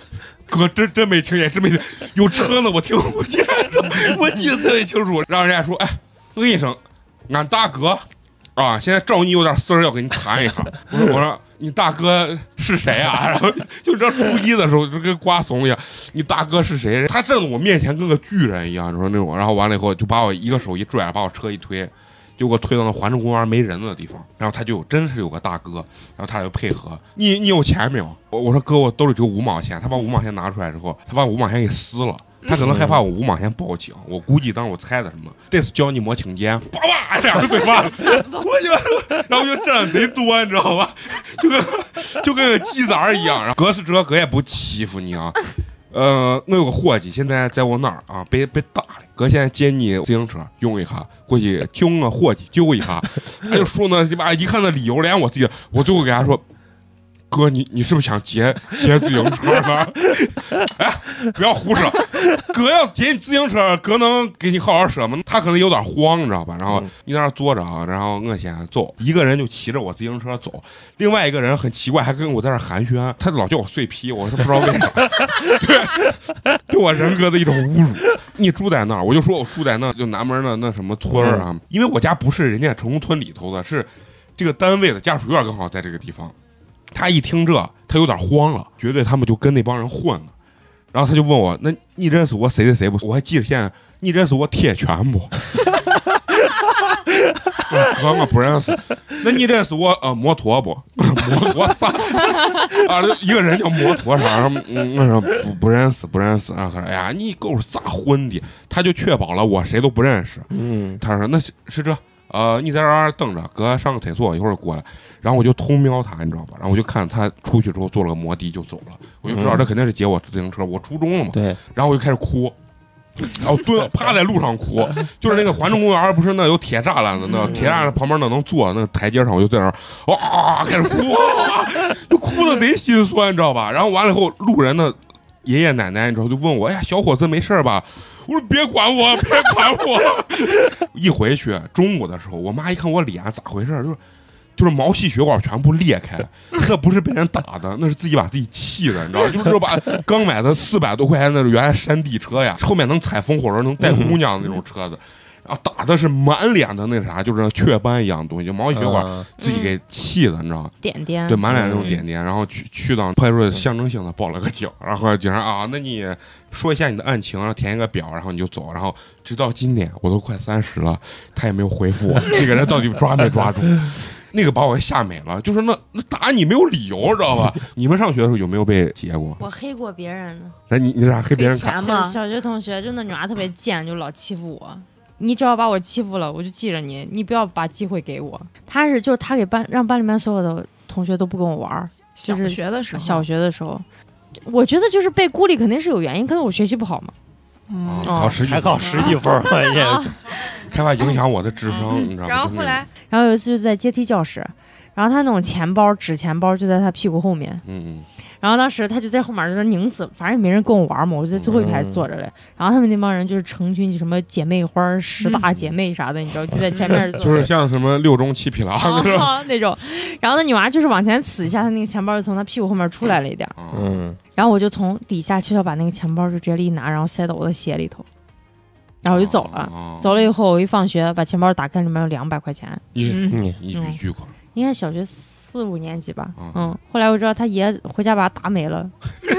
哥，真真没听见，真没听，有车呢，我听不见。 我记得特别清楚，让人家说，嗯哎，我 跟你说，俺大哥啊，现在找你有点事儿要跟你谈一下。我说，我说，你大哥是谁啊？ 然后就知道初一的时候就跟瓜怂一样，你大哥是谁？他站在我面前跟个巨人一样，你说那种，然后完了以后就把我一个手一拽，把我车一推，就给我推到那环城公园没人的地方，然后他就有真是有个大哥，然后他俩就配合，你你有钱没有？我我说哥，我兜里只有五毛钱，他把五毛钱拿出来之后，他把五毛钱给撕了。他可能害怕我五毛钱报警，我估计当时我猜的什么，this 教你摸请柬，叭叭两个嘴巴子，我就，然后我就站得贼多，你知道吧？就跟就跟个鸡崽儿一样，然后哥是这哥也不欺负你啊。呃，我有个伙计，现在在我那儿啊，被被打了。哥现在借你自行车用一下，过去啊救我伙计救一下。他就说呢，鸡巴一看那理由，连我自己，我最后给他说，哥，你你是不是想劫劫自行车呢？哎，不要胡扯，哥要劫你自行车，哥能给你好好说吗？他可能有点慌，你知道吧？然后
嗯
你在那儿坐着啊，然后我先走，一个人就骑着我自行车走，另外一个人很奇怪，还跟我在那儿寒暄，他老叫我碎批，我是不知道为啥，对，对我人格的一种侮辱。 你住在那儿，我就说我住在那就南门的那什么村儿啊，因为我家不是人家城中村里头的，是这个单位的家属院刚好在这个地方。他一听这，他有点慌了，绝对他们就跟那帮人混了。然后他就问我：“那你认识我谁谁谁不？”我还记得现在，你认识我铁拳不？ 我说哥，我不认识。那你认识我呃摩托不？我说摩托啥？啊，就一个人叫摩托啥？嗯我说不不认识，不认识。然后他说：“哎呀，你狗是咋混的？”他就确保了我谁都不认识。
嗯，
他说：“那是是这，呃，你在这儿等着，哥上个厕所，一会儿过来。”然后我就偷瞄他，你知道吧？然后我就看他出去之后坐了个摩的就走了，我就知道
嗯
这肯定是劫我自行车，我初中了嘛。
对，
然后我就开始哭，然后蹲趴在路上哭，就是那个环城公园不是那有铁栅栏的，那铁栅栏旁边那能坐那台阶上，我就在那儿哇开始哭，哇就哭的贼心酸，你知道吧？然后完了以后，路人的爷爷奶奶，你知道就问我，哎呀，小伙子没事儿吧？我说别管我，别管我。一回去中午的时候，我妈一看我脸咋回事儿，就是就是毛细血管全部裂开，那不是被人打的，那是自己把自己气的，你知道吗？就是把刚买的四百多块钱的原来山地车呀，后面能踩风火轮、能带姑娘的那种车子，然后打的是满脸的那啥，就是那雀斑一样的东西，就毛细血管
嗯
自己给气的，你知道吗？
点
嗯
点
对，满脸那种点点，然后去去到派出所，象征性的报了个警，然后警察啊，那你说一下你的案情，然后填一个表，然后你就走，然后直到今年我都快三十了，他也没有回复我，那个人到底抓没抓住？ 那个把我吓美了，就是那那打你没有理由，知道吧？ 你们上学的时候有没有被劫过？
我黑过别人呢，
那你你咋黑别人看？
小小学同学就那女娃特别贱，就老欺负我。你只要把我欺负了，我就记着你，你不要把机会给我。她是就是她给班让班里面所有的同学都不跟我玩儿，就
小
是
学的时候，
小学的时候，我觉得就是被孤立肯定是有原因，可能我学习不好嘛。
啊
嗯，
哦
考十几
才
分，
考十几分儿，关键是
害怕影响我的智商，你知道吗？
然后
就那
后来
种，
嗯然后有一次就在阶梯教室，然后他那种钱包纸钱包就在他屁股后面，
嗯，
然后当时他就在后面就是拧死，反正也没人跟我玩嘛，我就在最后一
嗯
排坐着嘞。然后他们那帮人就是成群什么姐妹花儿、十大姐妹啥的，你知道，就在前面
嗯
坐着。
就是像什么六中七匹狼那种，
啊 那种，然后那女娃就是往前呲一下，她那个钱包就从她屁股后面出来了一点儿，
啊
嗯，
然后我就从底下悄悄把那个钱包就直接一拿，然后塞到我的鞋里头，然后我就走了。
啊
走了以后，我一放学把钱包打开，里面有两百块钱，
一
嗯，
你
一笔巨款，
应该小学四五年级吧
嗯。
嗯，后来我知道他爷回家把他打没了，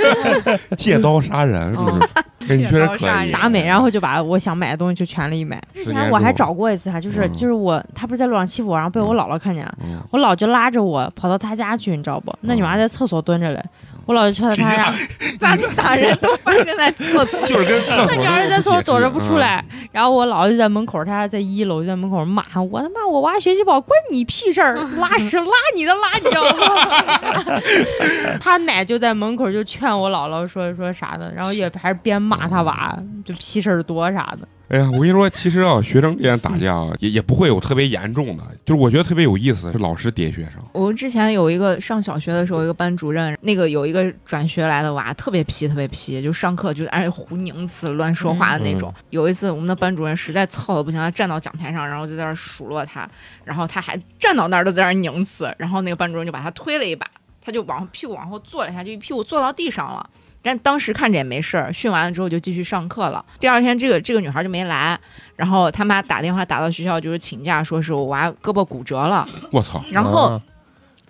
借刀杀人，是不是？
哦
哎你确实可以
打没，然后就把我想买的东西就全了一买。之
年
前我还
之后
找过一次他，就是
嗯
就是我他不是在路上欺负我，然后被我姥姥看见了，
嗯
我姥就拉着我跑到他家去，你知道不？那女娃在厕所蹲着嘞，我姥就敲他
谁
他
家
家， 咱们打人都发生在厕所。
就是跟 厕所
那女儿在厕所躲着不出来，
嗯
然后我姥就在门口，她在一楼就在门口骂我他妈我娃学习不好，关你 屁事儿，拉屎拉你的拉，你知道吗？ 他奶就在门口就劝我姥姥说说啥的，然后也还是边骂他娃，就屁事儿多啥的。
哎呀，我跟你说，其实啊，学生之间打架
嗯
啊，也也不会有特别严重的，就是我觉得特别有意思的是老师叠学生，
我之前有一个上小学的时候，有一个班主任，那个有一个转学来的娃，特别皮，特别皮，就上课就哎胡拧死、乱说话的那种。有一次，我们的班主任实在操的不行，他站到讲台上，然后就在那儿数落他，然后他还站到那儿都在那儿拧死，然后那个班主任就把他推了一把，他就往屁股往后坐了一下，就一屁股坐到地上了。但当时看着也没事儿，训完了之后就继续上课了。第二天，这个这个女孩就没来，然后他妈打电话打到学校，就是请假，说是我娃胳膊骨折了。
我操，
然后
啊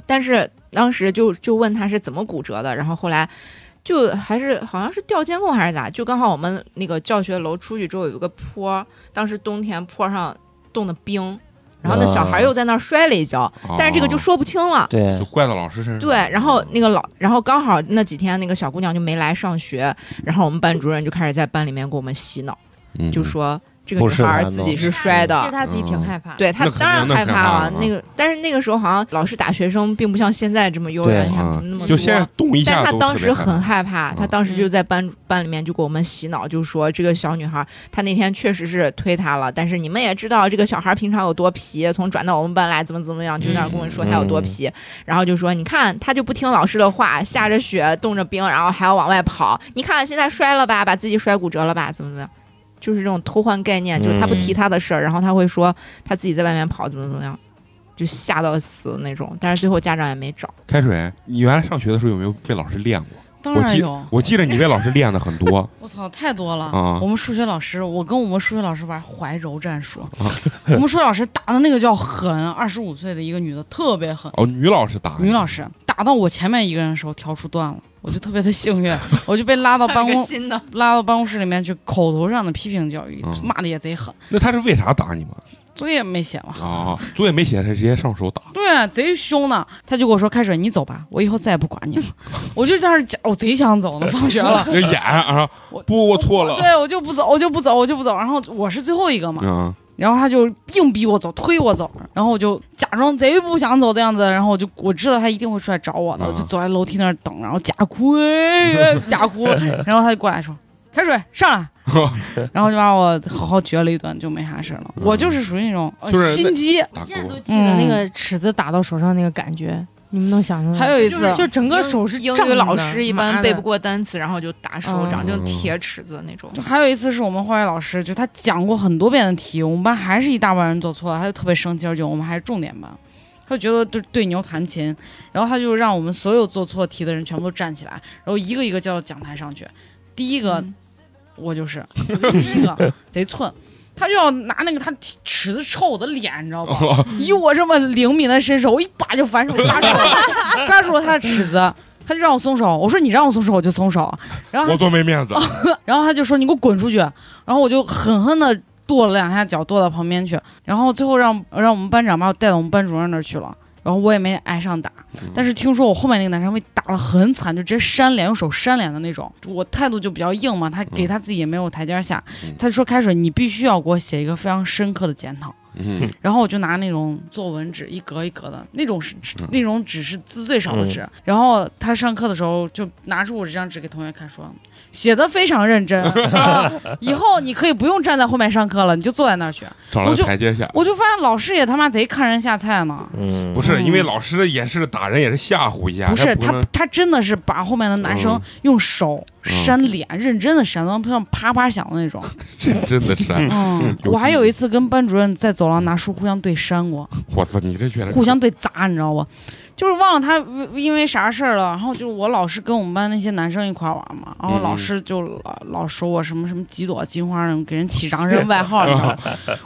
但是当时就就问他是怎么骨折的，然后后来就还是好像是调监控还是咋，就刚好我们那个教学楼出去之后有一个坡，当时冬天坡上冻的冰，然后那小孩又在那儿摔了一跤，但是这个就
哦
说不清了。
对
就，怪到老师身上。
对，然后那个老，然后刚好那几天那个小姑娘就没来上学，然后我们班主任就开始在班里面给我们洗脑，
嗯
就说这个
不
女
是
孩
她
儿
弄
自己是摔
其实
的。
他自己
嗯
挺害怕。，
对她
那肯定
当然
那
害
肯定
怕
啊
了，那个但是那个时候好像老师打学生，并不像现在这么优
对
雅，像
啊
那么
就
多。
现在动一
但
下
她
都
当
特别
时
害怕
很害怕，她
嗯
当时就在班班里面就给我们洗脑，就说这个小女孩，她那天确实是推她了，但是你们也知道这个小孩平常有多皮，从转到我们班来怎么怎么样，就那样跟我说她有
嗯
多皮，然后就说你看她就不听老师的话，下着雪冻着冰，然后还要往外跑，你看现在摔了吧，把自己摔骨折了吧，怎么怎么样。就是这种偷换概念，就是他不
嗯
提他的事儿，然后他会说他自己在外面跑怎么怎么样，就吓到死那种。但是最后家长也没找。
开水，你原来上学的时候有没有被老师练过？
当
我
然
记
有，
我记得你被老师练的很 多，
我操，太多了！
啊
我们数学老师，我跟我们数学老师玩怀柔战术，
啊
我们数学老师打的那个叫狠，二十五岁的一个女的特别狠，
哦，女老师打你
女老师打到我前面一个人的时候挑出断了，我就特别的 幸运，我就被拉到办公
新的，
拉到办公室里面去口头上的批评教育，
嗯
骂的也贼狠，
那他是为啥打你们？
作业没写嘛，
啊，作业没写，他直接上手 打。
对，啊贼凶呢。他就跟我说：“开水，你走吧，我以后再也不管你了。” 我就在那儿讲，我贼想走呢，放学了。
那演啊
我，
不， 我错了。
对我就不走，我就不走，我就不走。然后我是最后一个嘛，
嗯，
然后他就硬逼我走，推我走，然后我就假装贼不想走的样子，然后我就我知道他一定会出来找我的，
啊
我就走在楼梯那儿等，然后假 哭哎假哭，然后他就过来说：“开水上 来。”然后就把我好好撅了一顿，就没啥事儿了。我就是属于那种、呃
嗯就是那
心机，
打
现在都
勾。
记得那个
嗯
尺子打到手上那个感觉，你们能想象？
嗯还有一次
就是就整个手是
英
胀
语
的
老师一
麻
般
的
背不过单词，然后就打手掌，
嗯
就铁尺子那种
就。还有一次是我们化学老师，就他讲过很多遍的题，我们班还是一大半人做错了，他就特别生气，而且我们还是重点班，他就觉得对对牛弹琴，然后他就让我们所有做错题的人全部都站起来，然后一个一个叫到讲台上去。第一个、
嗯
我就是，我就是第一个 贼寸，他就要拿那个他尺子抽我的脸，你 知道
哦
吧？以我这么灵敏的身手，我一把就反手抓住了抓住了他的尺子，他就让我松手，我说你让我松手我就松手，然后他
我多没面子。
然后他就说你给我滚出去，然后我就狠狠的跺了两下脚，跺到旁边去，然后最后让让我们班长把我带到我们班主任那儿去了。然后我也没挨上打，但是听说我后面那个男生被打得很惨，就直接扇脸，用手扇脸的那种。我态度就比较硬嘛，他给他自己也没有台阶下。
嗯
他说：“开水，你必须要给我写一个非常深刻的检讨。”
嗯，
然后我就拿那种作文纸一格一格的那种是
嗯
那种纸是字最少的
嗯
纸，然后他上课的时候就拿出我这张纸给同学看说，写的非常 认真、啊以后你可以不用站在后面上课了，你就坐在那儿学。
找了
我
个
就
台阶下。
我就发现老师也他妈贼看人下菜呢，
嗯，
不是因为老师也是打人，也是吓唬一下。
不是他
能
他真的是把后面的男生
嗯
用手
嗯
扇脸，认真的扇，往上啪啪响的那 种。
这真的是，啊
嗯，
有
我还
记忆
有一次跟班主任在走廊拿书互相对扇过。
我操，你这确实
互相对砸，你知道不？就是忘了他为因为啥事儿了，然后就是我老是跟我们班那些男生一块儿玩嘛，然后
嗯
老师就老老说我什么什么几朵金花那种，给人起嚷人 外号，你知道吗？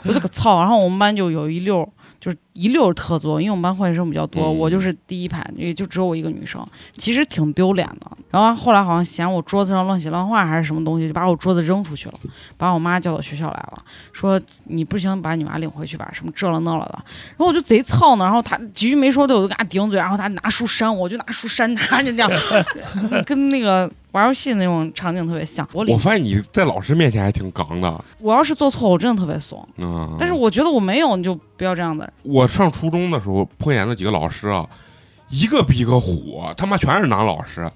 我就可操！然后我们班就有一溜儿，就是一溜儿特作，因为我们班坏学生比较多，
嗯
我就是第一排，也就只有我一个女生，其实挺丢脸的。然后后来好像嫌我桌子上乱写乱画还是什么东西，就把我桌子扔出去了，把我妈叫到学校来了，说你不行，把你娃领回去吧，什么这了那了的。然后我就贼操呢，然后他几句没说对，我就给他顶嘴，然后他拿书扇我，我就拿书扇他，就 这样，跟那个玩游戏那种场景特别像。我
我
里
发现你在老师面前还挺刚的。
我要是做错，我真的特别怂。
嗯，
但是我觉得我没有，你就不要这样子。
我上初中的时候，碰见的几个老师啊，一个比一个火，他妈全是男老师。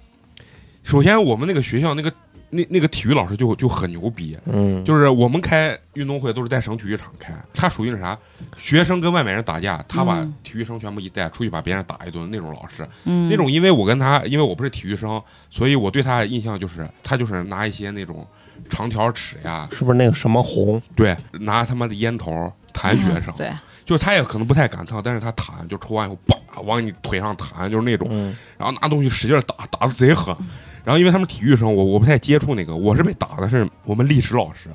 首先，我们那个学校那个那那个体育老师就就很牛逼，
嗯，
就是我们开运动会都是在省体育场开，他属于那啥，学生跟外面人打架，他把
嗯
体育生全部一带出去把别人打一顿那种老师，
嗯，
那种因为我跟他，因为我不是体育生，所以我对他的印象就是他就是拿一些那种长条尺呀，
是不是那个什么红？
对，拿他妈的烟头弹学生，
嗯对，
就是他也可能不太敢烫，但是他弹就抽完以后，叭往你腿上弹，就是那种，
嗯，
然后拿东西使劲打，打的贼狠。然后因为他们体育生，我我不太接触那个，我是被打的是我们历史老师，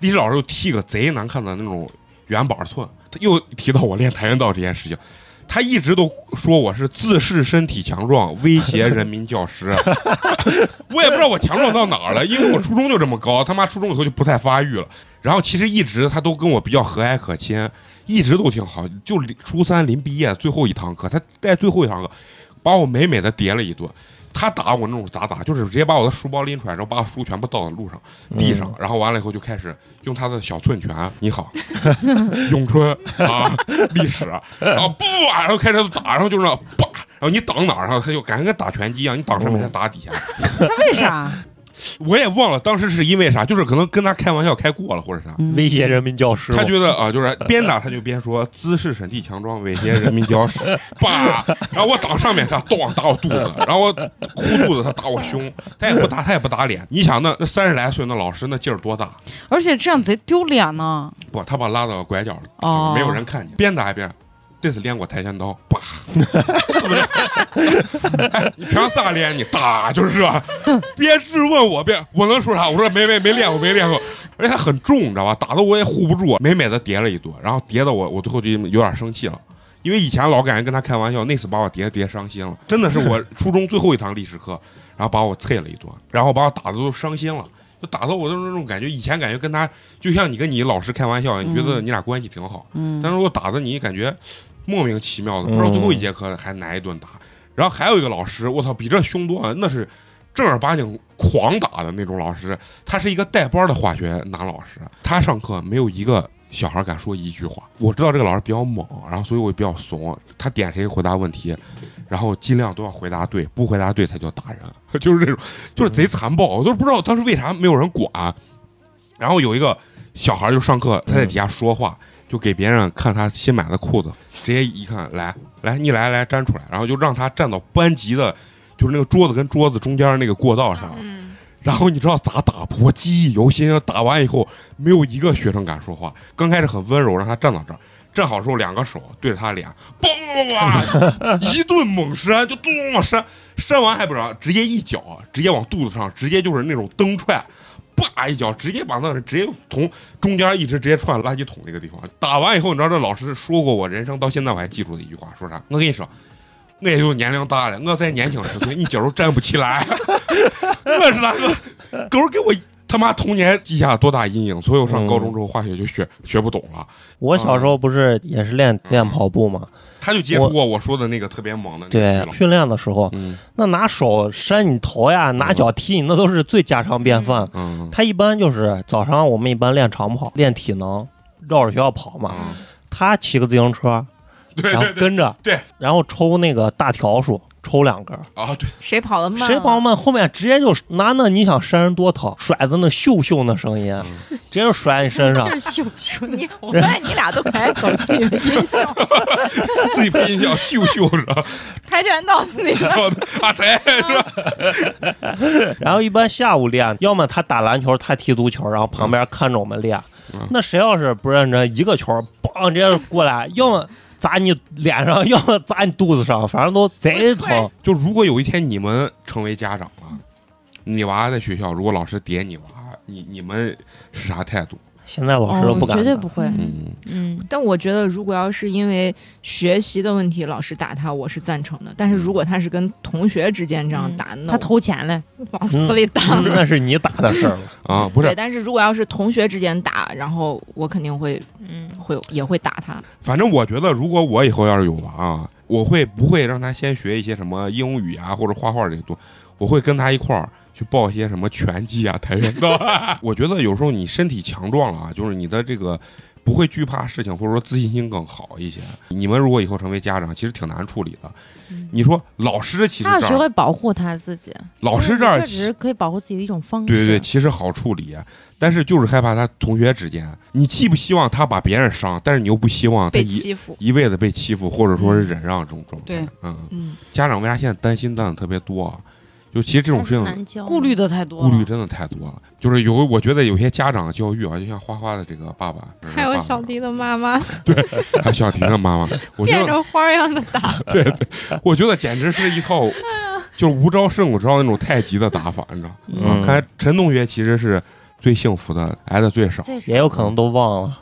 历史老师又踢个贼难看的那种圆板寸，他又提到我练跆拳道这件事情，他一直都说我是自恃身体强壮，威胁人民教师。我也不知道我强壮到哪儿了，因为我初中就这么高，他妈初中以后就不太发育了。然后其实一直他都跟我比较和蔼可亲，一直都挺好。就临初三临毕业最后一堂课，他在最后一堂课把我美美的叠了一顿。他打我那种咋打，就是直接把我的书包拎出来，然后把我书全部倒在路上、地上，然后完了以后就开始用他的小寸拳，你好， 咏春啊，历史，然后不，然后开始打，然后就那样啪，然后你挡哪儿，然后他就感觉跟打拳击一样，你挡上面，他打底下。
他为啥？
我也忘了当时是因为啥，就是可能跟他开玩笑开过了或者啥。
嗯
威胁人民教师嘛，
他觉得啊，就是 边打他就边说姿势审地强壮，威胁人民教师， 叭！然后我挡上面他咚打我肚子，然后我呼肚子他打我胸，他也不打他也不打脸。你想那那三十来岁那老师那劲儿多大？
而且这样贼丢脸呢。
不，他把我拉到拐角，嗯
哦，
没有人看见，边打一边。这次练过跆拳道， 叭，是不是？哎你平常咋练？你打就是啊，别质问我，别我能说啥？我说没没没练过，没练过，而且还很重，你知道吧？打的我也护不住，啊美美的叠了一顿，然后叠的我我最后就有点生气了。因为以前老感觉跟他开玩笑，那次把我叠叠伤心了，真的是我初中最后一堂历史课，然后把我啐了一顿，然后把我打的都伤心了，就打到我都是那种感觉。以前感觉跟他就像你跟你老师开玩笑，你觉得你俩关系挺好，但
嗯，
是我打的你感觉莫名其妙的，不知道最后一节课还哪一顿打。然后还有一个老师，我操，比这凶多了，那是正儿八经狂打的那种老师。他是一个带班的化学男老师，他上课没有一个小孩敢说一句话。我知道这个老师比较猛，然后所以我比较怂。他点谁回答问题，然后尽量都要回答对，不回答对他就打人， 就是这种，就是贼残暴。我都不知道当时为啥没有人管。然后有一个小孩就上课，他在底下说话，就给别人看他新买的裤子，直接一看，来来，你来来站出来，然后就让他站到班级的，就是那个桌子跟桌子中间那个过道上。
嗯，
然后你知道咋打破？我记忆犹新，打完以后没有一个学生敢说话。刚开始很温柔，让他站到这儿，站好之后两个手对着他脸，嘣嘣嘣， 一顿猛扇，就咚咚扇，扇完还不着，直接一脚，啊直接往肚子上，直接就是那种蹬踹。叭一脚，直接把那人直接从中间一直直接踹垃圾桶那个地方。打完以后，你知道这老师说过我人生到现在我还记住的一句话，说啥？我跟你说，我也就年龄大了，我再年轻十岁，你今儿都站不起来。啊 我是那个狗给我他妈童年记下多大阴影，所以我上高中之后化学就学学不懂了。
我小时候不是也是练
嗯
练跑步嘛？
他就接触过我说的那个特别猛的那个
对
女，老师，
训练的时候，
嗯
那拿手扇你头呀，拿脚踢你，那都是最家常便饭。
嗯
他一般就是早上我们一般练长跑，练体能，绕着学校跑嘛。
嗯，
他骑个自行车，
对
然后
对对
跟着，
对，
然后抽那个大条数，抽两根儿。
啊对，
谁跑得慢？
谁跑？慢，后面直接就拿那你想扇人多疼，甩子那咻咻那声音，
嗯
直接就甩你身上
就。是秀秀你，我发现你俩都开始走自己的音效。
自己配音叫秀秀是吧？
跆拳道那个
然后阿才是吧？
然后一般下午练，要么他打篮球，他踢足球，然后旁边看着我们练
嗯。
那谁要是不认真，一个球嘣直接就过来，要么砸你脸上， 要么砸你肚子上，反正都贼疼。
就如果有一天你们成为家长了，你娃在学校如果老师点你娃，你你们是啥态度？
现在老师都
哦
不敢
哦绝
打，
对不会。
嗯，
嗯，
但我觉得，如果要是因为学习的问题，老师打他，我是赞成的。但是如果他是跟同学之间这样打，那
嗯他
我
投钱嘞，
往死里打。
嗯 那是你打的事儿了。
啊，不是
对，，但是如果要是同学之间打，然后我肯定会
嗯，
会也会打他。
反正我觉得，如果我以后要是有娃啊，我会不会让他先学一些什么英语啊，或者画画这些东西？我会跟他一块儿去报一些什么拳击啊、跆拳道啊。我觉得有时候你身体强壮了啊，就是你的这个不会惧怕事情，或者说自信心更好一些。你们如果以后成为家长，其实挺难处理的。你说老师其实
他要
这
学
儿，
会保护他自己。
老师这
这
儿
只是可以保护自己的一种方式。
对对对，其实好处理，但是就是害怕他同学之间，你既不希望他把别人伤，但是你又不希望他
被
一
欺负。
一味的被欺负，或者说
嗯
是忍让这种状态。
对，
嗯，
嗯，
家长为啥现在担心担的特别多啊？就其实这
这
种事情
难教，
顾虑的太多
顾
了。
虑真的太多了。就是有，我觉得有些家长的教育啊，就像花花的这个爸爸，
还有小
迪，
迪的妈妈
还有小迪的妈妈，我觉
变
得，
着花样的打，
对对，我觉得简直是一 套就是无招胜有招那种太极的打法，你知道吗？
嗯
看来陈同学其实是最幸福的来的最少。
这是
也有可能都忘了。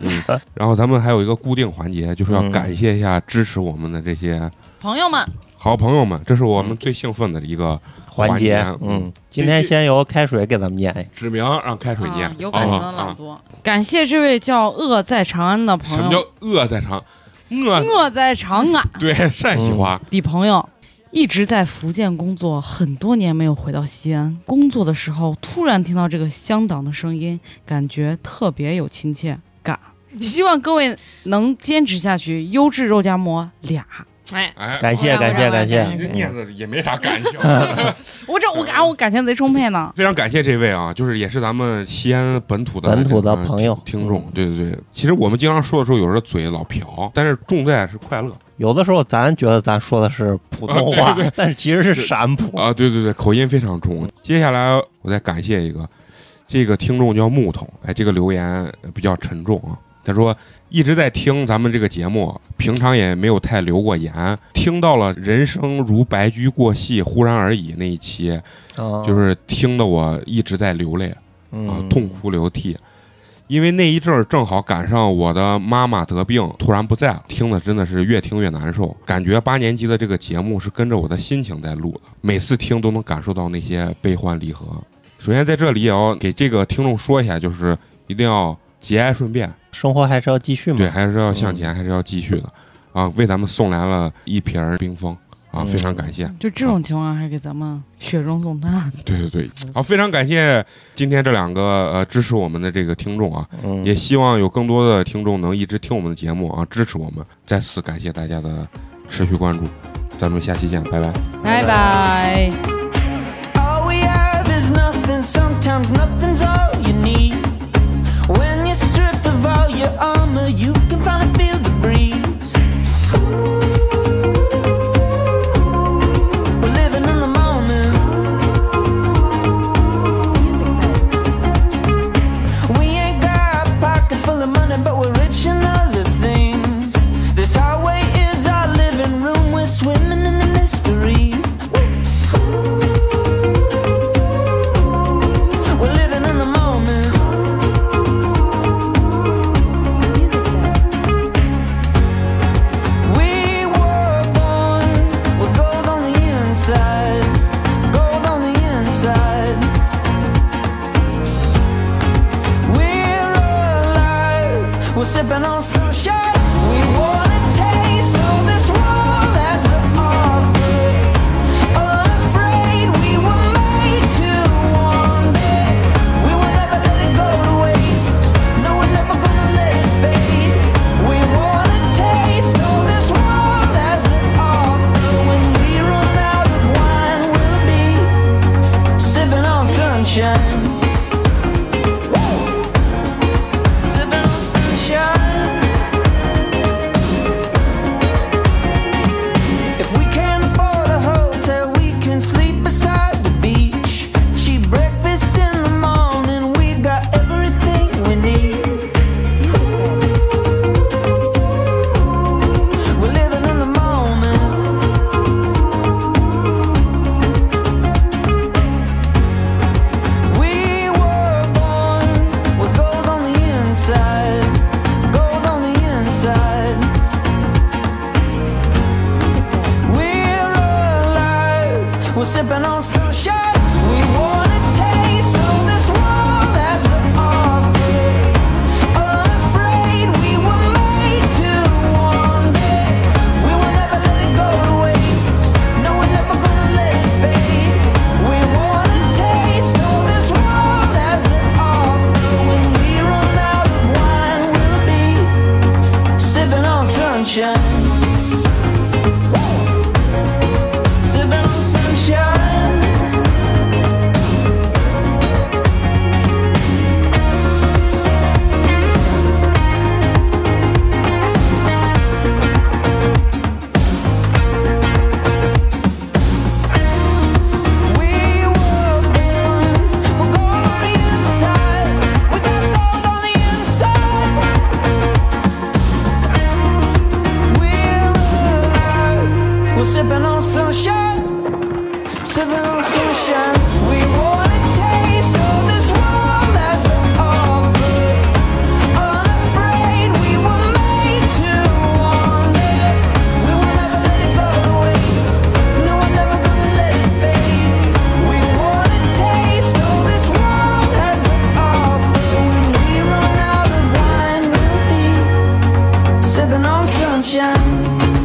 然后咱们还有一个固定环节，就是要
嗯
感谢一下支持我们的这些
朋友们，
好朋友们，这是我
嗯
们最兴奋的一个
环节
环节，
嗯
嗯，
今天先由开水给咱们念一
指名，让开水念
啊。有感情
啊
的朗
啊
读，感谢这位叫恶在长安的
什
朋
么
友，
叫恶在长？恶
恶在长安
对陕西话，
的朋友。一直在福建工作，很多年没有回到西安。工作的时候，突然听到这个香党的声音，感觉特别有亲切感。希望各位能坚持下去，优质肉夹馍俩。嗯
哎，
哎，
感谢
我让
感谢
我让
感
我让
你这
谢，
念的也没啥感情。
我这我啊感我感情贼充沛呢。
非常感谢这位啊，就是也是咱们西安本土的
本土的
这个
朋友嗯
听听众，对对对。其实我们经常说的时候，有时候嘴老瓢，但是重在是快乐
有的时候咱觉得咱说的是普通话， 但是其实是陕普。
啊，对对对，口音非常重。接下来我再感谢一个，这个听众叫木桶，哎，这个留言呃比较沉重啊。他说一直在听咱们这个节目，平常也没有太留过言，听到了“人生如白驹过隙，忽然而已”那一期，
嗯就
就是听得我一直在流泪。啊，痛哭流涕。因为那一阵儿正好赶上我的妈妈得病，突然不在了，听的真的是越听越难受，感觉八年级的这个节目是跟着我的心情在录的，每次听都能感受到那些悲欢离合。首先在这里也要给这个听众说一下，就是一定要节哀顺变，
生活还是要继续嘛。
对，还是要向前，还是要继续的啊！为咱们送来了一瓶儿冰封啊，
嗯
非常感谢。
就这种情况，还给咱们雪中送炭。
对对对，好，非常感谢今天这两个呃支持我们的这个听众啊，
嗯，
也希望有更多的听众能一直听我们的节目啊，支持我们。再次感谢大家的持续关注，咱们下期见，拜拜。
拜拜。
All we have is nothing, sometimes nothing's all you need. When you're stripped of all your armor, you can finally feel the breeze. We're living in the moment. We ain't got pockets full of money, but we're rich in other things. This highway is our living room, we're swimming in the mystery. We're living in the moment. We were born with gold on the inside, gold on the inside. We're alive, we're sipping on sunshine. We wanna taste of this world as the offer. Unafraid, we were made to wander. We will never let it go to waste. No, we're never gonna let it fade. We wanna taste of this world as the offer. When we run out of wine, we'll be sipping on sunshine. Sipping on sunshine. sunshine.